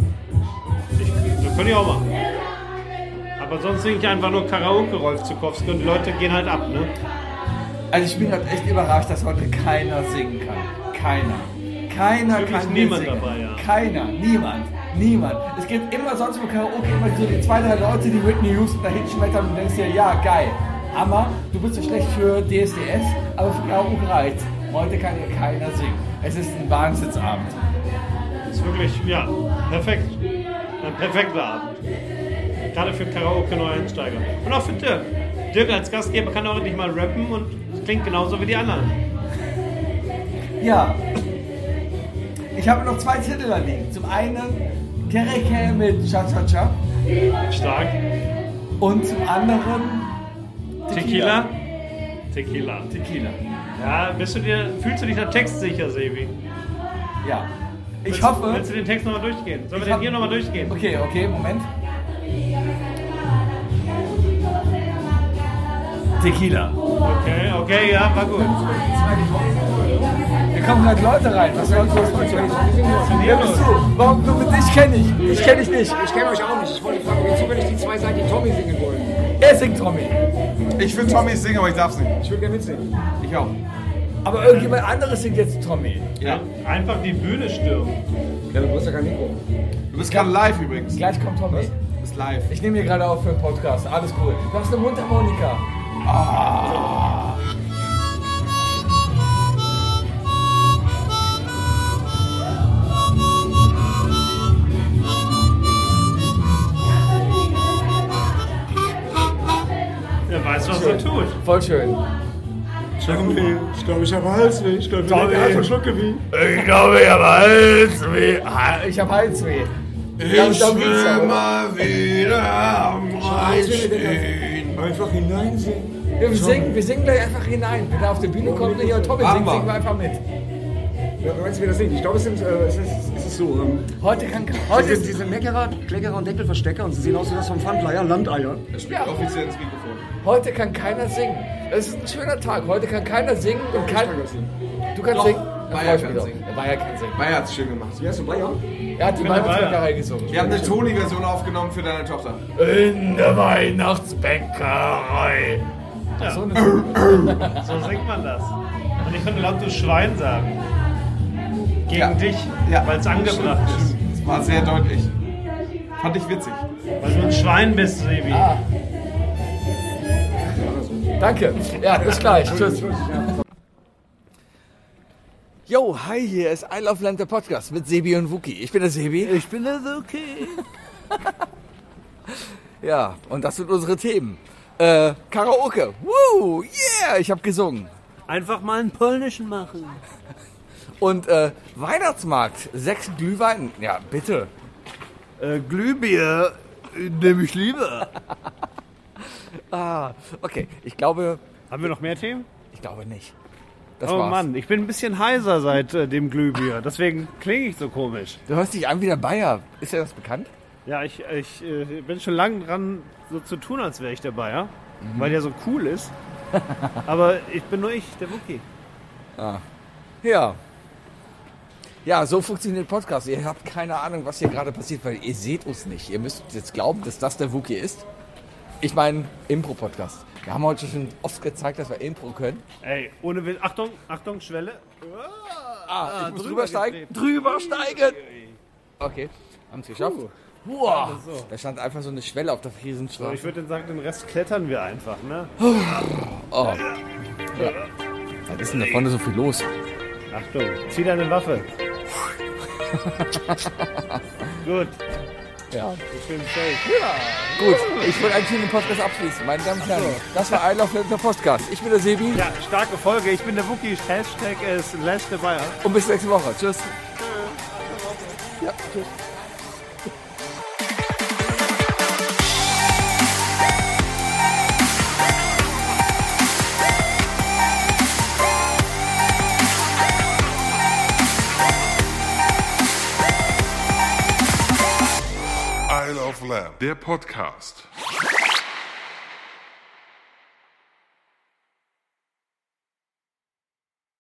Speaker 4: Ich, das könnte ich auch machen. Aber sonst singe ich einfach nur Karaoke Rolf Zukowski und die Leute gehen halt ab, ne?
Speaker 1: Also ich bin halt echt überrascht, dass heute keiner singen kann. Keiner. Keiner
Speaker 4: Wirklich
Speaker 1: kann
Speaker 4: niemand
Speaker 1: mitsingen.
Speaker 4: dabei, ja.
Speaker 1: Keiner. Niemand. Niemand. Es gibt immer sonst wo Karaoke immer so die zwei, drei Leute, die Whitney Houston dahin schmettern und du denkst dir, ja, geil. Hammer, du bist so schlecht für DSDS, aber für Karaoke reicht's. Heute kann hier keiner singen. Es ist ein Wahnsinnsabend.
Speaker 4: Das ist wirklich, ja, perfekt. Ein perfekter Abend. Gerade für Karaoke Neueinsteiger. Und auch für Dirk. Dirk als Gastgeber kann auch endlich mal rappen und klingt genauso wie die anderen.
Speaker 1: Ja. Ich habe noch zwei Titel da liegen. Zum einen Kereke mit Cha-Cha-Cha
Speaker 4: Stark.
Speaker 1: und zum anderen
Speaker 4: Tequila. Tequila.
Speaker 1: Tequila.
Speaker 4: Ja, bist du dir, fühlst du dich da textsicher, Sebi?
Speaker 1: Ja. Ich
Speaker 4: Willst-
Speaker 1: hoffe.
Speaker 4: Willst du den Text nochmal durchgehen? Sollen wir
Speaker 1: Ich
Speaker 4: den
Speaker 1: hab-
Speaker 4: hier nochmal durchgehen?
Speaker 1: Okay, okay, Moment. Tequila.
Speaker 4: Okay, okay, ja, war gut.
Speaker 1: Hier kommen gerade Leute rein. Was soll das heute? Wer bist du? Warum du mit dich kenne ich? Ich kenne dich nicht.
Speaker 11: Ich kenne euch auch nicht. Ich wollte fragen, wozu will ich die zwei Seiten, die Tommy singen wollen?
Speaker 1: Er singt Tommy.
Speaker 2: Ich will Tommy singen, aber ich darf's nicht.
Speaker 11: Ich will gerne mitsingen.
Speaker 1: Ich auch. Aber irgendjemand anderes singt jetzt Tommy.
Speaker 4: Ja. Einfach die Bühne stürmen.
Speaker 11: Ja, du brauchst ja kein Mikro.
Speaker 2: Du bist gerade live übrigens. Du
Speaker 1: Gleich kommt Tommy.
Speaker 2: bist live.
Speaker 1: Ich nehme hier gerade auf für einen Podcast. Alles cool. Du hast eine Mundharmonika.
Speaker 4: Er weiß, was er tut.
Speaker 1: Voll schön.
Speaker 11: Tommy, ich glaube, ich habe Halsweh. Ich glaube, ich habe einen Schluck
Speaker 2: Ich glaube, ich habe Halsweh.
Speaker 1: Ah, Ich habe Halsweh.
Speaker 2: Ich
Speaker 1: darum geht's ja,
Speaker 2: will
Speaker 1: oder?
Speaker 2: mal wieder am Rhein stehen.
Speaker 11: Einfach hineinsingen.
Speaker 1: Wir singen, wir singen gleich einfach hinein. Wenn er auf die Bühne kommt und hier Tommy singt, singen wir einfach mit.
Speaker 11: Ja, meinst du, wie das singt? Ich glaube, es, sind, äh, es, ist, es ist so. Ähm,
Speaker 1: Heute kann heute
Speaker 11: sie, sind,
Speaker 1: ist
Speaker 11: sie sind Meckerer, Kleckerer und Deckelverstecker und sie sehen aus wie das vom Pfandleier, Landeier.
Speaker 2: Das spielt offiziell ins Mikrofon.
Speaker 1: Heute kann keiner singen. Es ist ein schöner Tag. Heute kann keiner singen und kein. Du kannst
Speaker 2: Doch,
Speaker 1: singen.
Speaker 2: Bayer
Speaker 1: freue ich
Speaker 2: kann
Speaker 1: mich doch.
Speaker 2: singen.
Speaker 1: Der Bayer kann singen.
Speaker 2: Bayer hat's schön gemacht. Ja, so Bayer?
Speaker 1: Er hat die Weihnachtsbäckerei gesungen.
Speaker 2: Wir haben eine Toni-Version aufgenommen für deine Tochter.
Speaker 1: In der Weihnachtsbäckerei. So ne? eine
Speaker 4: So singt man das. Und ich könnte laut du Schwein sagen. Gegen
Speaker 2: Ja.
Speaker 4: dich,
Speaker 2: Ja.
Speaker 4: weil es angebracht ist.
Speaker 2: Das war sehr deutlich. Fand ich witzig.
Speaker 4: Weil du ein Schwein bist, Sebi.
Speaker 1: Ah. Danke. Ja, bis gleich. Tschüss. Yo, hi, hier ist I Love Land, der Podcast mit Sebi und Wuki. Ich bin der Sebi. Ich bin der Wuki. ja, und das sind unsere Themen. Äh, Karaoke. Woo, yeah, ich habe gesungen.
Speaker 4: Einfach mal einen polnischen machen.
Speaker 1: Und äh, Weihnachtsmarkt, sechs Glühwein. Ja, bitte.
Speaker 12: Glühbier nehme ich lieber.
Speaker 1: Ah, okay, ich glaube,
Speaker 4: Haben wir noch mehr Themen?
Speaker 1: ich glaube nicht. Das
Speaker 4: Oh
Speaker 1: war's.
Speaker 4: Mann, ich bin ein bisschen heiser seit äh, dem Glühbier. Deswegen klinge ich so komisch.
Speaker 1: Du hörst dich an wie der Bayer. Ist dir das bekannt?
Speaker 4: Ja, ich, ich äh, bin schon lange dran, so zu tun, als wäre ich dabei, ja?
Speaker 1: Mhm.
Speaker 4: Weil der so cool ist. Aber ich bin nur ich, der Wookie.
Speaker 1: Ja. Ja, so funktioniert Podcast. Ihr habt keine Ahnung, was hier gerade passiert, weil ihr seht uns nicht. Ihr müsst jetzt glauben, dass das der Wookie ist. Ich meine, Impro-Podcast. Wir haben heute schon oft gezeigt, dass wir Impro können.
Speaker 4: Ey, ohne Witz. Achtung, Achtung, Schwelle.
Speaker 1: Ah, ich muss drübersteigen. Drübersteigen! Okay, haben es geschafft. Wow. Da stand einfach so eine Schwelle auf der
Speaker 4: Ich
Speaker 1: Friesenstraße.
Speaker 4: würde sagen, den Rest klettern wir einfach, ne?
Speaker 1: Oh. Ja. Was ist denn da vorne so viel los?
Speaker 4: Achtung, zieh deine Waffe. Gut,
Speaker 1: Ja.
Speaker 4: ich bin safe.
Speaker 1: Gut, ich wollte eigentlich den Podcast abschließen, meine Damen und Herren. Das war Einlauf der Podcast. Ich bin der Sebi
Speaker 4: Ja, starke Folge. Ich bin der Wookie. Hashtag ist Last Bayer.
Speaker 1: und bis nächste Woche. Tschüss.
Speaker 13: Isle of Lamb, der Podcast.